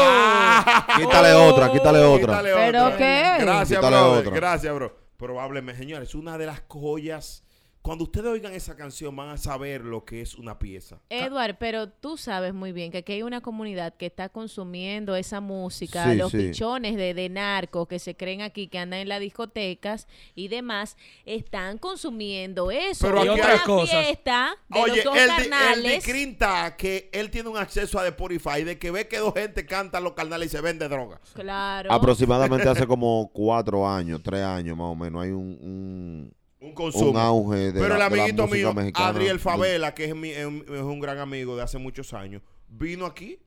S4: Quítale
S3: Oh.
S4: otra, quítale otra.
S2: Quítale
S5: ¿Pero
S2: otra.
S5: qué?
S2: Gracias,
S4: Quítale
S2: bro.
S4: otra.
S2: Gracias, bro. Probablemente, señores, es una de las joyas. Cuando ustedes oigan esa canción, van a saber lo que es una pieza.
S4: Ah.
S6: Edward, pero tú sabes muy bien que aquí hay una comunidad que está consumiendo esa música,
S4: Sí,
S6: los
S4: sí.
S6: pichones de, de narcos que se creen aquí, que andan en las discotecas y demás, están consumiendo eso.
S2: Pero
S6: Y
S2: aquí
S6: otra
S2: hay-
S3: cosas.
S6: fiesta de
S2: Oye,
S6: los dos
S2: él, di- él
S6: carnales.
S2: discrinta que él tiene un acceso a Spotify de que ve que dos gente cantan los carnales y se vende droga.
S6: claro.
S4: Aproximadamente hace como 4 años, 3 años más o menos. Hay un- un
S2: Un consumo.
S4: Un auge de la-
S2: Pero el
S4: de la
S2: amiguito
S4: música
S2: mío,
S4: mexicana.
S2: Adriel
S4: De-
S2: Favela, que es, mi- es un- es un gran amigo de hace muchos años, vino aquí,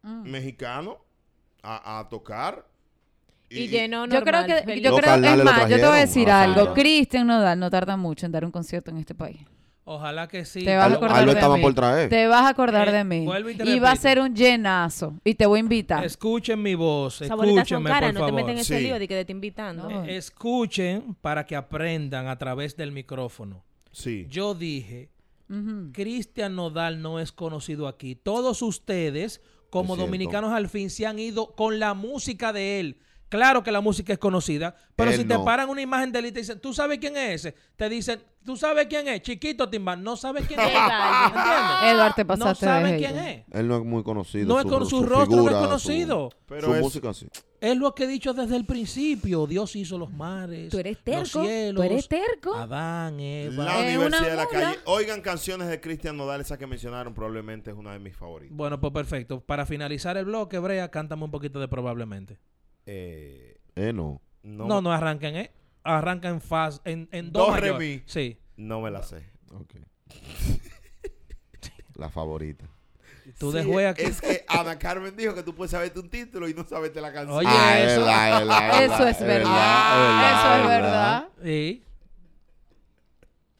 S6: Mm.
S2: mexicano, a, a tocar.
S6: Y, llenó
S5: Yo creo
S6: normal,
S5: que,
S6: feliz.
S5: yo
S4: Los
S5: creo, es
S4: carnales lo
S5: más, yo te voy a
S4: trajeron,
S5: decir
S4: lo
S5: algo.
S4: trajeron.
S5: Cristian Nodal no tarda mucho en dar un concierto en este país.
S3: Ojalá que sí.
S5: Te vas a
S4: Al-
S5: acordar
S4: Aldo
S5: de
S4: estaban
S5: mí.
S4: por traer.
S5: Te vas a acordar
S3: Eh,
S5: de mí.
S3: vuelvo y te
S5: Y va a
S3: repito.
S5: ser un llenazo. Y te voy a invitar.
S3: Escuchen mi voz.
S6: Esas bolitas
S3: Escúchenme,
S6: son caras,
S3: por
S6: no te
S3: favor.
S6: meten en ese
S2: Sí.
S6: lío de que te, te invitando.
S5: No.
S3: Eh, Escuchen para que aprendan a través del micrófono.
S2: Sí.
S3: Yo dije,
S5: Ujú.
S3: Cristian Nodal no es conocido aquí. Todos ustedes, como
S4: Es cierto.
S3: dominicanos al fin, se han ido con la música de él. Claro que la música es conocida, pero
S4: Él
S3: si te
S4: no.
S3: paran una imagen de él y te dicen, ¿tú sabes quién es ese? Te dicen, ¿tú sabes quién es? Chiquito Timbal, no sabes quién es. ¿Entiendes?
S5: Eduardo, te pasaste
S3: No
S5: de
S3: saben
S5: hater.
S3: quién es.
S4: Él no es muy conocido.
S3: No es con su rostro, no es
S4: figura, su-
S3: conocido.
S4: su
S3: Pero es-
S4: música sí.
S3: Es lo que he dicho desde el principio. Dios hizo los mares.
S5: Tú eres
S3: Los
S5: terco, tú
S3: cielos,
S5: eres terco.
S3: Adán, Eva.
S2: La
S5: Es una
S2: Universidad de la
S5: mula.
S2: Calle. Oigan canciones de Cristian Nodal, esa que mencionaron probablemente es una de mis favoritas.
S3: Bueno, pues perfecto. Para finalizar el bloque, Brea, cántame un poquito de probablemente.
S2: Eh,
S4: Eh, no.
S3: No, no, arrancan, ¿eh? Arrancan fast, en, en do
S2: Dos
S3: mayor.
S2: remis.
S3: Sí.
S2: No me la sé.
S4: Ok. la favorita.
S3: Tú
S2: Sí,
S3: de juega aquí.
S2: Es que Ana Carmen dijo que tú puedes saberte un título y no saberte la canción.
S3: Oye,
S4: Ah, es
S3: eso.
S4: verdad, es verdad, es
S5: Eso es verdad. Eso es verdad.
S3: Sí.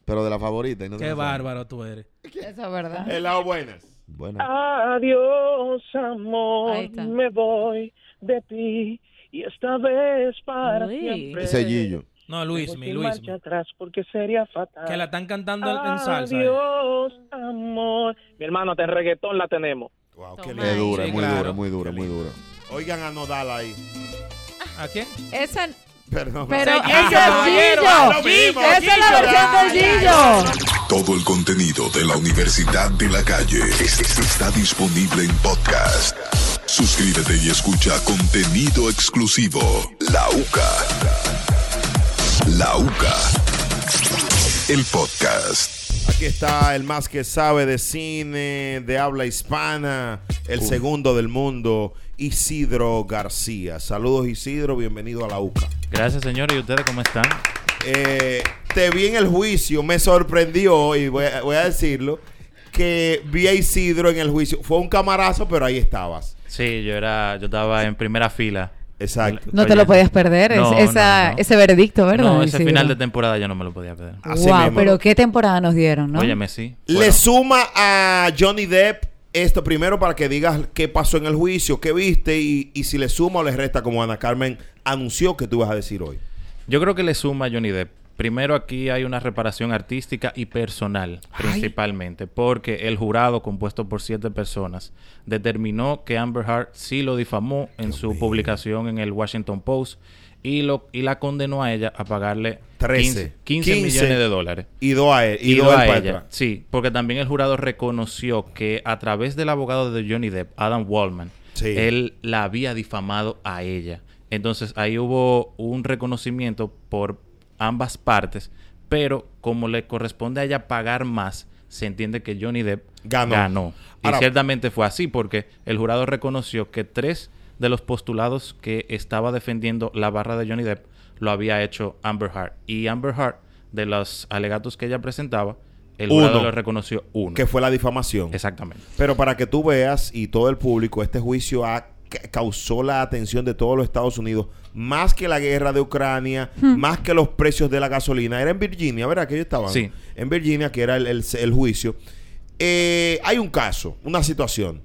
S4: Pero de la favorita. y no de
S3: Qué
S4: la favorita.
S3: bárbaro tú eres.
S5: Eso es verdad.
S2: El lado buenas.
S4: Bueno.
S12: Adiós,
S5: Ahí
S12: amor,
S5: está.
S12: me voy de ti y esta vez para
S13: Uy.
S12: siempre.
S4: Ese Gillo.
S3: No,
S12: Tengo que
S3: Luismi,
S12: ir
S3: Luismi.
S12: marcha atrás porque sería fatal.
S3: Que la están cantando en- en salsa. eh.
S12: Adiós, amor. Mi hermano, hasta en reggaetón la tenemos.
S2: Wow,
S5: Toma.
S2: qué lindo.
S4: Es dura,
S3: Sí,
S4: es muy
S3: claro.
S4: dura, muy dura, muy dura.
S2: Oigan a Nodal ahí.
S3: ¿A quién?
S5: Esa,
S2: Perdón. ah,
S5: pero
S3: Ese
S5: ese
S3: Gillo, caballero,
S5: es
S2: lo mismo,
S5: Gillo. Esa es la
S2: Gillo.
S5: versión
S2: Ay,
S5: de
S2: ay,
S5: Gillo.
S1: Todo el contenido de la Universidad de la Calle es- es- está disponible en podcast. Suscríbete y escucha contenido exclusivo. La UCA. La UCA. El podcast.
S2: Aquí está el más que sabe de cine, de habla hispana, el segundo del mundo, Isidro García. Saludos Isidro, bienvenido a la UCA.
S14: Gracias, señores. ¿Y ustedes cómo están?
S2: Eh, te vi en el juicio, me sorprendió y voy a, voy a decirlo, que vi a Isidro en el juicio. Fue un camarazo, pero ahí estabas.
S14: Sí, yo era, yo estaba en primera fila.
S2: Exacto.
S5: No te
S14: Oye,
S5: lo podías perder, es-
S14: no, no,
S5: esa,
S14: no.
S5: ese verdicto, ¿verdad?
S14: No, ese
S5: Isidro?
S14: final de temporada yo no me lo podía perder.
S2: Así
S5: wow,
S2: mismo.
S5: pero qué temporada nos dieron, ¿no?
S14: Óyeme, sí.
S2: Le suma a Johnny Depp esto primero para que digas qué pasó en el juicio, qué viste y, y si le suma o le resta, como Ana Carmen anunció que tú vas a decir hoy.
S14: Yo creo que le suma a Johnny Depp. Primero aquí hay una reparación artística y personal, principalmente, porque el jurado, compuesto por siete personas, determinó que Amber Heard sí lo difamó en su publicación en el Washington Post y, lo, y la condenó a ella a pagarle
S2: 13.
S14: 15, 15 millones de dólares.
S2: Y dos a él. Y,
S14: ido
S2: dos él
S14: a
S2: para
S14: ella.
S2: atrás.
S14: Sí, porque también el jurado reconoció que a través del abogado de Johnny Depp, Adam Wallman,
S2: Sí.
S14: él la había difamado a ella. Entonces ahí hubo un reconocimiento por ambas partes, pero como le corresponde a ella pagar más, se entiende que Johnny Depp
S2: Ganó.
S14: ganó.
S2: Ahora-
S14: y ciertamente fue así, porque el jurado reconoció que tres de los postulados que estaba defendiendo la barra de Johnny Depp lo había hecho Amber Heard. Y Amber Heard, de los alegatos que ella presentaba, el jurado
S2: Uno.
S14: lo reconoció uno.
S2: Que fue la difamación.
S14: Exactamente.
S2: Pero para que tú veas y todo el público, este juicio ha- ca- causó la atención de todos los Estados Unidos, más que la guerra de Ucrania, más que los precios de la gasolina. Era en Virginia, ¿verdad? Que ellos estaban.
S14: Sí.
S2: En Virginia, que era el, el- el juicio. Eh, hay un caso, una situación.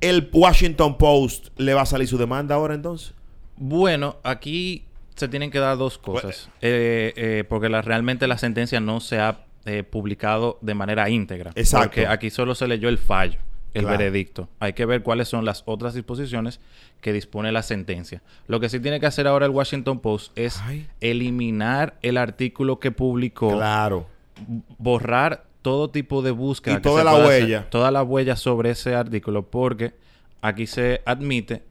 S2: ¿El Washington Post le va a salir su demanda ahora entonces?
S14: Bueno, aquí se tienen que dar dos cosas. Eh, eh, porque la- realmente la sentencia no se ha eh, publicado de manera íntegra.
S2: Exacto.
S14: Porque aquí solo se leyó el fallo, el
S2: Claro.
S14: veredicto. Hay que ver cuáles son las otras disposiciones que dispone la sentencia. Lo que sí tiene que hacer ahora el Washington Post es
S2: Ay.
S14: eliminar el artículo que publicó
S2: Claro.
S14: borrar todo tipo de búsqueda.
S2: Y
S14: que
S2: toda
S14: se
S2: la
S14: pueda hacer,
S2: huella.
S14: toda la huella sobre ese artículo, porque aquí se admite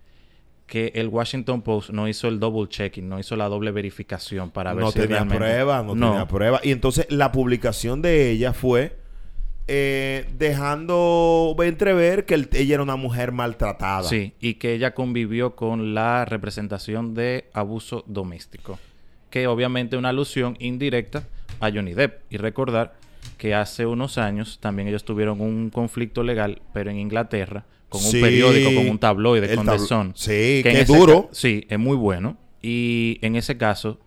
S14: que el Washington Post no hizo el double checking, no hizo la doble verificación para ver
S2: no
S14: si
S2: tenía
S14: realmente-
S2: pruebas, no, tenía pruebas. Y entonces la publicación de ella fue eh, dejando entrever que el- ella era una mujer maltratada.
S14: Sí, y que ella convivió con la representación de abuso doméstico, que obviamente una alusión indirecta a Johnny Depp. Y recordar que hace unos años también ellos tuvieron un conflicto legal, pero en Inglaterra, con un
S2: Sí.
S14: periódico, con un tabloide,
S2: El
S14: con The
S2: tablo-
S14: Sun.
S2: Sí,
S14: en
S2: qué
S14: ese
S2: duro.
S14: ca- Sí, es muy bueno. Y en ese caso,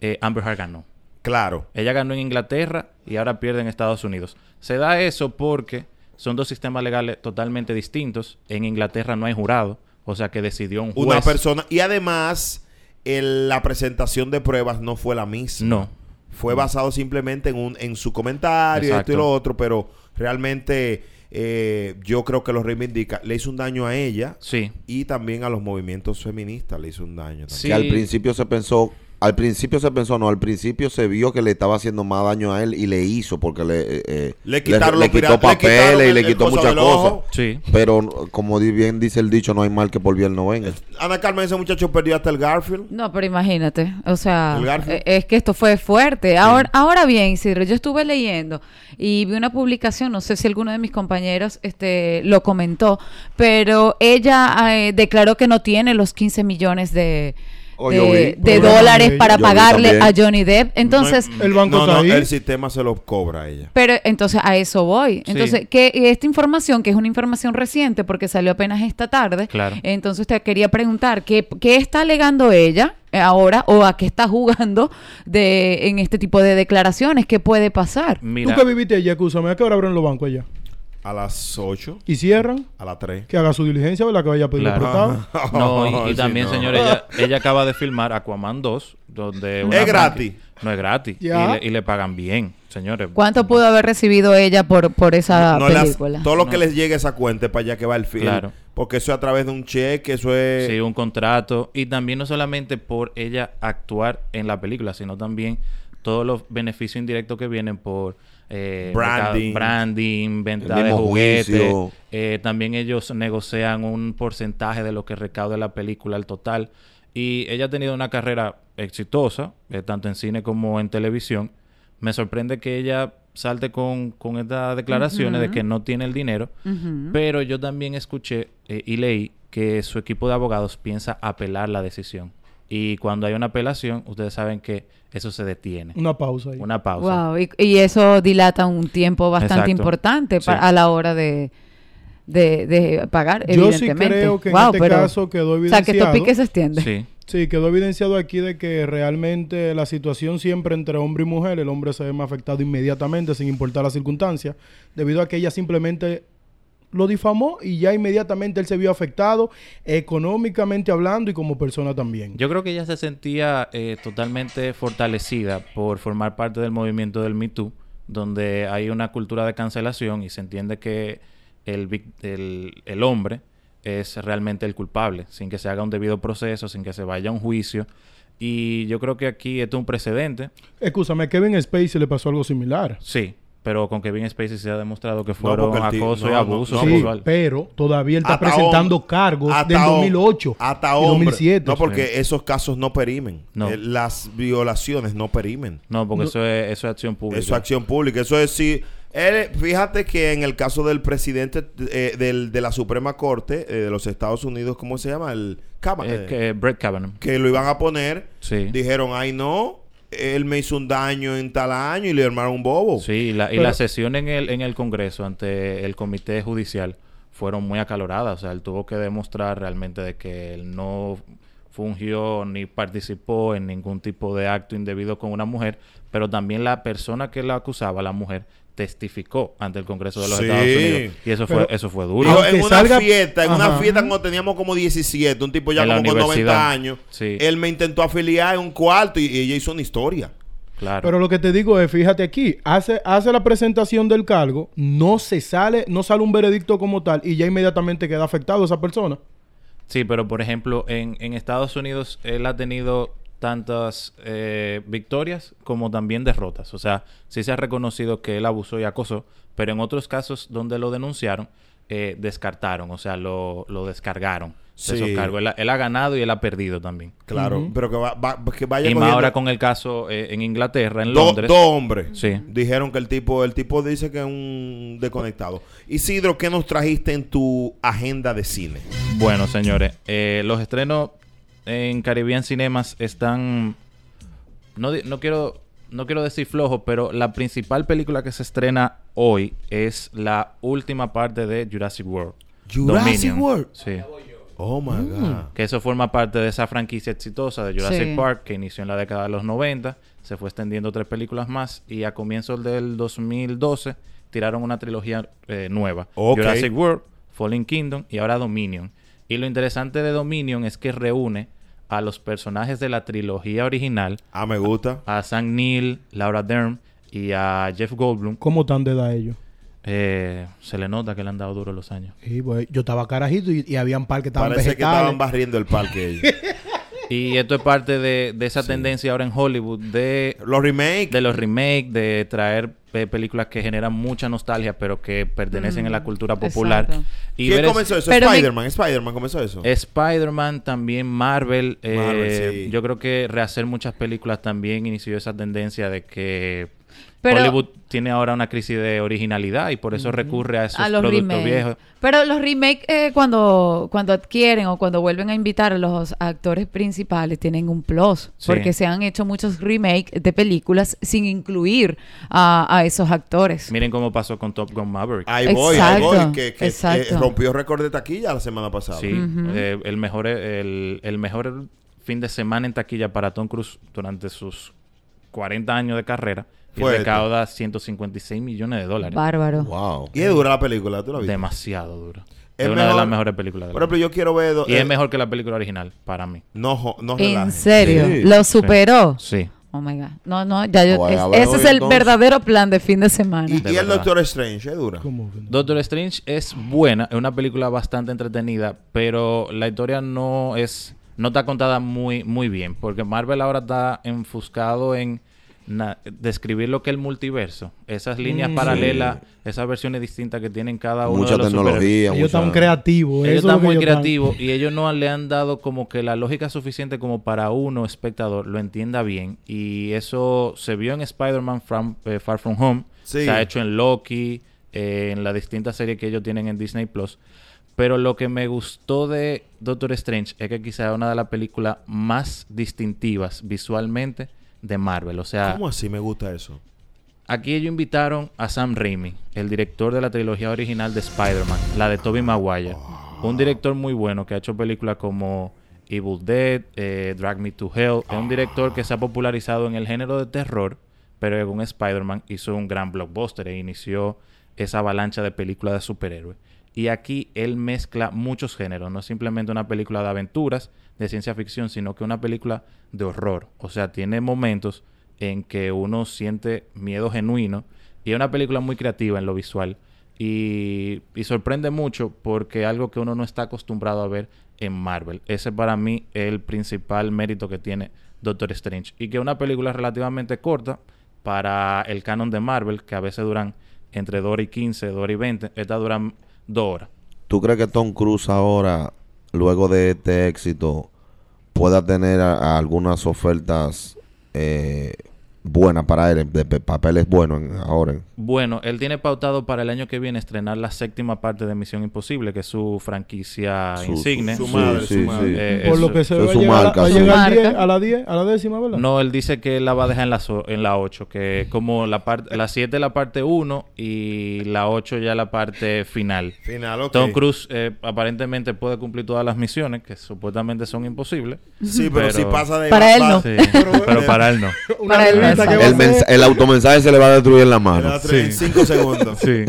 S14: eh, Amber Heard ganó.
S2: Claro.
S14: Ella ganó en Inglaterra y ahora pierde en Estados Unidos. Se da eso porque son dos sistemas legales totalmente distintos. En Inglaterra no hay jurado, o sea que decidió un juez.
S2: Una persona. Y además, el- la presentación de pruebas no fue la misma.
S14: No.
S2: Fue basado simplemente en, un, en su comentario, esto y
S14: Exacto.
S2: lo otro, pero realmente eh, yo creo que lo reivindica. Le hizo un daño a ella.
S14: Sí.
S2: Y también a los movimientos feministas le hizo un daño.
S4: Que al principio se pensó, al principio se pensó, no, al principio se vio que le estaba haciendo más daño a él y le hizo porque le, eh, eh,
S2: Le quitaron
S4: le
S2: los pira-
S4: quitó
S2: le quitaron
S4: papeles y
S2: el-
S4: le
S2: el
S4: quitó
S2: coso
S4: muchas
S2: del ojo.
S4: cosas.
S14: Sí.
S4: Pero como di- bien dice el dicho, no hay mal que por bien no venga.
S2: Ana Carmen, ese muchacho perdió hasta el Garfield.
S5: No, pero imagínate, o sea,
S2: El Garfield.
S5: eh, es que esto fue fuerte. Ahora, ahora bien, Isidro, yo estuve leyendo y vi una publicación, no sé si alguno de mis compañeros este, lo comentó, pero ella eh, declaró que no tiene los 15 millones de,
S4: Oh,
S5: de-
S4: yo vi.
S5: de
S4: Yo vi
S5: dólares
S4: también.
S5: para
S4: Yo vi
S5: pagarle a
S4: también.
S5: Johnny Depp. Entonces,
S2: No hay- no, no, el sistema se lo cobra a ella.
S5: pero entonces a eso voy.
S2: Sí.
S5: Entonces, que esta información, que es una información reciente porque salió apenas esta tarde,
S14: Claro.
S5: entonces te quería preguntar, ¿qué, qué está alegando ella eh, ahora o a qué está jugando de en este tipo de declaraciones? ¿Qué puede pasar?
S14: Mira.
S15: ¿Tú que viviste allá, acúsame? ¿A qué hora abren los bancos allá?
S2: A las 8.
S15: ¿Y cierran?
S2: A las 3.
S15: Que haga su diligencia, ¿verdad? Que vaya a pedir
S14: Claro.
S15: prestado.
S14: No, y- y,
S2: Sí,
S14: también,
S2: no.
S14: señores, ella, ella acaba de filmar Aquaman 2, donde... una
S2: Es gratis.
S14: franqui- No es gratis. Y
S5: Ya.
S14: le, y le pagan bien, señores.
S5: ¿Cuánto pudo haber recibido ella por, por esa
S2: No le hace-
S5: película?
S2: todo lo que
S14: No.
S2: les llegue a esa cuenta es para allá que va el film.
S14: Claro.
S2: Porque eso es a través de un cheque, eso es...
S14: Sí, un contrato. Y también no solamente por ella actuar en la película, sino también todos los beneficios indirectos que vienen por... eh,
S2: Branding.
S14: mercado- branding, venta de
S4: mismo
S14: juguetes.
S4: juicio.
S14: Eh, también ellos negocian un porcentaje de lo que recaude la película, el total. Y ella ha tenido una carrera exitosa, eh, tanto en cine como en televisión. Me sorprende que ella salte con, con estas declaraciones de
S16: Ujú.
S14: que no tiene el dinero,
S16: Ujú.
S14: pero yo también escuché eh, y leí que su equipo de abogados piensa apelar la decisión. Y cuando hay una apelación, ustedes saben que eso se detiene.
S15: Una pausa ahí.
S14: Una pausa.
S5: Wow, y, y eso dilata un tiempo bastante
S14: Exacto.
S5: importante pa-
S14: Sí.
S5: a la hora de... de- de pagar,
S15: Yo sí
S5: evidentemente.
S15: creo que en
S5: Wow,
S15: este
S5: pero-
S15: caso quedó
S5: O sea, que esto
S15: evidenciado.
S5: pique se extiende.
S15: Sí, quedó evidenciado aquí de que realmente la situación siempre entre hombre y mujer, el hombre se ve más afectado inmediatamente, sin importar las circunstancias, debido a que ella simplemente lo difamó y ya inmediatamente él se vio afectado económicamente hablando y como persona también.
S14: Yo creo que ella se sentía eh, totalmente fortalecida por formar parte del movimiento del Me Too, donde hay una cultura de cancelación y se entiende que el, vic- el, el hombre es realmente el culpable, sin que se haga un debido proceso, sin que se vaya a un juicio. Y yo creo que aquí esto es un precedente,
S15: Escúchame, a Kevin Spacey le pasó algo similar.
S14: sí, pero con Kevin Spacey se ha demostrado que fueron
S2: porque el tío-
S14: acoso y
S2: no, no,
S14: abuso
S2: no,
S15: Sí,
S14: sexual.
S15: pero todavía él está
S2: Hasta
S15: presentando
S2: hombre.
S15: cargos
S2: Hasta
S15: del
S2: hom-
S15: 2008
S2: Hasta
S15: y
S2: hombre.
S15: 2007.
S2: No, porque
S15: Sí.
S2: esos casos no perimen.
S14: No.
S2: Eh, las violaciones no perimen.
S14: No, porque
S2: No.
S14: Eso, es, eso es acción pública.
S2: Eso es acción pública. Eso es si... él- fíjate que en el caso del presidente eh, del- de la Suprema Corte eh, de los Estados Unidos, ¿cómo se llama? El Cámara.
S14: Eh, que- Brett Kavanaugh.
S2: que lo iban a poner,
S14: Sí.
S2: dijeron, ay no, él me hizo un daño en tal año y le armaron un bobo.
S14: Sí, y la, y
S2: Pero-
S14: la sesión en el, en el Congreso ante el Comité Judicial fueron muy acaloradas. O sea, él tuvo que demostrar realmente de que él no fungió ni participó en ningún tipo de acto indebido con una mujer, pero también la persona que la acusaba, la mujer, testificó ante el Congreso de los
S2: Sí.
S14: Estados Unidos. Y eso fue,
S2: Pero-
S14: eso fue duro.
S2: Dijo, en una fiesta, en una fiesta cuando teníamos como 17, un tipo ya
S14: En la
S2: como con 90
S14: universidad.
S2: años,
S14: Sí.
S2: él me intentó afiliar en un cuarto y, y ella hizo una historia.
S14: Claro.
S15: Pero lo que te digo es, fíjate aquí, hace, hace la presentación del cargo, no se sale, no sale un veredicto como tal y ya inmediatamente queda afectado esa persona.
S14: Sí, pero por ejemplo, en, en Estados Unidos él ha tenido tantas eh, victorias como también derrotas. O sea, sí se ha reconocido que él abusó y acosó, pero en otros casos donde lo denunciaron, eh, descartaron, o sea, lo, lo descargaron de
S2: Sí.
S14: esos cargos. Él, ha- él ha ganado y él ha perdido también.
S2: Claro, pero que, va- va- que vaya
S14: y más
S2: cogiendo-
S14: ahora con el caso eh, en Inglaterra, en
S2: Do-
S14: Londres.
S2: Dos hombres.
S14: Sí.
S2: Dijeron que el tipo, el tipo dice que es un desconectado. Isidro, ¿qué nos trajiste en tu agenda de cine?
S14: Bueno, señores, eh, los estrenos en Caribbean Cinemas están. No, di- no quiero. No quiero decir flojo, pero la principal película que se estrena hoy es la última parte de Jurassic World.
S2: Jurassic
S14: Dominion.
S2: World.
S14: Sí. Mm.
S2: Oh my God.
S14: Que eso forma parte de esa franquicia exitosa de Jurassic
S2: Sí.
S14: Park que inició en la década de los 90, se fue extendiendo tres películas más y a comienzos del 2012 tiraron una trilogía eh, nueva.
S2: Ok.
S14: Jurassic World, Fallen Kingdom y ahora Dominion. Y lo interesante de Dominion es que reúne a los personajes de la trilogía original.
S2: Ah, me gusta.
S14: A, Sam Neill, Laura Dern y a Jeff Goldblum
S15: ¿Cómo tan de edad ellos?
S14: eh, se le nota que le han dado duro los años.
S15: Sí, pues, yo estaba carajito y, y habían par que estaban
S14: Parece que
S15: vegetales.
S14: estaban
S2: barriendo el parque ellos.
S14: Y esto es parte de, de esa tendencia ahora en Hollywood de los remakes, de los remakes, de traer eh, películas que generan mucha nostalgia pero que pertenecen
S2: Mm,
S14: a la cultura popular.
S2: exacto.
S14: Y
S2: ¿Quién
S14: ver es-
S2: comenzó eso? Pero Spider-Man, mi- Spider-Man comenzó eso.
S14: Spider-Man también Marvel, eh,
S2: Marvel, sí.
S14: yo creo que rehacer muchas películas también inició esa tendencia de que
S5: Pero-
S14: Hollywood tiene ahora una crisis de originalidad y por eso recurre a esos
S5: a los
S14: productos
S5: remakes.
S14: viejos.
S5: Pero los remakes eh, cuando, cuando adquieren o cuando vuelven a invitar a los actores principales tienen un plus,
S16: Sí.
S5: porque se han hecho muchos remakes de películas sin incluir a, a esos actores.
S14: Miren cómo pasó con Top Gun Maverick.
S2: Ahí voy, ahí voy,
S5: Exacto,
S2: que, que,
S5: exacto.
S2: eh, rompió récord de taquilla la semana pasada.
S14: Sí, eh, el mejor el, el mejor fin de semana en taquilla para Tom Cruise durante sus 40 años de carrera y
S2: Fue
S14: recauda 156 millones de dólares.
S5: Bárbaro.
S2: Wow. Y es dura la película, ¿tú la viste?
S14: Demasiado dura.
S2: Es
S14: Es una de
S2: mejor-
S14: las mejores películas. del
S2: Por ejemplo,
S14: año.
S2: yo quiero ver do-
S14: Y
S2: eh,
S14: es mejor que la película original para mí.
S2: No, jo- no
S5: ¿En serio? ¿Lo superó?
S14: Sí.
S6: Ah.
S5: Oh my God. No, no, ya yo-
S14: Voy a
S5: es-
S14: ver
S5: ese
S14: hoy,
S5: es el
S14: entonces.
S5: verdadero plan de fin de semana.
S2: ¿Y,
S14: De
S2: y el
S14: verdad.
S2: Doctor Strange? ¿Es dura?
S14: Doctor Strange es buena, es una película bastante entretenida, pero la historia no es no está contada muy muy bien, porque Marvel ahora está enfuscado en na- describir lo que es el multiverso, esas líneas
S15: Mm.
S14: paralelas, esas versiones distintas que tienen cada uno
S4: Mucha
S14: de los
S4: tecnología,
S14: superhéroes.
S15: Ellos mucha- están creativos,
S14: ellos
S15: eso es lo
S14: están
S15: que
S14: muy
S15: ellos están.
S14: creativos y ellos no le han dado como que la lógica suficiente como para uno espectador lo entienda bien y eso se vio en Spider-Man From- eh, Far From Home,
S2: Sí.
S14: se ha hecho en Loki, eh, en las distintas series que ellos tienen en Disney Plus. Pero lo que me gustó de Doctor Strange es que quizá es una de las películas más distintivas visualmente de Marvel. O sea,
S2: ¿Cómo así me gusta eso?
S14: aquí ellos invitaron a Sam Raimi, el director de la trilogía original de Spider-Man, la de Tobey Maguire. Un director muy bueno que ha hecho películas como Evil Dead, eh, Drag Me to Hell. Es un director que se ha popularizado en el género de terror, pero con Spider-Man hizo un gran blockbuster e inició esa avalancha de películas de superhéroes. Y aquí él mezcla muchos géneros, no es simplemente una película de aventuras, de ciencia ficción, sino que una película de horror. O sea, tiene momentos en que uno siente miedo genuino. Y es una película muy creativa en lo visual. Y, y sorprende mucho porque es algo que uno no está acostumbrado a ver en Marvel. Ese para mí es el principal mérito que tiene Doctor Strange. Y que es una película relativamente corta para el canon de Marvel, que a veces duran entre 2 y 15, 2 y 20. Esta dura 2 horas.
S4: ¿Tú crees que Tom Cruise ahora, luego de este éxito, pueda tener a- a algunas ofertas eh, buenas para él, de pe- papeles buenos en- ahora?
S14: Bueno, él tiene pautado para el año que viene estrenar la séptima parte de Misión Imposible, que es su franquicia
S4: Su-
S14: insigne.
S4: su- su madre, Sí, su sí, madre. sí.
S14: Eh,
S15: Por
S14: eso-
S15: lo que se ve, va a llegar, a- va a, llegar al 10, a la 10, a la décima, ¿verdad?
S14: No, él dice que la va a dejar en la, so- en la 8, que como la parte la 7 es la parte 1 y la 8 ya la parte final.
S2: Final, ok.
S14: Tom Cruise eh, aparentemente puede cumplir todas las misiones, que supuestamente son imposibles.
S2: Sí, pero si pasa de-
S5: Para él no.
S14: Sí,
S5: Pero-
S14: pero para él no.
S5: Una Para él no. lista que va a
S4: El, mens- el automensaje se le va a destruir en la mano.
S2: en cinco segundos.
S14: Sí.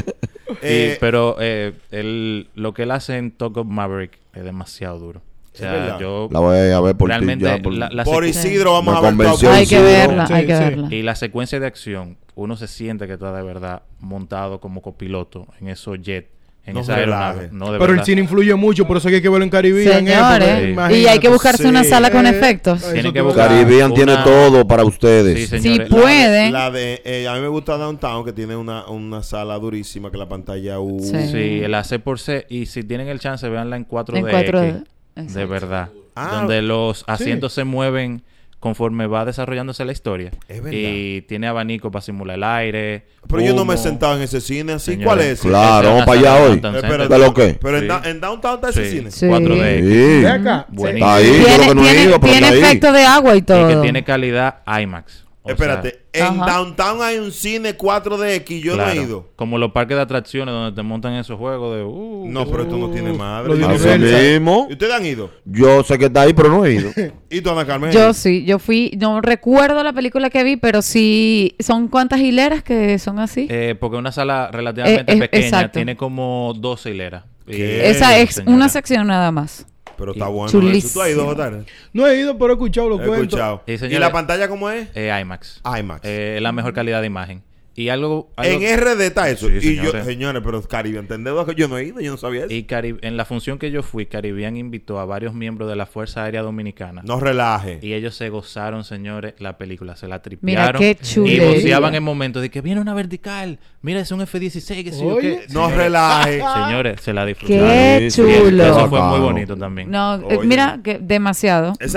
S2: Eh,
S14: Y- pero eh, él- lo que él hace en Talk of Maverick es demasiado duro. O sea,
S2: Es verdad.
S14: Ah, yo
S4: La voy a ver por ti,
S14: realmente
S4: ya, por-
S14: la- la
S2: Por
S14: secu-
S2: Isidro vamos Me a ver Talk of convenció Maverick. Hay que verla, hay que verla.
S14: Y la secuencia de acción, uno se siente que está de verdad montado como copiloto en esos jet, en
S15: No
S14: esa
S15: se
S14: aeronave.
S15: relaje.
S14: No, de
S15: Pero el
S14: verdad.
S15: cine influye mucho, por eso que hay que verlo en Caribbean. ¿eh?
S5: Señores,
S15: Porque,
S5: y
S15: imagínate. Eh,
S5: hay que buscarse una sala con efectos.
S15: eso
S14: Tienen que
S15: te-
S14: buscar
S4: Caribbean
S14: una-
S4: tiene todo para ustedes.
S14: Sí,
S5: Si
S14: señores.
S5: pueden.
S2: La de, eh, a mí me gusta Downtown, que tiene una, una sala durísima, que la pantalla U.
S14: Sí. el AC por C. Y si tienen el chance, veanla en 4DX.
S2: En
S4: Eh,
S2: 4D,
S14: De
S2: exacto.
S14: verdad.
S2: Ah,
S14: donde los
S2: sí.
S14: asientos se mueven conforme va desarrollándose la historia.
S2: Es verdad.
S14: Y tiene abanico para simular el aire.
S2: Pero yo no me he
S14: humo.
S2: sentado en ese cine así.
S14: Señores,
S2: ¿Cuál es? ese?
S4: Claro, vamos para allá hoy.
S14: Espérate.
S4: ¿De lo que?
S2: Pero en,
S14: Sí.
S2: da- en Downtown está ese
S14: Sí.
S2: cine.
S14: Sí. 4D.
S4: Sí.
S14: Ve acá. Buenísimo.
S4: Está ahí, yo lo que no he ido, pero
S5: tiene
S4: está ahí.
S5: efecto de agua y todo.
S14: Y que tiene calidad IMAX. O
S2: Espérate,
S14: sea,
S2: en Downtown hay un cine 4DX, yo no
S14: claro.
S2: he ido.
S14: Como los parques de atracciones donde te montan esos juegos de... uh,
S2: No,
S14: que-
S2: pero esto no tiene madre.
S14: Lo de
S4: Así
S14: Universal.
S4: mismo.
S2: ¿Y ustedes han ido?
S4: Yo sé que está ahí, pero no he ido.
S2: ¿Y tú, Ana Carmen?
S5: Yo sí, yo fui, no recuerdo la película que vi, pero sí, ¿son cuántas hileras que son así?
S14: Eh, porque una sala relativamente
S5: Eh, es-
S14: pequeña
S5: exacto.
S14: tiene como 12 hileras. Y-
S5: Esa es
S14: Señora.
S5: una sección nada más.
S2: Pero está bueno.
S5: Chulísimo.
S2: eso. ¿Tú has ido, Jotaro?
S15: No he ido, pero he escuchado los
S2: He
S15: cuentos.
S2: escuchado.
S14: Sí,
S2: ¿Y
S14: señores.
S2: la pantalla cómo es?
S14: Eh, IMAX.
S2: IMAX.
S14: Eh, la mejor calidad de imagen. Y algo... algo-
S12: En RD está eso.
S14: Sí,
S12: y yo,
S14: señores.
S12: señores, pero Caribbean, ¿entendés? que Yo no he ido, yo no sabía eso.
S14: Y Cari- en la función que yo fui, Caribbean invitó a varios miembros de la Fuerza Aérea Dominicana.
S12: No relaje.
S14: Y ellos se gozaron, señores, la película. Se la tripearon.
S12: qué
S14: Y
S12: chulería.
S14: goceaban en momentos de que viene una vertical. Mira, es un F-16. que sí, yo
S12: Oye.
S14: qué".
S12: No
S14: Señores,
S12: relaje.
S14: Señores, se la disfrutaron.
S5: Qué
S14: Sí, sí,
S5: chulo.
S14: Eso fue muy bonito también.
S5: No, eh, mira, que demasiado.
S14: Sí.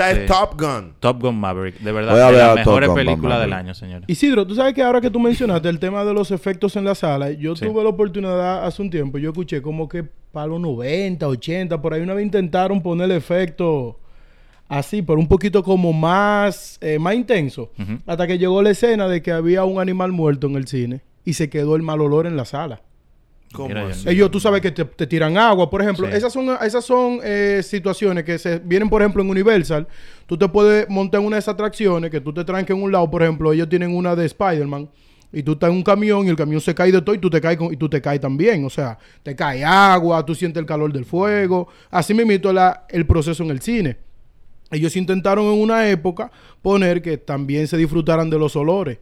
S14: Top Gun Maverick. De verdad,
S4: Voy a
S14: de
S4: ver
S14: las
S4: a Top
S14: mejores
S4: Gun
S14: películas
S4: Maverick.
S14: del año, señores.
S15: Isidro, tú sabes que ahora que tú mencionaste el tema de los efectos en la sala, yo
S14: Sí.
S15: tuve la oportunidad hace un tiempo, yo escuché como que para los 90, 80, por ahí una vez intentaron poner el efecto así, pero un poquito como más, eh, más intenso,
S14: Ujú.
S15: hasta que llegó la escena de que había un animal muerto en el cine y se quedó el mal olor en la sala.
S12: ¿Cómo
S14: Mira, yo
S12: así?
S15: Ellos, tú sabes que te, te tiran agua, por ejemplo.
S14: Sí.
S15: Esas son, esas son eh, situaciones que se vienen, por ejemplo, en Universal. Tú te puedes montar en una de esas atracciones que tú te tranques en un lado, por ejemplo, ellos tienen una de Spider-Man. Y tú estás en un camión y el camión se cae de todo y tú te caes con- y tú te caes también. O sea, te cae agua, tú sientes el calor del fuego. Así me imito el proceso en el cine. Ellos intentaron en una época poner que también se disfrutaran de los olores.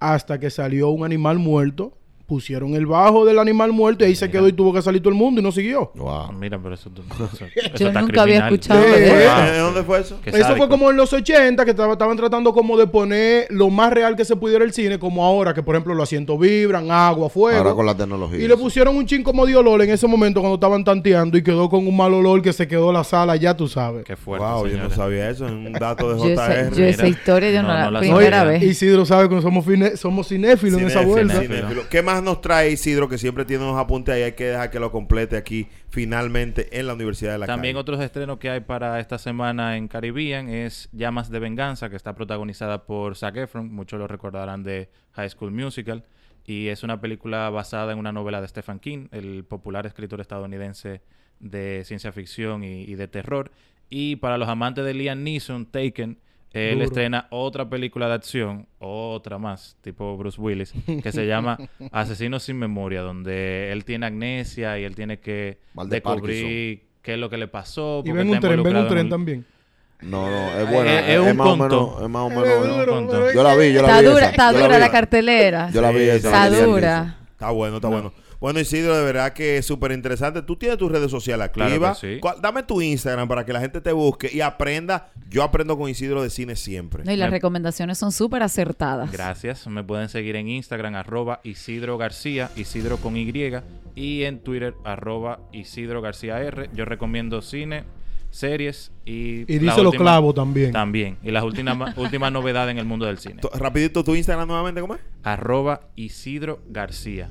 S15: Hasta que salió un animal muerto, pusieron el bajo del animal muerto y ahí se quedó y tuvo que salir todo el mundo y no siguió.
S14: Mira, pero eso, eso- eso
S15: Yo
S14: está
S15: nunca había
S14: criminal.
S15: escuchado de
S14: Wow.
S15: eso.
S12: ¿De dónde fue eso?
S14: Qué
S15: Eso
S14: sádico.
S15: fue como en los 80 que estaba- estaban tratando como de poner lo más real que se pudiera el cine, como ahora que por ejemplo los asientos vibran, agua, fuego.
S4: Ahora con la tecnología.
S15: Y le pusieron un chin como de olor en ese momento cuando estaban tanteando y quedó con un mal olor que se quedó la sala, ya tú sabes.
S14: Qué fuerte,
S12: Wow, yo no sabía eso. Es un dato de
S15: Yo esa-
S12: JR.
S15: yo esa
S12: Mira.
S15: historia yo no No, la- no la
S5: primera sabía. vez.
S15: Isidro sabe que somos, fine- somos cinéfilos en esa
S12: Cinéfilo,
S15: vuelta.
S12: cinéfilo. ¿Qué más nos trae Isidro que siempre tiene unos apuntes ahí? Hay que dejar que lo complete aquí finalmente en la Universidad de la
S14: También otros estrenos que hay para esta semana en Caribbean es Llamas de Venganza, que está protagonizada por Zac Efron. Muchos lo recordarán de High School Musical. Y es una película basada en una novela de Stephen King, el popular escritor estadounidense de ciencia ficción y, y de terror. Y para los amantes de Liam Neeson, Taken, él
S15: Duro.
S14: estrena otra película de acción, otra más, tipo Bruce Willis, que se llama Asesinos sin Memoria, donde él tiene amnesia y él tiene que
S4: Mal de
S14: descubrir qué es lo que le pasó.
S15: Y
S14: porque
S15: ven un
S14: está
S15: tren, ven un
S14: involucrado
S15: tren
S14: en un-
S15: también.
S4: No, no,
S14: Eh,
S4: es buena.
S14: eh,
S4: Es,
S14: es un
S4: es más o
S14: conto.
S4: menos. Es más o
S14: Es
S4: menos.
S14: duro,
S4: ¿no?
S14: pero es
S4: Yo la vi, yo la
S5: Está
S4: vi.
S5: dura,
S4: esa.
S5: está
S4: Yo
S5: dura
S4: vi.
S5: la cartelera.
S4: Yo la vi. esa.
S5: Está
S4: Yo la vi.
S5: dura.
S12: Está bueno, está bueno. Bueno, Isidro, de verdad que es súper interesante. Tú tienes tus redes sociales
S14: Claro que
S12: activas.
S14: sí.
S12: ¿Cuál- Dame tu Instagram para que la gente te busque y aprenda. Yo aprendo con Isidro de cine siempre.
S5: No, y las
S14: Me-
S5: recomendaciones son súper acertadas.
S14: Gracias. Me pueden seguir en Instagram, arroba Isidro García, Isidro con Y, y en Twitter, arroba Isidro García R. Yo recomiendo cine, series y...
S15: Y
S14: la
S15: dice lo
S14: última-
S15: clavo también.
S14: También. Y las últimas últimas novedades en el mundo del cine.
S12: Rapidito tu Instagram nuevamente, ¿cómo es?
S14: Arroba Isidro García.